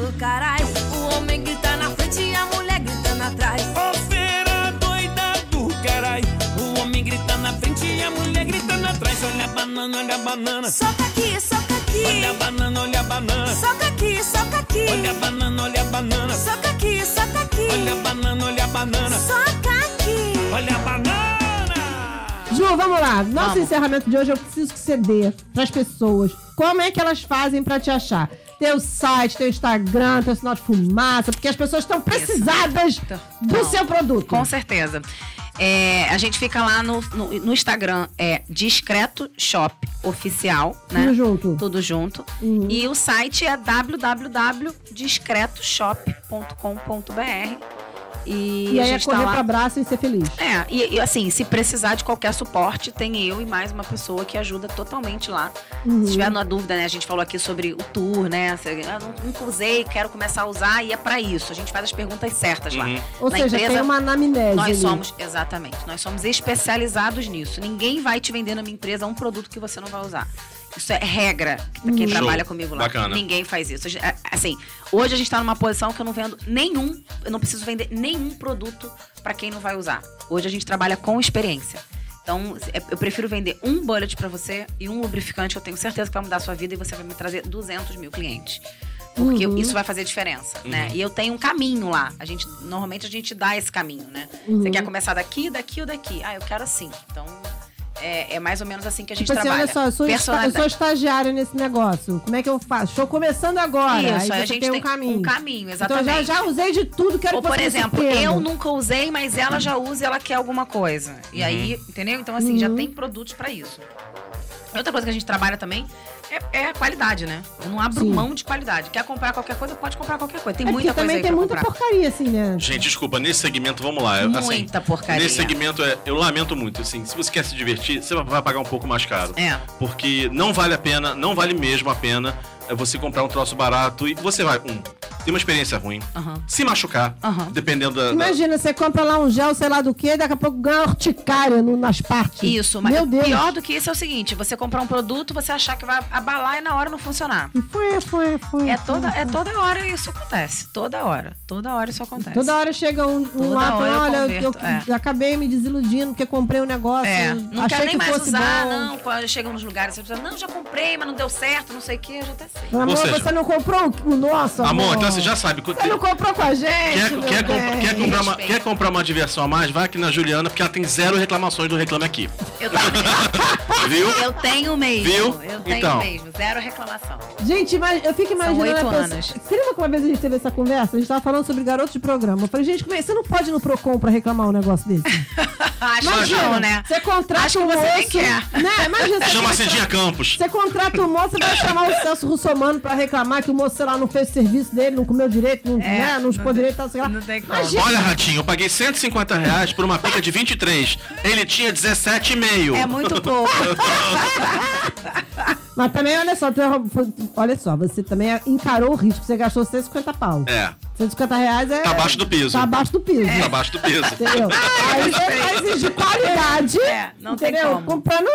S9: do caralho. O homem grita na frente é um e a mulher grita na trás.
S8: Ô feira doida do caralho. O homem grita na frente e a mulher grita na trás. Olha a banana, olha a banana.
S9: Soca aqui, soca
S8: Olha a
S9: aqui.
S8: banana, olha a banana.
S9: Soca aqui, soca aqui.
S8: Olha a banana, olha a banana.
S9: Soca aqui, soca aqui.
S8: Olha a banana, olha a banana.
S9: Soca aqui.
S8: Olha a banana.
S1: Ju, vamos lá. Nosso encerramento de hoje eu preciso que você dê pras pessoas. Como é que elas fazem pra te achar? Teu site, teu Instagram, teu sinal de fumaça, porque as pessoas estão precisadas
S3: Então,
S1: do
S3: não.
S1: seu produto.
S3: Com né? certeza. É, a gente fica lá no, no, no Instagram, é Discreto Shop Oficial, né?
S1: Tudo junto.
S3: Tudo junto.
S1: Uhum.
S3: E o site é www.discretoshop.com.br. E,
S1: E
S3: a
S1: aí é
S3: gente
S1: correr
S3: tá lá
S1: pra braço e ser feliz.
S3: É, e, e assim, se precisar de qualquer suporte, tem eu e mais uma pessoa que ajuda totalmente lá. É,
S1: Uhum.
S3: Se tiver uma dúvida, né? A gente falou aqui sobre o tour, né? Se, ah, não- nunca usei, quero começar a usar e é pra isso. A gente faz as perguntas certas lá.
S2: Uhum.
S1: Ou
S3: Na
S1: seja,
S3: empresa,
S1: tem uma anamnese. ali.
S3: Nós somos, exatamente, nós somos especializados nisso. Ninguém vai te vender na minha empresa um produto que você não vai usar. Isso é regra pra quem
S2: Show.
S3: trabalha comigo lá.
S2: Bacana.
S3: Ninguém faz isso. A gente- é, Assim, hoje a gente tá numa posição que eu não vendo nenhum, eu não preciso vender nenhum produto pra quem não vai usar. Hoje a gente trabalha com experiência. Então, é- eu prefiro vender um bullet pra você e um lubrificante que eu tenho certeza que vai mudar a sua vida e você vai me trazer 200 mil clientes. Porque
S1: Uhum.
S3: isso vai fazer diferença, né? E eu tenho um caminho lá. A gente, normalmente a gente dá esse caminho, né?
S1: Uhum.
S3: Você quer começar daqui, daqui ou daqui? Ah, eu quero assim. Então, é, é mais ou menos assim que a gente
S1: Tipo assim,
S3: trabalha.
S1: olha só, eu sou, esta- eu
S3: Personalidade.
S1: sou estagiária nesse negócio. Como é que eu faço? Estou começando agora.
S3: Isso,
S1: aí
S3: aí
S1: você
S3: a gente
S1: tem
S3: tem
S1: um caminho.
S3: um caminho,
S1: Então já,
S3: exatamente.
S1: já usei de tudo, quero
S3: Ou,
S1: que você
S3: por
S1: me
S3: exemplo,
S1: surpreenda.
S3: eu nunca usei, mas ela já usa e ela quer alguma coisa. E aí,
S2: Uhum.
S3: entendeu? Então, assim,
S1: Uhum.
S3: já tem produtos pra isso. Outra coisa que a gente trabalha também é, é a qualidade, né? Eu não abro
S1: Sim.
S3: mão de qualidade. Quer comprar qualquer coisa, pode comprar qualquer coisa. Tem
S1: É porque
S3: muita coisa
S1: também
S3: aí
S1: tem
S3: pra
S1: muita
S3: comprar.
S1: porcaria, assim, né?
S2: Gente, desculpa, nesse segmento, vamos lá. eu- assim,
S3: Muita porcaria.
S2: Nesse segmento, é- eu lamento muito, assim. Se você quer se divertir, você vai pagar um pouco mais caro.
S3: É.
S2: Porque não vale a pena, não vale mesmo a pena é, você comprar um troço barato e você vai, um, ter uma experiência ruim,
S3: Aham.
S2: se machucar,
S3: Aham.
S2: dependendo da- da,
S1: Imagina, você compra lá um gel, sei lá do que, daqui a pouco ganha uma urticária no- nas partes.
S3: Isso, mas
S1: Meu Deus.
S3: pior do que isso é o seguinte: você comprar um produto, você achar que vai abalar e na hora não funcionar.
S1: E foi, foi, foi.
S3: É
S1: foi.
S3: toda, é toda hora isso acontece. Toda hora. Toda hora isso acontece.
S1: Toda hora chega um, um
S3: Toda
S1: lá
S3: hora eu
S1: falando, olha, eu,
S3: converto,
S1: eu acabei me desiludindo porque comprei um negócio,
S3: É, não
S1: achei
S3: quero
S1: que
S3: nem mais
S1: fosse
S3: usar,
S1: bom.
S3: não. Quando chegam nos lugares, você fala, não, já comprei, mas não deu certo, não sei o que, eu já até sei.
S1: Amor,
S2: Ou seja-
S1: você não comprou o- o nosso, amor.
S2: Amor, então você já sabe. co-
S1: Você não comprou com a gente,
S2: Quer,
S1: meu
S2: quer, comp-
S1: bem.
S2: quer comprar uma,
S3: Respeito.
S2: quer comprar uma diversão a mais? Vai aqui na Juliana, porque ela tem zero reclamações do Reclame Aqui.
S3: Eu tenho,
S2: Viu?
S3: eu tenho mesmo.
S2: Viu?
S3: Eu tenho
S2: Então.
S3: mesmo. Zero reclamação.
S1: Gente, mas eu fico imaginando.
S3: oito
S1: a pessoa-
S3: anos.
S1: Você lembra que uma vez a gente teve essa conversa? A gente tava falando sobre garotos de programa. Eu falei, gente, como é- você não pode ir no Procon pra reclamar um negócio desse?
S3: Acho que não, né?
S1: Você contrata
S3: Acho que
S1: um
S3: você nem
S1: moço,
S3: quer.
S1: Né? Imagina,
S2: Chama assim. a
S1: você,
S2: Cidinha Campos.
S1: você contrata um moço, você vai chamar o Celso Russomano pra reclamar que o moço, sei lá, não fez o serviço dele, não comeu direito, não,
S3: É,
S1: né? não
S3: não
S1: expôs
S3: tem-
S1: direito, tal, sei lá.
S3: não tem como.
S1: Imagina,
S2: Olha, Ratinho, eu paguei 150 reais por uma pica de 23. Ele tinha 17,5.
S3: É muito pouco.
S1: Mas também, olha só, tu é- foi- olha só, você também encarou o risco, você gastou 150 pau.
S2: É.
S1: 150 reais é.
S2: Tá abaixo do piso.
S1: Tá abaixo do piso.
S3: É.
S2: Tá abaixo do peso.
S1: Entendeu? Aí você faz isso de qualidade.
S3: Ah, É, não tem
S1: entendeu?
S3: como.
S1: Comprando, né?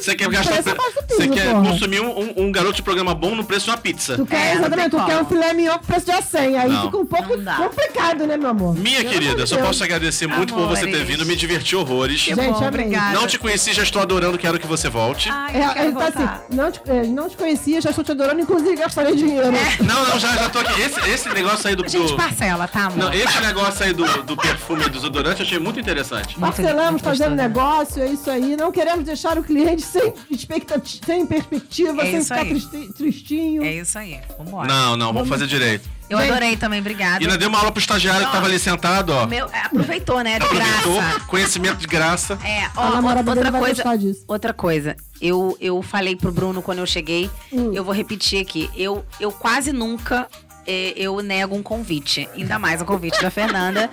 S2: Você quer gastar.
S1: preço abaixo do piso,
S2: Você quer
S1: porra.
S2: consumir um, um- um garoto de programa bom no preço de uma pizza.
S1: Tu quer,
S3: É, não
S1: exatamente,
S3: tem
S1: tu quer um
S3: como.
S1: filé mignon com preço de 100. Aí
S2: Não.
S1: fica um pouco
S3: Não dá.
S1: complicado, né, meu amor?
S2: Minha
S1: Pelo amor
S2: querida,
S1: de
S2: eu só
S1: Deus. Tá
S2: posso te agradecer muito por você ter
S3: Amores.
S2: vindo. Me diverti horrores.
S3: Que
S1: Gente,
S3: é
S1: é
S3: bom,
S1: amei.
S3: obrigada.
S2: Não te conheci, já estou adorando, quero que você volte.
S3: Ai, eu
S1: É,
S3: quero
S1: ele tá
S3: voltar.
S1: assim, não te, é, não te conhecia, já estou te adorando, inclusive gastaria dinheiro.
S3: É.
S2: Não, não, já, já tô aqui. Esse, esse negócio aí do.
S3: A gente
S2: do-
S3: parcela, tá, amor?
S2: Não, esse negócio aí do, do perfume e desodorante eu achei muito interessante.
S1: Parcelamos,
S3: muito
S1: fazendo
S3: gostoso, né?
S1: negócio, é isso aí. Não queremos deixar o cliente sem, expectativa, sem perspectiva,
S3: É
S1: sem
S3: isso
S1: ficar
S3: aí.
S1: tristi- tristinho.
S3: É isso aí. Vambora.
S2: Não, não, vamos fazer direito.
S3: Eu adorei também, obrigada.
S2: E ainda deu uma aula pro estagiário que tava ali sentado, ó.
S3: Meu, é, aproveitou, né? De
S2: Aproveitou,
S3: graça.
S2: conhecimento de graça.
S3: É,
S1: A
S3: ó,
S1: namorada dele
S3: outra
S1: vai
S3: coisa,
S1: gostar disso.
S3: outra coisa. Eu, eu falei pro Bruno quando eu cheguei,
S1: Hum.
S3: eu vou repetir aqui. Eu, eu quase nunca eh, eu nego um convite, ainda mais um convite da Fernanda.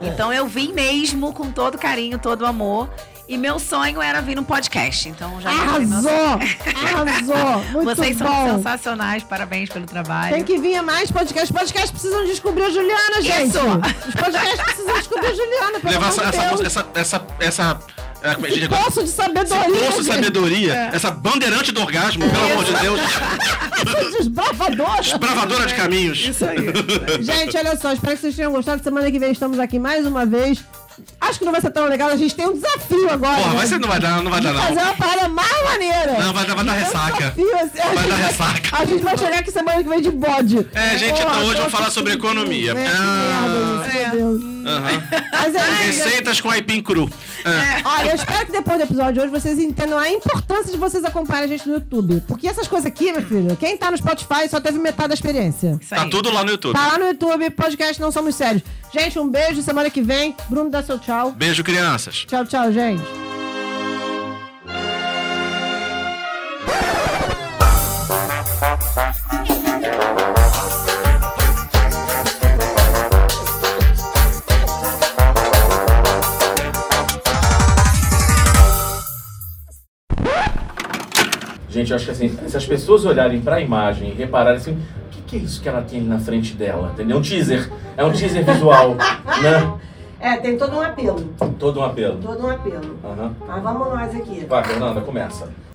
S1: É.
S3: Então eu vim mesmo com todo carinho, todo amor. E meu sonho era vir num podcast. Então já realizei meu sonho.
S1: Arrasou! Arrasou! Muito
S3: Vocês
S1: bom!
S3: são sensacionais, parabéns pelo trabalho.
S1: Tem que vir a mais podcasts. Os podcasts precisam descobrir a Juliana, gente.
S3: Isso.
S1: Os podcasts precisam descobrir a Juliana, pelo
S2: Levar
S1: amor de
S2: essa, essa,
S1: Deus.
S2: moça- essa, essa, essa, é, como é que
S1: Esse
S2: diz agora?
S1: poço de sabedoria.
S2: Esse poço de
S1: gente. É.
S2: sabedoria, essa bandeirante do orgasmo, pelo amor de Deus.
S1: Essa desbravadora.
S2: Bravadora de caminhos.
S3: Isso aí.
S1: Gente, olha só, espero que vocês tenham gostado. Semana que vem estamos aqui mais uma vez. Acho que não vai ser tão legal, a gente tem um desafio agora.
S2: Porra,
S1: né?
S2: vai ser, não vai dar, não vai dar,
S1: Fazer
S2: não.
S1: uma parada mais maneira.
S2: Não, vai dar, vai dar ressaca.
S1: Desafio, assim, a
S2: Vai
S1: gente
S2: dar ressaca.
S1: A gente vai chegar aqui semana que vem de bode.
S2: É, gente, então hoje vamos
S1: nossa,
S2: falar sobre
S1: que-
S2: economia.
S1: É, que
S2: Ah.
S1: merda isso, meu Deus.
S2: Aham.
S1: Mas é isso, gente.
S2: Receitas com aipim cru. É.
S1: Olha, eu espero que depois do episódio de hoje vocês entendam a importância de vocês acompanharem a gente no YouTube. Porque essas coisas aqui, meu filho, quem tá no Spotify só teve metade da experiência.
S3: Isso
S2: Tá
S3: aí.
S2: tudo lá no YouTube.
S1: Tá lá no YouTube, podcast Não Somos Sérios. Gente, um beijo, semana que vem. Bruno, dá seu tchau.
S2: Beijo, crianças.
S1: Tchau, tchau, gente.
S10: Gente, eu acho que assim, se as pessoas olharem pra imagem e repararem assim, o que, que é isso que ela tem ali na frente dela? Entendeu? É um teaser. É um teaser visual, né?
S1: É, tem todo um apelo,
S10: Todo um apelo.
S1: todo um apelo.
S10: Aham.
S1: Mas vamos nós aqui.
S10: Vai, Fernanda, começa.